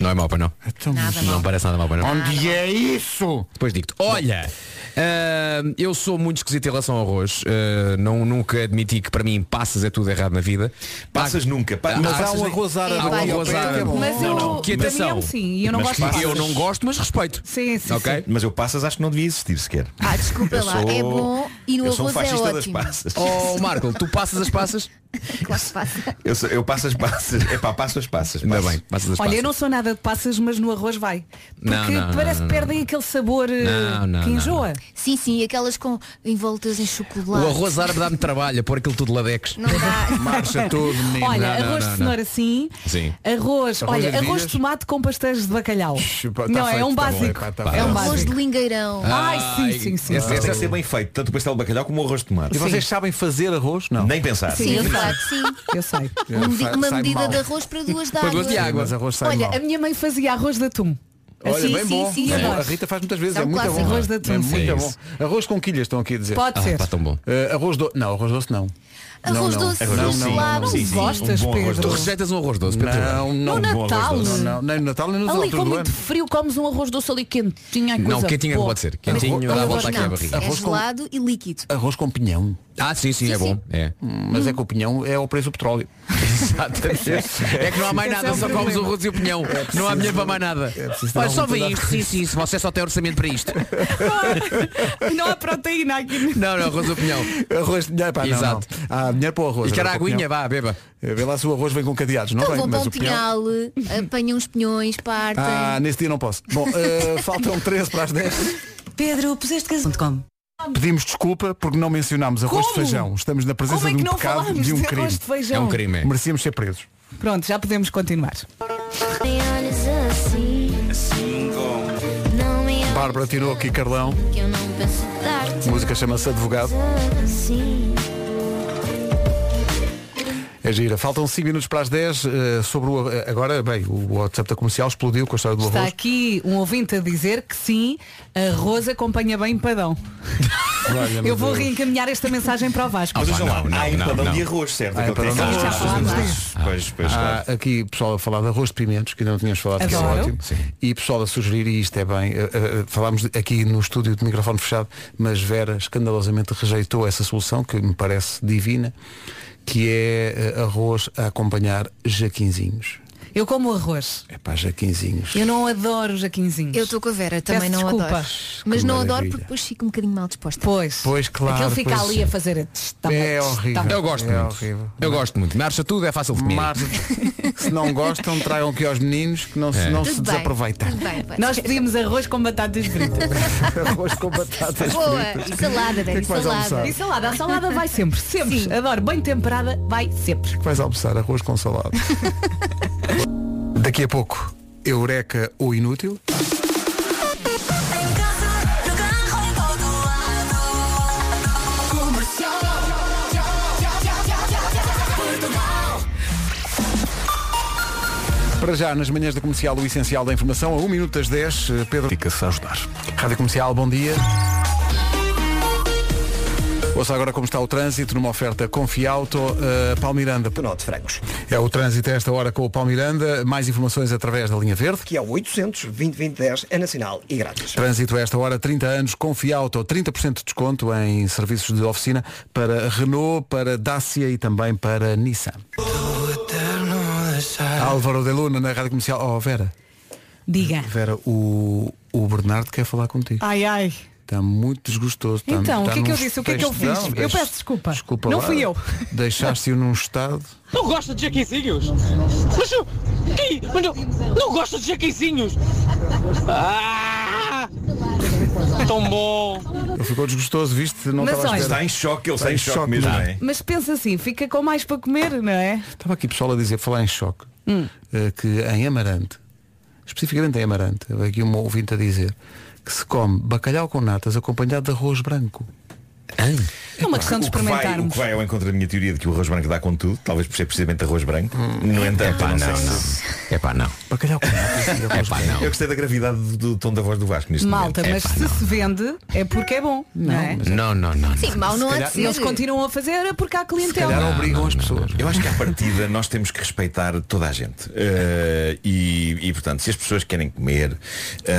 [SPEAKER 12] Não é mau para não.
[SPEAKER 2] Nada
[SPEAKER 12] não parece nada mau para não.
[SPEAKER 2] Onde é isso?
[SPEAKER 12] Depois digo-te, olha, ah, eu sou muito esquisito em relação ao arroz. Ah, não, nunca admiti que para mim passas é tudo errado na vida. Ah, Passas
[SPEAKER 23] nunca.
[SPEAKER 2] Mas há um arroz árabe
[SPEAKER 12] Há um
[SPEAKER 2] ali ao
[SPEAKER 12] arroz
[SPEAKER 2] pé que é
[SPEAKER 12] árabe.
[SPEAKER 2] bom.
[SPEAKER 3] Mas eu,
[SPEAKER 12] Que
[SPEAKER 3] para mim é
[SPEAKER 12] atenção.
[SPEAKER 3] um sim, e eu não
[SPEAKER 23] Mas
[SPEAKER 3] gosto
[SPEAKER 23] passas.
[SPEAKER 12] Eu não gosto, mas respeito.
[SPEAKER 3] Sim, sim, sim.
[SPEAKER 23] Mas eu passas acho que não devia existir sequer.
[SPEAKER 5] Ah, desculpa
[SPEAKER 23] é. Eu
[SPEAKER 5] lá, é
[SPEAKER 23] sou-
[SPEAKER 5] bom e no
[SPEAKER 23] eu sou um
[SPEAKER 5] arroz é
[SPEAKER 23] fascista das
[SPEAKER 5] ótimo.
[SPEAKER 23] passas.
[SPEAKER 12] Oh Marco, tu passas as passas?
[SPEAKER 5] Claro que passa.
[SPEAKER 23] Eu, sou- eu passo as passas. É pá, passo as passas. Ainda bem,
[SPEAKER 12] passas
[SPEAKER 3] Olha, eu não sou nada de passas, mas no arroz vai. Porque
[SPEAKER 23] Não, não,
[SPEAKER 3] parece
[SPEAKER 23] não,
[SPEAKER 3] que perdem aquele sabor eh,
[SPEAKER 12] Não, não,
[SPEAKER 3] que
[SPEAKER 12] não,
[SPEAKER 3] enjoa.
[SPEAKER 5] Sim, sim, aquelas com envoltas em chocolate.
[SPEAKER 12] O arroz árabe dá-me trabalho, a pôr aquilo tudo ladex.
[SPEAKER 5] Não dá.
[SPEAKER 12] Marcha tudo, menino.
[SPEAKER 3] Olha,
[SPEAKER 12] Não,
[SPEAKER 3] arroz
[SPEAKER 12] não, não,
[SPEAKER 3] de
[SPEAKER 12] não.
[SPEAKER 3] cenoura sim.
[SPEAKER 12] Sim.
[SPEAKER 3] Arroz,
[SPEAKER 12] Arroz de
[SPEAKER 3] olha, arroz
[SPEAKER 12] ervilhas.
[SPEAKER 3] de tomate com pastéis de bacalhau.
[SPEAKER 23] pá, tá
[SPEAKER 3] não, é
[SPEAKER 23] feito,
[SPEAKER 3] um
[SPEAKER 23] tá bom,
[SPEAKER 3] básico.
[SPEAKER 23] pá, tá
[SPEAKER 3] é um
[SPEAKER 23] bom.
[SPEAKER 5] Arroz
[SPEAKER 3] básico. Ah,
[SPEAKER 5] de lingueirão.
[SPEAKER 3] Ai, sim, sim, sim.
[SPEAKER 23] Esse, esse deve ser bem feito, tanto o pastel de bacalhau como o arroz de tomate.
[SPEAKER 2] E vocês sabem fazer arroz? Não.
[SPEAKER 23] Nem pensar.
[SPEAKER 5] Sim, eu claro que sim.
[SPEAKER 3] Eu sei.
[SPEAKER 5] Um medi- uma
[SPEAKER 2] Sai
[SPEAKER 5] medida
[SPEAKER 2] mal.
[SPEAKER 5] de arroz para duas de
[SPEAKER 2] Para
[SPEAKER 5] água.
[SPEAKER 2] duas de água. Mas arroz sai
[SPEAKER 3] Olha,
[SPEAKER 2] mal.
[SPEAKER 3] a minha mãe fazia arroz de atum.
[SPEAKER 2] é Olha,
[SPEAKER 3] Assim,
[SPEAKER 2] bem
[SPEAKER 3] sim,
[SPEAKER 2] bom.
[SPEAKER 3] sim,
[SPEAKER 2] É
[SPEAKER 3] eu
[SPEAKER 2] bom. A
[SPEAKER 3] gosto.
[SPEAKER 2] Rita faz muitas vezes,
[SPEAKER 3] É
[SPEAKER 2] é,
[SPEAKER 3] um
[SPEAKER 2] muito bom.
[SPEAKER 3] clássico. Arroz de atum, sim.
[SPEAKER 2] é muito
[SPEAKER 3] É
[SPEAKER 2] bom. Eh,
[SPEAKER 3] isso.
[SPEAKER 2] Arroz com quilhas estão aqui a dizer. tá
[SPEAKER 3] Pode Ah, ser. pá,
[SPEAKER 12] tão bom.
[SPEAKER 2] arroz doce. Não, arroz doce não.
[SPEAKER 3] Arroz
[SPEAKER 2] não, não.
[SPEAKER 3] doce,
[SPEAKER 2] Não, não, não,
[SPEAKER 3] claro,
[SPEAKER 2] não, não.
[SPEAKER 3] Sim, sim, um gostas, bom arroz Pedro?
[SPEAKER 12] Tu
[SPEAKER 3] doce.
[SPEAKER 12] rejeitas um arroz doce, Pedro.
[SPEAKER 2] Não, não.
[SPEAKER 3] No
[SPEAKER 2] Bom arroz
[SPEAKER 3] Um Natal.
[SPEAKER 2] doce. Não, não, nem no Natal, nem nos
[SPEAKER 3] Ali
[SPEAKER 2] alturas
[SPEAKER 3] com
[SPEAKER 2] do
[SPEAKER 3] muito
[SPEAKER 2] ano.
[SPEAKER 3] frio comes um arroz doce ali quentinho. ai,
[SPEAKER 12] Não,
[SPEAKER 3] coisa
[SPEAKER 12] quentinho é que
[SPEAKER 3] boa.
[SPEAKER 12] pode ser. Quentinho dá a
[SPEAKER 5] Arroz
[SPEAKER 12] volta aqui à
[SPEAKER 5] não,
[SPEAKER 12] barriga.
[SPEAKER 5] É
[SPEAKER 2] Arroz com-
[SPEAKER 5] gelado e líquido.
[SPEAKER 2] Arroz com pinhão.
[SPEAKER 12] Ah, sim, sim, é bom. É.
[SPEAKER 2] Mas
[SPEAKER 3] Hum.
[SPEAKER 2] é que o pinhão é ao preço do petróleo.
[SPEAKER 12] Exatamente. É que não há mais nada, só comes o arroz e o pinhão. não há dinheiro para mais nada.
[SPEAKER 2] ter
[SPEAKER 12] Olha, só
[SPEAKER 2] algum
[SPEAKER 12] vem
[SPEAKER 2] cuidado
[SPEAKER 12] isto,
[SPEAKER 2] com
[SPEAKER 12] sim, sim, se você só tem orçamento para isto.
[SPEAKER 3] Não há proteína aqui.
[SPEAKER 12] Não, não, arroz ou pinhão.
[SPEAKER 2] Arroz de dinheiro, pá, não,
[SPEAKER 12] Exato.
[SPEAKER 2] não. Há dinheiro para o arroz.
[SPEAKER 12] E quer
[SPEAKER 2] agora com
[SPEAKER 12] aguinha,
[SPEAKER 2] pinhão.
[SPEAKER 12] vá, beba.
[SPEAKER 2] Eh, Vê lá se o arroz vem com cadeados. Não
[SPEAKER 5] Então
[SPEAKER 2] vem,
[SPEAKER 5] vão para
[SPEAKER 2] mas
[SPEAKER 5] um
[SPEAKER 2] o pinhão...
[SPEAKER 5] pinhal, eh, apanham uns pinhões, partem.
[SPEAKER 2] Ah, nesse dia não posso. Bom, eh, faltam 13 para as 10.
[SPEAKER 3] Pedro, puseste casal.com.
[SPEAKER 2] Pedimos desculpa porque não mencionámos arroz
[SPEAKER 3] Como?
[SPEAKER 2] de feijão. Estamos na presença
[SPEAKER 3] Como é
[SPEAKER 2] de um
[SPEAKER 3] que não
[SPEAKER 2] pecado
[SPEAKER 3] falámos
[SPEAKER 2] de um
[SPEAKER 3] de
[SPEAKER 2] crime.
[SPEAKER 3] arroz de feijão? É um crime, é.
[SPEAKER 2] Merecíamos ser presos.
[SPEAKER 3] Pronto, já podemos continuar.
[SPEAKER 2] Bárbara tirou aqui Carlão. A música chama-se Advogado. É gira. Faltam 5 minutos para as 10. eh, sobre o, eh, agora, bem, o WhatsApp da comercial explodiu com a história do
[SPEAKER 3] Está
[SPEAKER 2] arroz.
[SPEAKER 3] aqui um ouvinte a dizer que sim, arroz acompanha bem empadão.
[SPEAKER 2] Olha, meu
[SPEAKER 3] Eu vou
[SPEAKER 2] Deus.
[SPEAKER 3] reencaminhar esta mensagem para o
[SPEAKER 12] Ah,
[SPEAKER 3] Vasco.
[SPEAKER 23] Mas vejam lá, há empadão de arroz, certo?
[SPEAKER 2] Há
[SPEAKER 12] é
[SPEAKER 23] Aquele que tem
[SPEAKER 2] empadão de
[SPEAKER 23] aquelas
[SPEAKER 2] arroz.
[SPEAKER 23] coisas
[SPEAKER 2] Já
[SPEAKER 23] doces. "Ah, Pois, pois,
[SPEAKER 12] Ah,
[SPEAKER 2] Há
[SPEAKER 23] claro.
[SPEAKER 2] aqui pessoal a falar de arroz de pimentos, que ainda não tínhamos falado, que é
[SPEAKER 3] Adoro.
[SPEAKER 2] ótimo. E pessoal a sugerir, e isto é bem, eh, eh, falámos aqui no estúdio de microfone fechado, mas Vera escandalosamente rejeitou essa solução, que me parece divina, que é eh, arroz a acompanhar jaquinzinhos.
[SPEAKER 3] Eu como arroz.
[SPEAKER 2] É pá, jaquinzinhos.
[SPEAKER 3] Eu não adoro jaquinzinhos.
[SPEAKER 5] Eu estou com a Vera, também
[SPEAKER 3] Peço
[SPEAKER 5] não
[SPEAKER 3] desculpa.
[SPEAKER 5] adoro. é? Mas
[SPEAKER 2] Que
[SPEAKER 5] não adoro
[SPEAKER 2] maravilha.
[SPEAKER 5] porque depois fico um bocadinho mal disposta.
[SPEAKER 3] Pois.
[SPEAKER 2] Pois claro.
[SPEAKER 3] Aquele fica
[SPEAKER 2] pois-
[SPEAKER 3] ali a fazer a tss, tá
[SPEAKER 2] É
[SPEAKER 3] bom, tss,
[SPEAKER 2] horrível.
[SPEAKER 3] tá bom.
[SPEAKER 12] Eu gosto
[SPEAKER 2] É
[SPEAKER 12] muito.
[SPEAKER 2] horrível.
[SPEAKER 12] Eu gosto muito. Marcha tudo, é fácil de comer.
[SPEAKER 2] Marcha- Se não gostam, traiam aqui aos meninos que não se,
[SPEAKER 12] É.
[SPEAKER 2] não
[SPEAKER 12] Tudo
[SPEAKER 2] se
[SPEAKER 12] bem.
[SPEAKER 2] desaproveita.
[SPEAKER 5] Tudo bem, vai.
[SPEAKER 3] Nós pedimos arroz com batatas fritas.
[SPEAKER 2] Arroz com batatas
[SPEAKER 5] Boa,
[SPEAKER 2] fritas.
[SPEAKER 5] e salada,
[SPEAKER 2] O que é
[SPEAKER 5] Dani,
[SPEAKER 2] que vais
[SPEAKER 5] salada.
[SPEAKER 2] almoçar?
[SPEAKER 3] E salada, a salada vai sempre, sempre. Adoro, bem temperada, vai sempre.
[SPEAKER 2] que vais almoçar? Arroz com salada. Daqui a pouco, Eureka ou Inútil. Para já, nas manhãs da comercial, o essencial da informação, a 1 minuto das 10, eh, Pedro.
[SPEAKER 13] Fica-se a ajudar.
[SPEAKER 2] Rádio Comercial, bom dia. Ouça agora como está o trânsito numa oferta Confiauto uh, Palmiranda.
[SPEAKER 4] Norte Francos.
[SPEAKER 2] É o trânsito a esta hora com o Palmiranda. Mais informações através da linha verde.
[SPEAKER 4] Que é o 800 2010 é nacional e grátis.
[SPEAKER 2] Trânsito a esta hora, 30 anos, Confiauto, 30% de desconto em serviços de oficina para Renault, para Dacia e também para Nissan. Álvaro de Luna na Rádio Comercial. Oh, Vera,
[SPEAKER 3] Diga.
[SPEAKER 2] Vera, o, o Bernardo quer falar contigo.
[SPEAKER 3] Ai, ai.
[SPEAKER 2] Está muito desgostoso. Está,
[SPEAKER 3] Então,
[SPEAKER 2] está
[SPEAKER 3] o que é que eu
[SPEAKER 2] num
[SPEAKER 3] disse? O que é que eu
[SPEAKER 2] textão.
[SPEAKER 3] fiz? Eu
[SPEAKER 2] Deixa-
[SPEAKER 3] peço desculpa.
[SPEAKER 2] Desculpa
[SPEAKER 3] Não
[SPEAKER 2] lá.
[SPEAKER 3] fui eu.
[SPEAKER 2] Deixaste-o num estado.
[SPEAKER 22] Não gosta de jaquezinhos? Mas eu... Que? Mas não, não gosta de jaquezinhos? Ah! Tão bom.
[SPEAKER 2] Ele ficou desgostoso, viste? Não
[SPEAKER 3] Mas
[SPEAKER 2] estava à
[SPEAKER 3] olha-
[SPEAKER 2] espera.
[SPEAKER 23] Está em choque, ele está em choque mesmo,
[SPEAKER 2] não
[SPEAKER 23] não é?
[SPEAKER 3] Mas pensa assim, fica com mais para comer, não é?
[SPEAKER 2] Estava aqui pessoal a dizer, falar em choque,
[SPEAKER 3] Hum.
[SPEAKER 2] eh, que em Amarante, especificamente em Amarante, houve aqui um ouvinte a dizer que se come bacalhau com natas acompanhado de arroz branco.
[SPEAKER 3] É uma questão de
[SPEAKER 23] O que vai- O
[SPEAKER 3] experimentarmos.
[SPEAKER 23] que vai ao encontro da minha teoria de que o arroz branco dá com tudo, talvez por ser precisamente arroz branco. No entanto,
[SPEAKER 12] Hum. Epá,
[SPEAKER 23] eu não,
[SPEAKER 12] não,
[SPEAKER 23] sei
[SPEAKER 12] não.
[SPEAKER 23] se-
[SPEAKER 12] É pá, não.
[SPEAKER 2] Bacalhau com natas e arroz
[SPEAKER 12] Epá,
[SPEAKER 2] branco.
[SPEAKER 12] não.
[SPEAKER 23] Eu gostei da gravidade do, do tom da voz do Vasco neste
[SPEAKER 3] Malta, mas
[SPEAKER 23] momento.
[SPEAKER 3] se se vende é porque é bom, não, é?
[SPEAKER 12] Não, não, não.
[SPEAKER 3] Sim, mal
[SPEAKER 23] não há de ser.
[SPEAKER 3] Eles continuam a fazer é porque há clientela.
[SPEAKER 2] obrigam as pessoas.
[SPEAKER 23] Eu acho que à partida nós temos que respeitar toda a gente. Eh, e, e, portanto, se as pessoas querem comer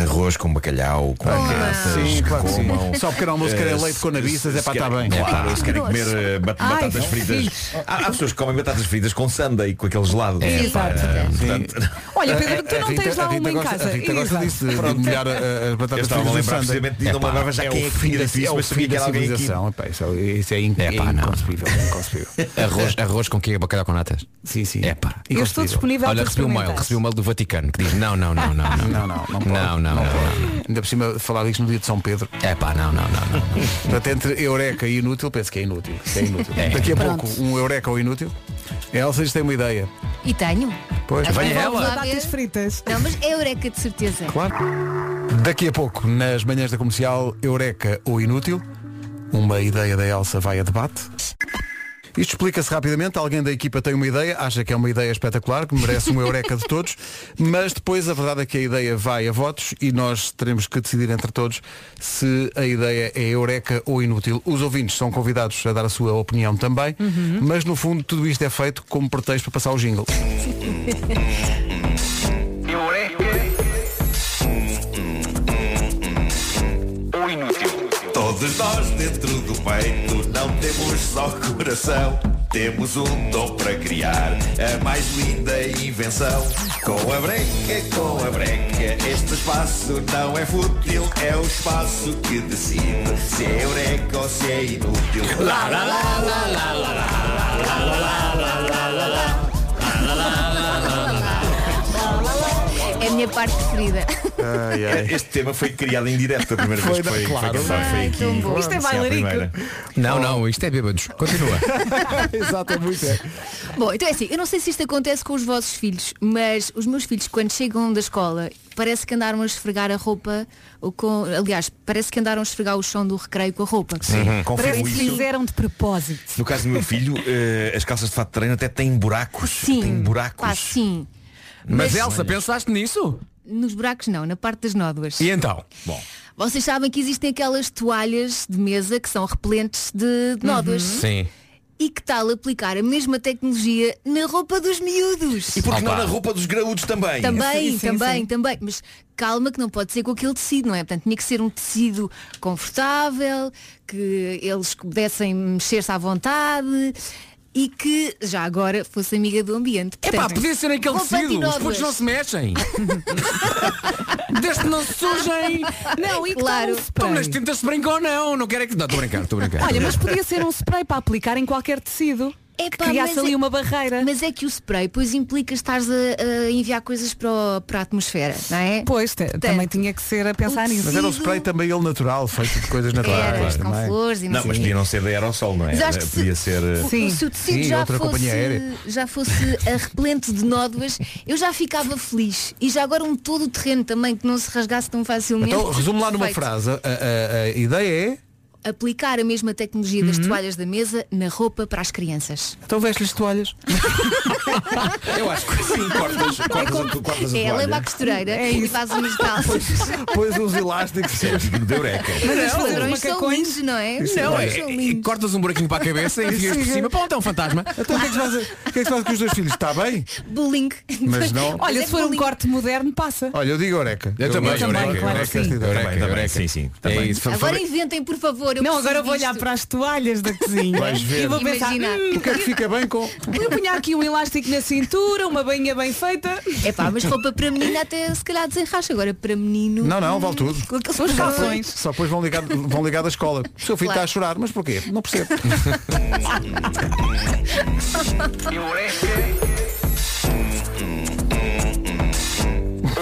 [SPEAKER 23] arroz com bacalhau, com
[SPEAKER 2] Claro que é.
[SPEAKER 23] natas,
[SPEAKER 2] Sim,
[SPEAKER 23] que
[SPEAKER 2] claro que sim.
[SPEAKER 23] comam.
[SPEAKER 2] Só pequeno almoço, querem
[SPEAKER 23] Eh,
[SPEAKER 2] leite com
[SPEAKER 23] se-
[SPEAKER 2] nabiças, é
[SPEAKER 23] se
[SPEAKER 2] pá, tá
[SPEAKER 23] querem-
[SPEAKER 2] bem.
[SPEAKER 23] Claro, se querem
[SPEAKER 2] Que doce.
[SPEAKER 23] comer eh, bat-
[SPEAKER 2] Ai,
[SPEAKER 23] batatas
[SPEAKER 2] que
[SPEAKER 23] fritas.
[SPEAKER 2] fixe.
[SPEAKER 23] Há, há pessoas que comem batatas fritas com sundae, com aquele gelado.
[SPEAKER 3] É,
[SPEAKER 23] Eh, pá,
[SPEAKER 3] Exato.
[SPEAKER 23] portanto-
[SPEAKER 3] Olha, Pedro,
[SPEAKER 2] A-
[SPEAKER 3] tu
[SPEAKER 2] a
[SPEAKER 3] não
[SPEAKER 2] Rita-
[SPEAKER 3] tens lá
[SPEAKER 2] a Rita
[SPEAKER 3] uma em
[SPEAKER 2] gosta-
[SPEAKER 3] casa.
[SPEAKER 2] A Rita gosta
[SPEAKER 3] Exato.
[SPEAKER 2] disso, de- de molhar uh, as
[SPEAKER 23] Eu
[SPEAKER 2] batatas
[SPEAKER 23] estava a
[SPEAKER 2] fritas em
[SPEAKER 23] lembrar
[SPEAKER 2] sundae.
[SPEAKER 23] precisamente e não me
[SPEAKER 2] Epá,
[SPEAKER 23] lembrava já
[SPEAKER 2] é
[SPEAKER 23] quem
[SPEAKER 2] o
[SPEAKER 23] é que
[SPEAKER 2] fim
[SPEAKER 23] fazia
[SPEAKER 2] da
[SPEAKER 23] isso,
[SPEAKER 2] é o
[SPEAKER 23] mas sabia que
[SPEAKER 2] fim da
[SPEAKER 23] era alguém aqui.
[SPEAKER 2] civilização. Epá, Isso é in- é in- é
[SPEAKER 12] Epá, não.
[SPEAKER 2] inconcebível. é inconcebível.
[SPEAKER 12] Arroz, arroz com que bacalhau com natas?
[SPEAKER 2] Sim, sim.
[SPEAKER 12] É pá.
[SPEAKER 3] Eu estou disponível
[SPEAKER 12] Olha,
[SPEAKER 3] para
[SPEAKER 12] recebi um mail,
[SPEAKER 3] experimentar.
[SPEAKER 12] recebi um mail do Vaticano que diz não, não, não, não, não.
[SPEAKER 2] Não, não, não pode.
[SPEAKER 12] Não, não, não.
[SPEAKER 2] Ainda por cima falar isto no dia de São Pedro.
[SPEAKER 12] É pá, não, não, não, não.
[SPEAKER 2] Portanto, entre eureka e inútil, penso que é inútil. que é inútil.
[SPEAKER 12] É.
[SPEAKER 2] Daqui a
[SPEAKER 12] Pronto.
[SPEAKER 2] pouco, um eureka ou inútil. A Elsa diz que tem uma ideia.
[SPEAKER 5] E tenho.
[SPEAKER 2] Pois,
[SPEAKER 5] Então
[SPEAKER 2] venha
[SPEAKER 5] vamos
[SPEAKER 2] ela.
[SPEAKER 5] lá ver.
[SPEAKER 3] Batatas fritas.
[SPEAKER 5] Não, mas é eureka de certeza.
[SPEAKER 2] Claro. Daqui a pouco, nas manhãs da comercial, eureka ou inútil, uma ideia da Elsa vai a debate. Isto explica-se rapidamente, alguém da equipa tem uma ideia, acha que é uma ideia espetacular, que merece uma eureka de todos, mas depois a verdade é que a ideia vai a votos e nós teremos que decidir entre todos se a ideia é eureka ou inútil. Os ouvintes são convidados a dar a sua opinião também, mas no fundo tudo isto é feito como pretexto para passar o jingle.
[SPEAKER 16] Ou inútil.
[SPEAKER 23] Todos nós dentro do peito não temos só coração. Temos um dom para criar a mais linda invenção. Com a breca, com a breca, este espaço não é fútil. É o espaço que decide se é eureka ou se é inútil. Lá, lá, lá, lá, lá, lá, lá.
[SPEAKER 5] É a minha parte preferida.
[SPEAKER 23] Este tema foi criado em direto a primeira
[SPEAKER 12] Foi,
[SPEAKER 23] vez que foi, foi
[SPEAKER 12] claro.
[SPEAKER 23] cantado, foi
[SPEAKER 12] Ai,
[SPEAKER 23] aqui.
[SPEAKER 12] tão bom.
[SPEAKER 5] Isto é
[SPEAKER 23] sim, à
[SPEAKER 5] bailarico.
[SPEAKER 23] primeira.
[SPEAKER 12] Não, não, isto é bêbados. Continua.
[SPEAKER 2] Exato, é muito.
[SPEAKER 5] Bom, então é assim, eu não sei se isto acontece com os vossos filhos, mas os meus filhos quando chegam da escola parece que andaram a esfregar a roupa, ou com, aliás, parece que andaram a esfregar o chão do recreio com a roupa.
[SPEAKER 23] Sim, Uhum. confirmo
[SPEAKER 3] Parece que
[SPEAKER 23] isso.
[SPEAKER 3] fizeram de propósito.
[SPEAKER 23] No caso do meu filho, eh, as calças de fato de treino até têm buracos.
[SPEAKER 5] Sim.
[SPEAKER 23] Têm buracos.
[SPEAKER 5] Pá, sim.
[SPEAKER 23] Mas,
[SPEAKER 12] Elsa, pensaste nisso?
[SPEAKER 5] Nos buracos não, na parte das nódoas.
[SPEAKER 12] E então?
[SPEAKER 23] Bom.
[SPEAKER 5] Vocês sabem que existem aquelas toalhas de mesa que são repelentes de
[SPEAKER 12] Uhum.
[SPEAKER 5] de nódoas.
[SPEAKER 12] Sim.
[SPEAKER 5] E que tal aplicar a mesma tecnologia na roupa dos miúdos?
[SPEAKER 23] E porque não na roupa dos graúdos também?
[SPEAKER 5] Também,
[SPEAKER 23] Sim, sim,
[SPEAKER 5] também,
[SPEAKER 23] sim.
[SPEAKER 5] também. Mas calma que não pode ser com aquele tecido, não é? Portanto, tinha que ser um tecido confortável, que eles pudessem mexer-se à vontade e que já agora fosse amiga do ambiente.
[SPEAKER 12] É pá,
[SPEAKER 5] Portanto,
[SPEAKER 12] podia ser naquele
[SPEAKER 5] roupa
[SPEAKER 12] tecido. Os
[SPEAKER 5] antinóduas.
[SPEAKER 12] putos não se mexem. Desde que não se sujem.
[SPEAKER 3] Não, e que
[SPEAKER 5] Claro.
[SPEAKER 3] claro.
[SPEAKER 12] Como nas tintas se brinca ou não. Não quero é que. Não, estou a brincar, estou a brincar.
[SPEAKER 3] Olha, mas podia ser um spray para aplicar em qualquer tecido.
[SPEAKER 5] É
[SPEAKER 3] que criasse ali uma barreira.
[SPEAKER 5] Mas é que o spray pois implica estares a, a enviar coisas para, o- para a atmosfera, não é?
[SPEAKER 3] Pois, te- também tinha que ser a pensar nisso.
[SPEAKER 2] Mas era o spray também ele natural, feito de coisas naturais. é?
[SPEAKER 5] com
[SPEAKER 2] também.
[SPEAKER 5] flores e
[SPEAKER 23] Não, mas podia não ser de aerossol, não é?
[SPEAKER 5] Mas acho que
[SPEAKER 23] Podia ser. eh,
[SPEAKER 5] O- Se o tecido
[SPEAKER 23] Sim,
[SPEAKER 5] já,
[SPEAKER 23] outra companhia
[SPEAKER 5] fosse,
[SPEAKER 23] aérea.
[SPEAKER 5] já fosse a repelente de nódoas, eu já ficava feliz. E já agora um todo o terreno também que não se rasgasse tão facilmente.
[SPEAKER 2] Então, resumo lá numa
[SPEAKER 5] Perfeito.
[SPEAKER 2] frase. A, a- a ideia é.
[SPEAKER 5] Aplicar a mesma tecnologia
[SPEAKER 23] Uhum.
[SPEAKER 5] das toalhas da mesa na roupa para as crianças.
[SPEAKER 2] Então veste-lhes toalhas.
[SPEAKER 12] Eu acho
[SPEAKER 23] que sim, cortas, cortas, a tu- cortas a
[SPEAKER 5] é,
[SPEAKER 23] toalha.
[SPEAKER 5] leva à costureira e faz umas calças.
[SPEAKER 2] Pois uns elásticos.
[SPEAKER 23] Isso é digno de eureka.
[SPEAKER 5] Mas os
[SPEAKER 12] Não,
[SPEAKER 5] padrões são lindos, não é? Os
[SPEAKER 12] Não, é,
[SPEAKER 5] padrões são
[SPEAKER 12] é-
[SPEAKER 5] lindos.
[SPEAKER 12] cortas um buraquinho para a cabeça e
[SPEAKER 2] Sim,
[SPEAKER 12] enfias por
[SPEAKER 2] sim.
[SPEAKER 12] cima. Pronto, é um fantasma.
[SPEAKER 2] Então o que é que se faz, o que é que se faz com os dois filhos? Está bem?
[SPEAKER 5] Bullying.
[SPEAKER 2] Mas não-
[SPEAKER 5] é
[SPEAKER 3] Olha, se for um corte moderno, passa.
[SPEAKER 2] Olha, eu digo Eureka.
[SPEAKER 12] Eu também, Eureka, Eureka,
[SPEAKER 2] esta ideia.
[SPEAKER 12] Eureka,
[SPEAKER 23] Também, também,
[SPEAKER 12] Eureka.
[SPEAKER 23] sim, sim.
[SPEAKER 12] É
[SPEAKER 23] Também.
[SPEAKER 12] isso. Fa-
[SPEAKER 5] Agora
[SPEAKER 12] fa-
[SPEAKER 5] inventem, por favor. eu
[SPEAKER 3] Não,
[SPEAKER 5] preciso
[SPEAKER 3] agora vou olhar
[SPEAKER 5] disto.
[SPEAKER 3] para as toalhas da cozinha
[SPEAKER 2] Vais ver.
[SPEAKER 3] e vou pensar,
[SPEAKER 5] Imagina.
[SPEAKER 3] hum,
[SPEAKER 2] O que é que fica bem com.
[SPEAKER 3] eu punha aqui um elástico na cintura, uma bainha bem feita.
[SPEAKER 5] É pá, mas roupa para menina até se calhar desenracha. Agora para menino.
[SPEAKER 2] Não, não, vale tudo.
[SPEAKER 5] Com aqueles calções.
[SPEAKER 2] Só depois vão ligar, vão ligar da escola. O seu filho
[SPEAKER 5] Claro.
[SPEAKER 2] está a chorar, mas porquê? Não percebo.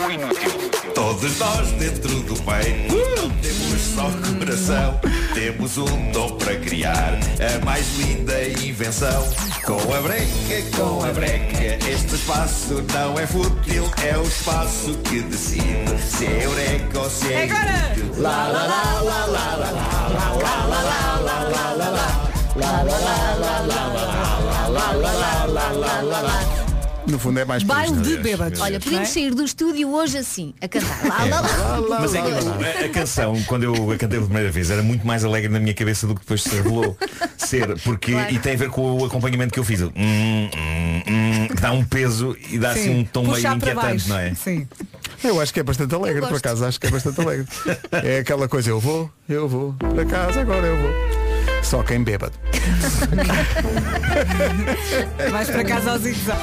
[SPEAKER 16] Ou inútil.
[SPEAKER 23] Todos nós dentro do bem Não temos só coração Temos um dom para criar A mais linda invenção Com a breca, com a breca Este espaço não é fútil É o espaço que decide Se é eureka ou se é
[SPEAKER 19] Agora!
[SPEAKER 23] inútil. Lá, lá, lá, lá, lá, lá, lá, lá, lá, lá, lá, lá, lá, lá.
[SPEAKER 2] No fundo é mais por
[SPEAKER 5] Baile
[SPEAKER 2] isto,
[SPEAKER 5] de
[SPEAKER 2] aliás.
[SPEAKER 5] bêbados. Olha,
[SPEAKER 3] é?
[SPEAKER 5] podemos sair do estúdio hoje assim, a cantar. Lá, lá, lá, lá,
[SPEAKER 23] Mas é que a, a canção, quando eu a cantei pela primeira vez, era muito mais alegre na minha cabeça do que depois se revelou ser. Porque,
[SPEAKER 5] Claro.
[SPEAKER 23] E tem a ver com o acompanhamento que eu fiz. Hum, hum, hum, que dá um peso e dá assim um tom meio inquietante, não é?
[SPEAKER 3] Sim.
[SPEAKER 2] Eu acho que é bastante alegre, por acaso, acho que é bastante alegre. é aquela coisa, eu vou, eu vou, para casa agora eu vou. Só quem bêbado.
[SPEAKER 3] Vais para casa ao zigzag.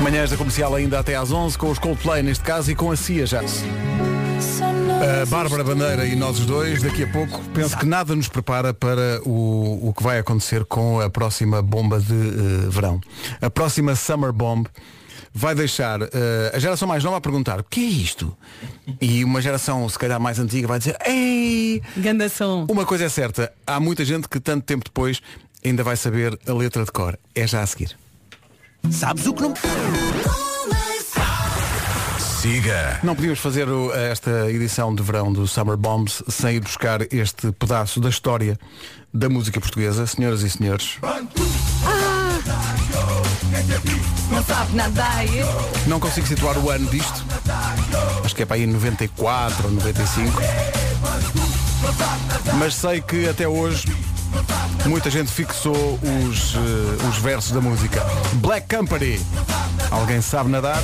[SPEAKER 2] Manhãs da comercial ainda até às 11, com os Coldplay neste caso e com a CIA já. A Bárbara Bandeira e nós os dois, daqui a pouco, penso que nada nos prepara para o, o que vai acontecer com a próxima bomba de eh, verão. A próxima Summer Bomb vai deixar eh, a geração mais nova a perguntar o que é isto? E uma geração, se calhar, mais antiga vai dizer Ei!
[SPEAKER 3] Gandação.
[SPEAKER 2] Uma coisa é certa, há muita gente que tanto tempo depois ainda vai saber a letra de cor. É já a seguir. Sabes o que não...
[SPEAKER 16] Siga.
[SPEAKER 2] Não podíamos fazer o- esta edição de verão do Summer Bombs sem ir buscar este pedaço da história da música portuguesa, senhoras e senhores.
[SPEAKER 3] Não sabe nadar. é?
[SPEAKER 2] Não consigo situar o ano disto. Acho que é para aí 94 ou 95. Mas sei que até hoje muita gente fixou os, eh, os versos da música. Black Company. Alguém sabe nadar?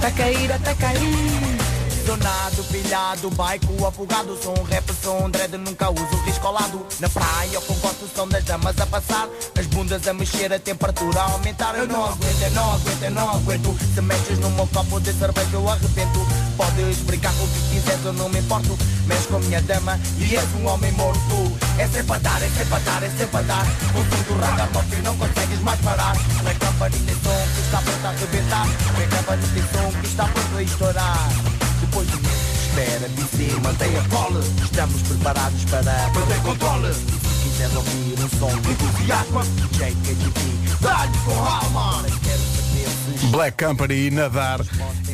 [SPEAKER 7] Tá cair, tá cair. Donado, pilhado, baico, afogado Sou um rapper, sou um dread, nunca uso risco colado Na praia com gosto são das damas a passar As bundas a mexer, a temperatura a aumentar Eu não aguento, eu não aguento, eu não aguento Se mexes no meu copo de cerveja eu arrebento Podes brincar com o que quiseres, eu não me importo Mexe com a minha dama e és um homem morto É sempre a dar, é sempre a dar, é sempre a dar O som do ragamuffin não consegues mais parar Na campanha tem som que está pronto a arrebentar Na campanha tem som que está pronto a estourar Depois do espera, BC, mantém a cola Estamos preparados para perder controle Se quiseres ouvir um som de entusiasmo DJ KGB, dá-lhe com alma Quero saber se
[SPEAKER 2] Black Company e nadar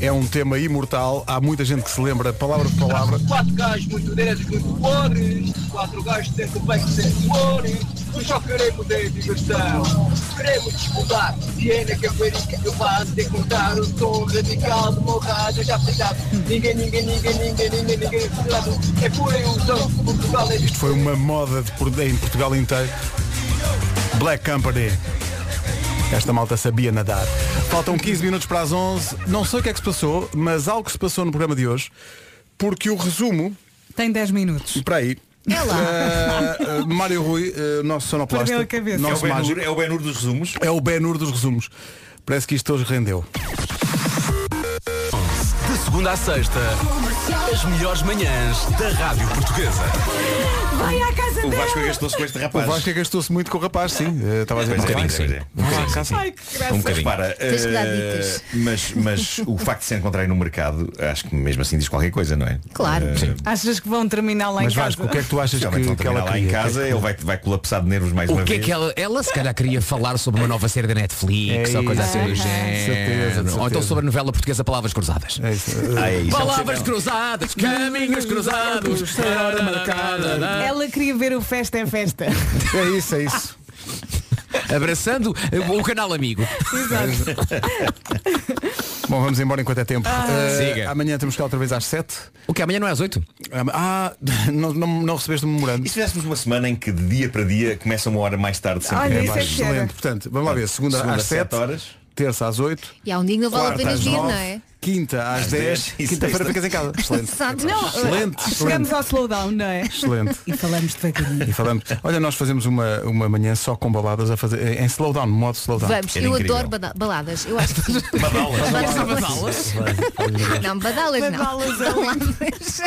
[SPEAKER 2] é um tema imortal. Há muita gente que se lembra palavra por palavra.
[SPEAKER 8] Quatro gajos muito diretos, muito cores. Quatro gajos sempre bem que sem cores. Nós só queremos ter diversão. Queremos disputar. E é na capoeirica que eu faço de contar o som radical do meu rádio já fritado. Ninguém, ninguém, ninguém, ninguém, ninguém, ninguém fritado. É pura ilusão. Portugal é
[SPEAKER 2] Isto foi uma moda de por- em Portugal inteiro. Black Company. Esta malta sabia nadar. Faltam 15 minutos para as 11. Não sei o que é que se passou, mas algo se passou no programa de hoje, porque o resumo.
[SPEAKER 3] Tem 10 minutos.
[SPEAKER 2] Para aí.
[SPEAKER 3] É lá.
[SPEAKER 2] Eh, eh, Mário Rui, eh, nosso sonoplasta.
[SPEAKER 3] Perdeu a cabeça.
[SPEAKER 2] Nosso
[SPEAKER 23] É o Ben-Hur-
[SPEAKER 2] mágico.
[SPEAKER 23] é o Ben-Hur dos resumos.
[SPEAKER 2] É o Benur dos resumos. Parece que isto hoje rendeu.
[SPEAKER 16] De segunda à sexta, as melhores manhãs da Rádio Portuguesa.
[SPEAKER 3] Vai à casa
[SPEAKER 23] O Vasco
[SPEAKER 3] dela.
[SPEAKER 23] gastou-se com este
[SPEAKER 2] O
[SPEAKER 23] rapaz.
[SPEAKER 2] Vasco gastou-se muito com o rapaz, sim. Eh, Estava a
[SPEAKER 23] Pois
[SPEAKER 2] dizer
[SPEAKER 23] é,
[SPEAKER 2] um bocadinho.
[SPEAKER 23] pois é, pois é. Um bocadinho, sim, sim.
[SPEAKER 3] Ai, que graça.
[SPEAKER 23] Um bocadinho. Repara,
[SPEAKER 3] Tens que dar
[SPEAKER 23] eh,
[SPEAKER 3] dicas.
[SPEAKER 23] mas, mas o facto de se encontrarem no mercado, acho que mesmo assim diz qualquer coisa, não é?
[SPEAKER 3] Claro.
[SPEAKER 23] Eh,
[SPEAKER 3] Achas que vão terminar lá em casa?
[SPEAKER 2] é
[SPEAKER 23] Realmente vão terminar lá em
[SPEAKER 12] queria?
[SPEAKER 23] casa,
[SPEAKER 12] O que é que-
[SPEAKER 23] ele vai, vai colapsar de nervos mais
[SPEAKER 12] o
[SPEAKER 23] uma
[SPEAKER 12] que é
[SPEAKER 23] vez.
[SPEAKER 12] que ela, ela se calhar queria falar sobre uma nova série da Netflix
[SPEAKER 23] É
[SPEAKER 12] ou coisa
[SPEAKER 23] isso,
[SPEAKER 12] assim do
[SPEAKER 23] de
[SPEAKER 12] género.
[SPEAKER 23] certeza, de
[SPEAKER 12] Ou então
[SPEAKER 23] certeza.
[SPEAKER 12] sobre a novela portuguesa Palavras Cruzadas.
[SPEAKER 23] Ah, é isso.
[SPEAKER 12] Palavras cruzadas, caminhos cruzados, hora marcada.
[SPEAKER 3] Ela queria ver o Festa é Festa.
[SPEAKER 2] É isso, é isso.
[SPEAKER 12] Abraçando eh, o canal amigo.
[SPEAKER 2] Bom, vamos embora enquanto é tempo.
[SPEAKER 12] Ah.
[SPEAKER 2] Eh,
[SPEAKER 12] Siga.
[SPEAKER 2] amanhã temos que ir outra vez às 7.
[SPEAKER 12] O que amanhã não é às 8?
[SPEAKER 2] Ah, não, não, não recebeste o memorando.
[SPEAKER 23] E se tivéssemos uma semana em que de dia para dia começa uma hora mais tarde sempre?
[SPEAKER 2] Olha, isso é
[SPEAKER 23] mais-
[SPEAKER 2] que era. Excelente. Portanto, vamos lá ver. Segunda às sete.
[SPEAKER 23] horas.
[SPEAKER 2] Terça às 8.
[SPEAKER 5] E há um dia que não vale a
[SPEAKER 2] Quarta
[SPEAKER 5] pena
[SPEAKER 2] às
[SPEAKER 5] vir, não
[SPEAKER 2] nove,
[SPEAKER 5] é?
[SPEAKER 2] Quinta
[SPEAKER 23] Às
[SPEAKER 2] às 10.
[SPEAKER 23] dez, e sexta.
[SPEAKER 2] Quinta-feira ficas em casa. Excelente.
[SPEAKER 5] Exato.
[SPEAKER 3] Não,
[SPEAKER 2] Excelente,
[SPEAKER 3] eh,
[SPEAKER 2] excelente.
[SPEAKER 3] Chegamos ao slowdown, não é?
[SPEAKER 2] Excelente.
[SPEAKER 3] E falamos é devagarinho.
[SPEAKER 2] E falamos. Olha, nós fazemos uma, uma manhã só com baladas a fazer em slowdown, modo slowdown.
[SPEAKER 5] Vamos, eu adoro bada- baladas. Eu acho que sim. assim.
[SPEAKER 19] Badalas.
[SPEAKER 5] Não, badalas não.
[SPEAKER 19] Badalas é
[SPEAKER 5] Badalas.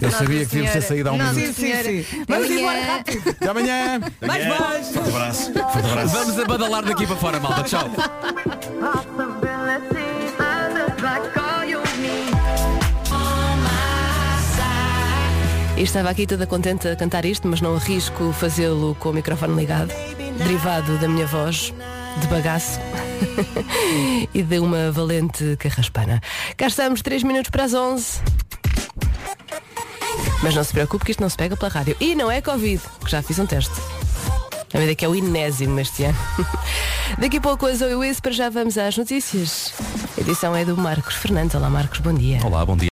[SPEAKER 2] Eu sabia que devíamos ter saído há um
[SPEAKER 5] Nossa
[SPEAKER 2] minuto.
[SPEAKER 5] Senhora.
[SPEAKER 19] Vamos
[SPEAKER 5] Amanhã-
[SPEAKER 19] embora rápido.
[SPEAKER 2] Até amanhã.
[SPEAKER 19] Mais
[SPEAKER 12] Amanhã.
[SPEAKER 19] baixo.
[SPEAKER 23] um
[SPEAKER 12] Forte abraço. Vamos a badalar daqui para fora, malta. Tchau.
[SPEAKER 19] Possibilities under the
[SPEAKER 1] E estava aqui toda contente a cantar isto, mas não arrisco fazê-lo com o microfone ligado, derivado da minha voz de bagaço e de uma valente carraspana. Cá estamos, 3 minutos para as 11. Mas não se preocupe que isto não se pega pela rádio. E não é Covid, que já fiz um teste. A medida que é o inésimo este ano. Daqui a pouco a Zoe Wiz, para já vamos às notícias. A edição é do Marcos Fernandes. Olá Marcos, bom dia.
[SPEAKER 16] Olá, bom dia.